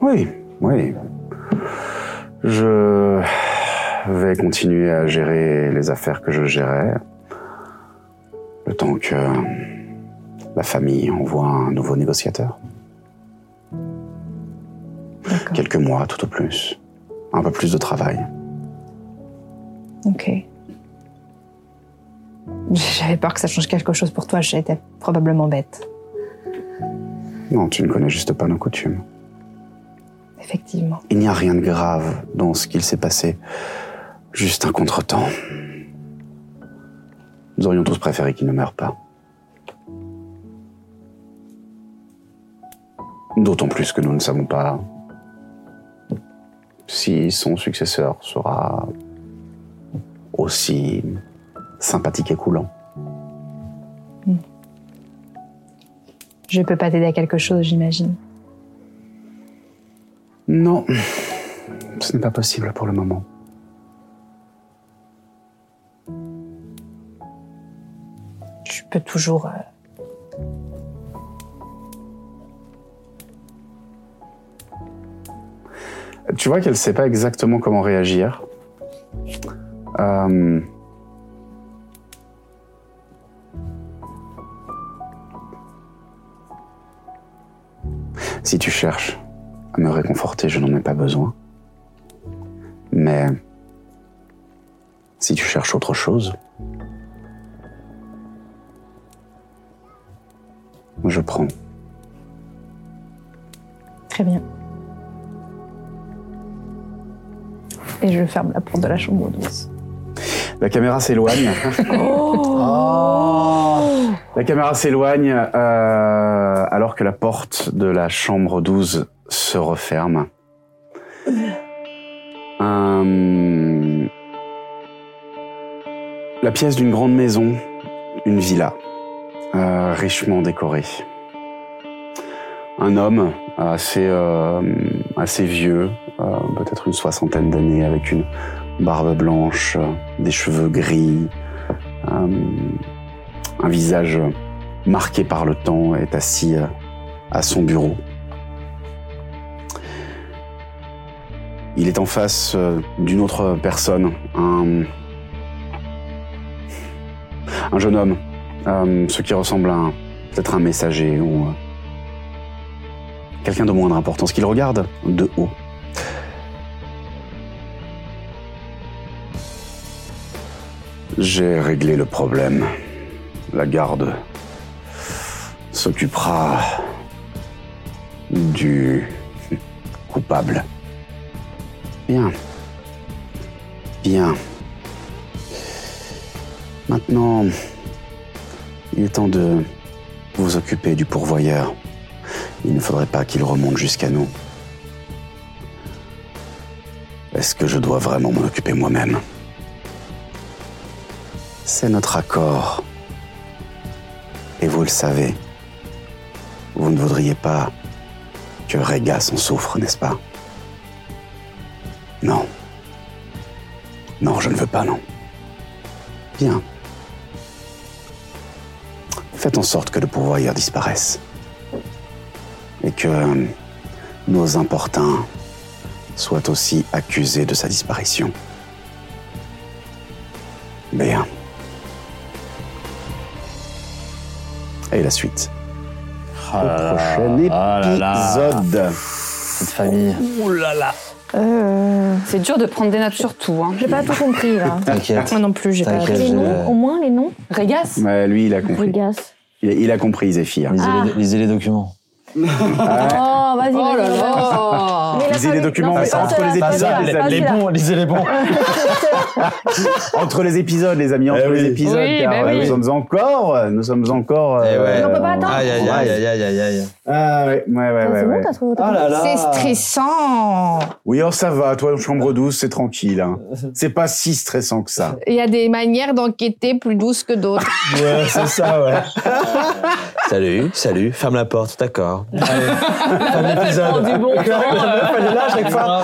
Speaker 1: Oui, oui. Je vais continuer à gérer les affaires que je gérais. Le temps que la famille envoie un nouveau négociateur. Quelques mois tout au plus. Un peu plus de travail.
Speaker 7: Ok. J'avais peur que ça change quelque chose pour toi, j'étais probablement bête,
Speaker 1: Non, tu ne connais juste pas nos coutumes.
Speaker 7: effectivement.
Speaker 1: Il n'y a rien de grave dans ce qu'il s'est passé. Juste un contretemps. Nous aurions tous préféré qu'il ne meure pas. D'autant plus que nous ne savons pas si son successeur sera aussi sympathique et coulant.
Speaker 7: Je peux pas t'aider à quelque chose, j'imagine.
Speaker 1: Non, ce n'est pas possible pour le moment.
Speaker 7: Tu peux toujours. euh,
Speaker 1: Tu vois qu'elle ne sait pas exactement comment réagir. Euh, Si tu cherches à me réconforter, je n'en ai pas besoin. Mais si tu cherches autre chose, je prends.
Speaker 7: Très bien. Et je ferme la porte de la chambre 12.
Speaker 1: La caméra s'éloigne. Ah. La caméra s'éloigne euh, alors que la porte de la chambre 12 se referme. Hum, la pièce d'une grande maison, une villa, euh, richement décorée. Un homme assez, euh, assez vieux, euh, peut-être une soixantaine d'années, avec une barbe blanche, euh, des cheveux gris, euh, un visage marqué par le temps, est assis euh, à son bureau. Il est en face euh, d'une autre personne, un, un jeune homme, euh, ce qui ressemble à un- peut-être un messager ou euh, quelqu'un de moindre importance, qu'il regarde de haut. J'ai réglé le problème. La garde s'occupera du coupable. Bien. Bien. Maintenant, il est temps de vous occuper du pourvoyeur. Il ne faudrait pas qu'il remonte jusqu'à nous. Est-ce que je dois vraiment m'en occuper moi-même C'est notre accord. Et vous le savez, vous ne voudriez pas que Rega s'en souffre, n'est-ce pas Non. Non, je ne veux pas, non. Bien. Faites en sorte que le pourvoyeur disparaisse. Et que euh, nos importuns soient aussi accusés de sa disparition. Bien. Et la suite. Ah Au prochain épisode.
Speaker 2: Cette famille.
Speaker 7: Ouh là là
Speaker 16: C'est dur de prendre des notes sur tout. Hein.
Speaker 3: J'ai pas tout compris là.
Speaker 1: T'inquiète.
Speaker 3: Moi non plus, j'ai pas
Speaker 1: T'inquiète,
Speaker 3: Les
Speaker 1: je-
Speaker 3: noms, au moins les noms. Régas
Speaker 1: Ouais, lui, il a compris.
Speaker 3: Régas.
Speaker 1: Il a, il a compris, Zéphyr.
Speaker 3: Lisez les- Ah.
Speaker 1: documents.
Speaker 3: Oh, vas-y.
Speaker 4: Oh là là.
Speaker 3: Mais la
Speaker 1: Ah. Lisez les
Speaker 3: famille-
Speaker 1: documents,
Speaker 3: Ah, non,
Speaker 1: mais
Speaker 3: c'est pas
Speaker 1: entre
Speaker 3: ceux-là,
Speaker 1: les
Speaker 3: pas
Speaker 1: épisodes,
Speaker 3: ceux-là,
Speaker 1: les
Speaker 3: pas
Speaker 1: amis.
Speaker 3: ceux-là.
Speaker 1: lisez les bons. entre les épisodes, les amis, entre les épisodes,
Speaker 3: Oui,
Speaker 1: car
Speaker 3: bah
Speaker 1: euh, nous
Speaker 3: oui.
Speaker 1: sommes encore, euh, nous sommes encore. euh,
Speaker 2: Et on peut pas attendre.
Speaker 1: Aïe, aïe, aïe, aïe, aïe, aïe, aïe. Ah ouais, ouais, ouais, ouais. ouais.
Speaker 2: Oh
Speaker 7: Ah
Speaker 1: là là.
Speaker 7: C'est stressant.
Speaker 1: Oui, alors ça va, toi, chambre douce, c'est tranquille. hein. C'est pas si stressant que ça.
Speaker 7: Il y a des manières d'enquêter plus douces que d'autres.
Speaker 1: Ouais, c'est ça, ouais.
Speaker 2: Salut, salut, ferme la porte, d'accord.
Speaker 7: Allez,
Speaker 2: l'épisode.
Speaker 7: du bon
Speaker 2: là à chaque fois.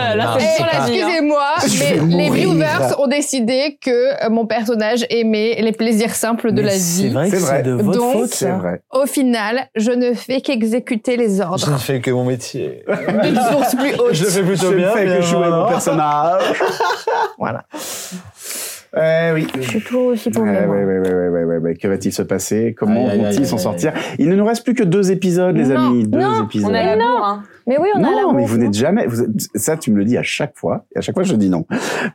Speaker 16: Ah,
Speaker 2: là, c'est
Speaker 7: Eh,
Speaker 2: sur la vie, hein.
Speaker 7: Excusez-moi,
Speaker 2: Je
Speaker 7: mais
Speaker 2: vais
Speaker 7: les
Speaker 2: mourir.
Speaker 7: viewers ont décidé que euh, mon personnage aimait les plaisirs simples
Speaker 2: Mais
Speaker 7: de la vie.
Speaker 2: c'est vrai que C'est vrai. c'est de votre
Speaker 7: Donc,
Speaker 2: faute, C'est vrai.
Speaker 7: Au final, je ne fais qu'exécuter les
Speaker 2: Je ne
Speaker 7: ordres.
Speaker 2: fais que mon métier.
Speaker 7: D'une source plus haute.
Speaker 2: Je le fais plutôt
Speaker 7: Je
Speaker 2: bien.
Speaker 7: fais
Speaker 2: mais
Speaker 1: euh,
Speaker 7: que jouer mon
Speaker 2: voilà.
Speaker 1: personnage.
Speaker 7: voilà.
Speaker 1: Eh oui. Je
Speaker 3: suis toujours aussi
Speaker 1: pauvre. Ouais, ouais, ouais, ouais, ouais, ouais, ouais. Que va-t-il se passer Comment
Speaker 2: Aïe, aïe, aïe,
Speaker 1: vont-ils s'en
Speaker 2: aïe,
Speaker 1: sortir Il ne nous reste plus que deux épisodes, les
Speaker 3: Non,
Speaker 1: amis. Deux
Speaker 3: non,
Speaker 1: épisodes.
Speaker 3: on a la bourre, hein. Mais oui, on a la
Speaker 1: non, mais
Speaker 3: bourre.
Speaker 1: vous n'êtes jamais. vous êtes- ça, tu me le dis à chaque fois. Et à chaque fois, je dis non.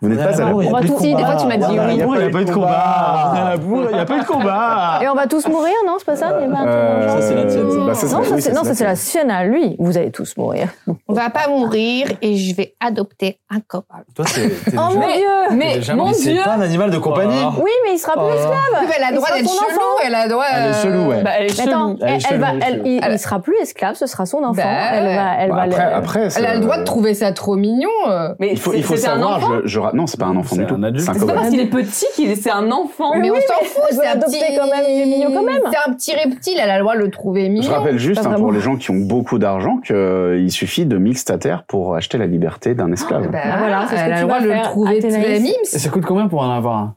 Speaker 1: Vous n'êtes
Speaker 2: On a
Speaker 1: pas
Speaker 2: la
Speaker 1: à la
Speaker 2: bourre, il y a
Speaker 1: bourre.
Speaker 2: pas de Si, des fois, combat. tu m'as dit
Speaker 1: Voilà,
Speaker 2: oui. Ah.
Speaker 1: Il n'y a pas eu de combat.
Speaker 2: On a la bourre, il n'y a pas eu de combat.
Speaker 3: Et on va tous mourir, non C'est pas ça Il y a pas un truc dans le genre
Speaker 1: Euh, Ça, c'est la tienne, ça.
Speaker 3: Non,
Speaker 1: Bah, ça, c'est-
Speaker 3: ça,
Speaker 1: oui,
Speaker 3: c'est-
Speaker 1: ça,
Speaker 3: non,
Speaker 1: c'est
Speaker 3: ça
Speaker 1: la
Speaker 3: c'est la sienne à lui. Vous allez tous mourir.
Speaker 7: On va pas mourir et je vais adopter un copain.
Speaker 2: Toi, t'es.
Speaker 3: Oh mon Dieu
Speaker 2: C'est pas un animal de compagnie.
Speaker 3: Oui, mais il sera plus
Speaker 2: Oh.
Speaker 3: esclave.
Speaker 7: Mais elle a
Speaker 3: Il
Speaker 7: droit
Speaker 3: sera
Speaker 7: d'être
Speaker 3: son
Speaker 7: chelou,
Speaker 3: enfant.
Speaker 7: elle a droit, Elle est chelou, ouais. euh, bah, elle est
Speaker 3: Mais attends,
Speaker 7: chelou. Elle est
Speaker 3: elle- elle
Speaker 7: chelou,
Speaker 3: va-
Speaker 7: elle est
Speaker 3: elle-
Speaker 7: chelou.
Speaker 3: il,
Speaker 7: Elle-
Speaker 3: il sera plus esclave, ce sera son enfant.
Speaker 16: Bah
Speaker 3: elle va, elle va.
Speaker 1: Bah, après-
Speaker 3: le-
Speaker 1: après, c'est-
Speaker 7: elle a le
Speaker 3: Euh,
Speaker 7: droit de trouver ça trop mignon. euh.
Speaker 16: Mais
Speaker 1: Il faut, il faut savoir. je, je ra- non, c'est pas un enfant du tout. C'est un
Speaker 16: C'est pas
Speaker 1: copain.
Speaker 16: parce qu'il est petit qu'il est, c'est un enfant.
Speaker 3: Ah
Speaker 7: Mais on s'en fout, c'est un petit.
Speaker 3: quand même, il est mignon quand même.
Speaker 7: C'est un petit reptile, elle a le droit de le trouver mignon.
Speaker 1: Je rappelle juste hein, pour les gens qui ont beaucoup d'argent qu'il suffit de mixtataire pour acheter la liberté d'un esclave.
Speaker 7: Bah,
Speaker 3: Ah, voilà, c'est ce
Speaker 7: elle
Speaker 3: que
Speaker 7: a
Speaker 3: tu
Speaker 7: le droit
Speaker 3: vas
Speaker 7: de le
Speaker 3: faire,
Speaker 7: trouver très
Speaker 3: Athénaïs.
Speaker 7: mime.
Speaker 9: Et ça coûte combien pour en avoir un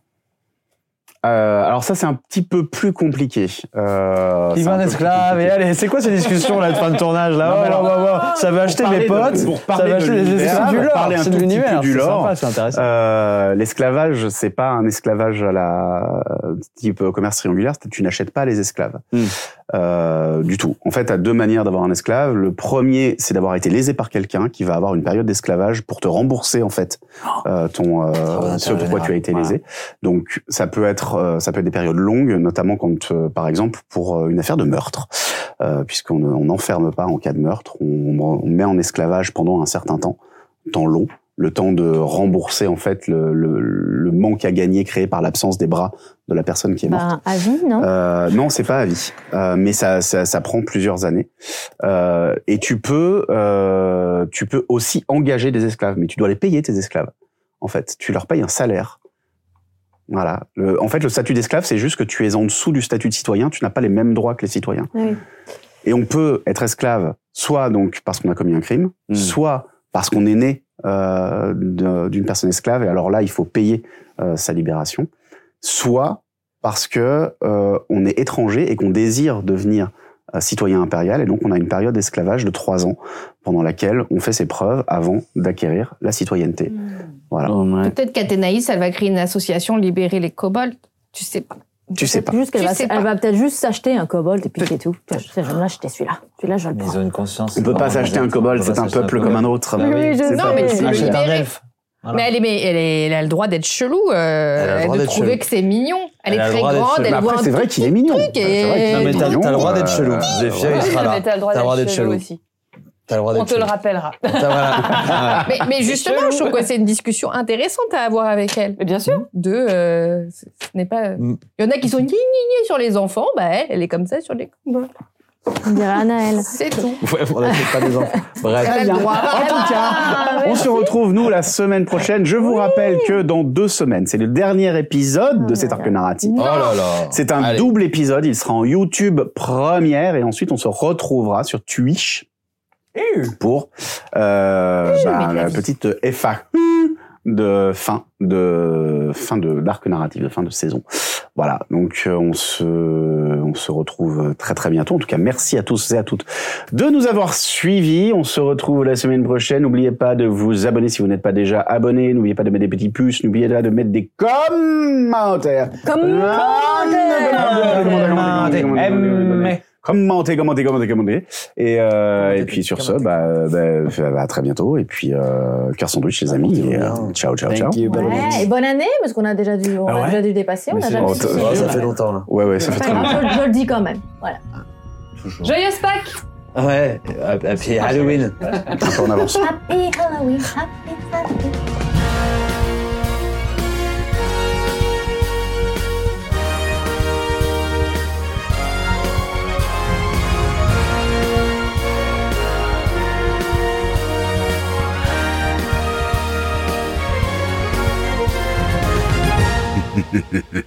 Speaker 1: Euh, alors ça, c'est un petit peu plus compliqué. Euh,
Speaker 2: Il
Speaker 1: c'est
Speaker 2: va
Speaker 1: un
Speaker 2: un
Speaker 1: peu
Speaker 2: esclave. Et allez, c'est quoi ces discussions là de fin de tournage là
Speaker 1: Non, mais alors,
Speaker 2: Oh, oh, oh, oh, Ça veut acheter
Speaker 1: pour
Speaker 2: mes
Speaker 1: parler
Speaker 2: potes.
Speaker 1: de- pour
Speaker 2: Ça
Speaker 1: parler
Speaker 2: veut
Speaker 1: de
Speaker 2: acheter des
Speaker 1: l'univers,
Speaker 2: esclaves du lore.
Speaker 1: parler un
Speaker 2: C'est
Speaker 1: tout
Speaker 2: de
Speaker 1: petit peu
Speaker 2: l'univers.
Speaker 1: du
Speaker 2: C'est
Speaker 1: lore.
Speaker 2: sympa, c'est intéressant.
Speaker 1: Euh, l'esclavage, c'est pas un esclavage à la type euh, commerce triangulaire. c'est- Tu n'achètes pas les esclaves
Speaker 2: Hmm.
Speaker 1: Euh, du tout. En fait, t'as deux manières d'avoir un esclave. Le premier, c'est d'avoir été lésé par quelqu'un qui va avoir une période d'esclavage pour te rembourser en fait
Speaker 2: Oh.
Speaker 1: euh, ton euh, ce pourquoi tu as été lésé. Donc ça peut être euh, ça peut être des périodes longues, notamment quand euh, par exemple pour euh, une affaire de meurtre, euh, puisqu'on ne- on n'enferme pas en cas de meurtre, on, on met en esclavage pendant un certain temps temps long, le temps de rembourser en fait le, le- le manque à gagner créé par l'absence des bras de la personne qui est morte.
Speaker 3: Bah, à vie, non
Speaker 1: Euh, non, c'est pas à vie, Euh, mais ça, ça, ça prend plusieurs années. Euh, et tu peux, euh, tu peux aussi engager des esclaves, mais tu dois les payer tes esclaves. En fait, tu leur payes un salaire. Voilà. Le- en fait, le statut d'esclave, c'est juste que tu es en dessous du statut de citoyen. Tu n'as pas les mêmes droits que les citoyens.
Speaker 3: Oui.
Speaker 1: Et on peut être esclave soit donc parce qu'on a commis un crime, soit parce qu'on est né euh, de- d'une personne esclave et alors là il faut payer euh, sa libération, soit parce que euh, on est étranger et qu'on désire devenir euh, citoyen impérial et donc on a une période d'esclavage de trois ans pendant laquelle on fait ses preuves avant d'acquérir la citoyenneté.
Speaker 7: Mmh.
Speaker 1: Voilà.
Speaker 7: Peut-être qu'Athénaïs, elle va créer une association Libérer les kobolds. Tu sais pas.
Speaker 1: Tu sais pas.
Speaker 3: Juste qu'elle
Speaker 7: Tu
Speaker 3: va,
Speaker 7: sais pas.
Speaker 3: elle va peut-être juste s'acheter un kobold et puis c'est tout. Tiens, Je vais l'acheter celui-là. Celui-là, je le prends.
Speaker 2: Ils ont une conscience.
Speaker 1: On peut pas s'acheter un kobold, c'est un peuple comme un autre.
Speaker 2: Bah oui,
Speaker 7: je-
Speaker 1: C'est
Speaker 7: non,
Speaker 1: pas
Speaker 7: mais tu
Speaker 1: possible.
Speaker 7: peux
Speaker 1: Achète un
Speaker 7: libérer.
Speaker 1: elfe. Voilà.
Speaker 7: Mais, elle, est, mais elle, est- elle a le droit d'être chelou, euh,
Speaker 2: Elle a le droit
Speaker 7: de
Speaker 2: d'être
Speaker 7: trouver
Speaker 2: chelou.
Speaker 7: que c'est mignon. Elle,
Speaker 2: Elle a
Speaker 7: est
Speaker 2: le
Speaker 7: très
Speaker 2: droit d'être
Speaker 7: grande,
Speaker 2: chelou.
Speaker 7: elle
Speaker 2: Bah
Speaker 7: voit
Speaker 2: après,
Speaker 7: un
Speaker 2: c'est vrai
Speaker 7: tout
Speaker 2: qu'il est
Speaker 7: petit
Speaker 1: mignon.
Speaker 7: truc et-
Speaker 2: Non, mais t'as t'as le droit d'être chelou. Zéphia, il sera là.
Speaker 16: Mais t'as le droit d'être chelou aussi.
Speaker 2: T'as le droit
Speaker 16: On
Speaker 2: d'être
Speaker 16: te le
Speaker 2: chelou.
Speaker 16: rappellera.
Speaker 2: Voilà.
Speaker 7: Mais, mais justement,
Speaker 16: chelou.
Speaker 7: je trouve que c'est une discussion intéressante à avoir avec elle.
Speaker 16: bien sûr.
Speaker 7: De, euh,
Speaker 2: Mm.
Speaker 7: ce ce n'est pas. Il y en a qui sont gni gni gni sur les enfants, bah elle, elle est comme ça sur les.
Speaker 3: On dirait Anaël.
Speaker 7: C'est tout.
Speaker 1: on n'a peut-être pas des enfants. Bref.
Speaker 5: Très bien. En tout
Speaker 7: Ah,
Speaker 5: cas,
Speaker 1: On se retrouve, nous, la semaine prochaine. Je vous rappelle que dans deux semaines, c'est le dernier épisode de cet arc narratif.
Speaker 5: Oh là là.
Speaker 1: C'est un double épisode. Il sera en YouTube première et ensuite on se retrouvera sur Twitch pour euh, bah, la petite FA de fin de fin de d'arc narratif de fin de saison. Voilà, donc euh, on se on se retrouve très très bientôt. En tout cas, merci à tous et à toutes de nous avoir suivis. On se retrouve la semaine prochaine. N'oubliez pas de vous abonner si vous n'êtes pas déjà abonné. N'oubliez pas de mettre des petits puces. N'oubliez pas de mettre des commentaires. Commentaires. Commentez, commentez, commentez, commentez. Et, euh, et puis sur ce, bah, euh, bah, bah, à très bientôt. Et puis, euh, cœur sandwich, les amis. Et, euh, ciao, ciao, ciao.
Speaker 3: Ouais, et bonne année, parce qu'on a déjà dû, on
Speaker 1: Bah
Speaker 3: a
Speaker 1: ouais.
Speaker 3: déjà dû dépasser, on a déjà
Speaker 1: Oh,
Speaker 3: dû
Speaker 1: t-
Speaker 3: se-
Speaker 1: oh,
Speaker 3: C'est
Speaker 2: longtemps, là.
Speaker 1: Ouais, ouais, ça fait
Speaker 3: pas
Speaker 1: très longtemps.
Speaker 3: grave, je, je le dis quand même. Voilà.
Speaker 7: Joyeuse Pâques
Speaker 2: Ouais, et puis Halloween. Un
Speaker 1: peu en avance.
Speaker 3: Happy Halloween, happy Halloween.
Speaker 10: Hé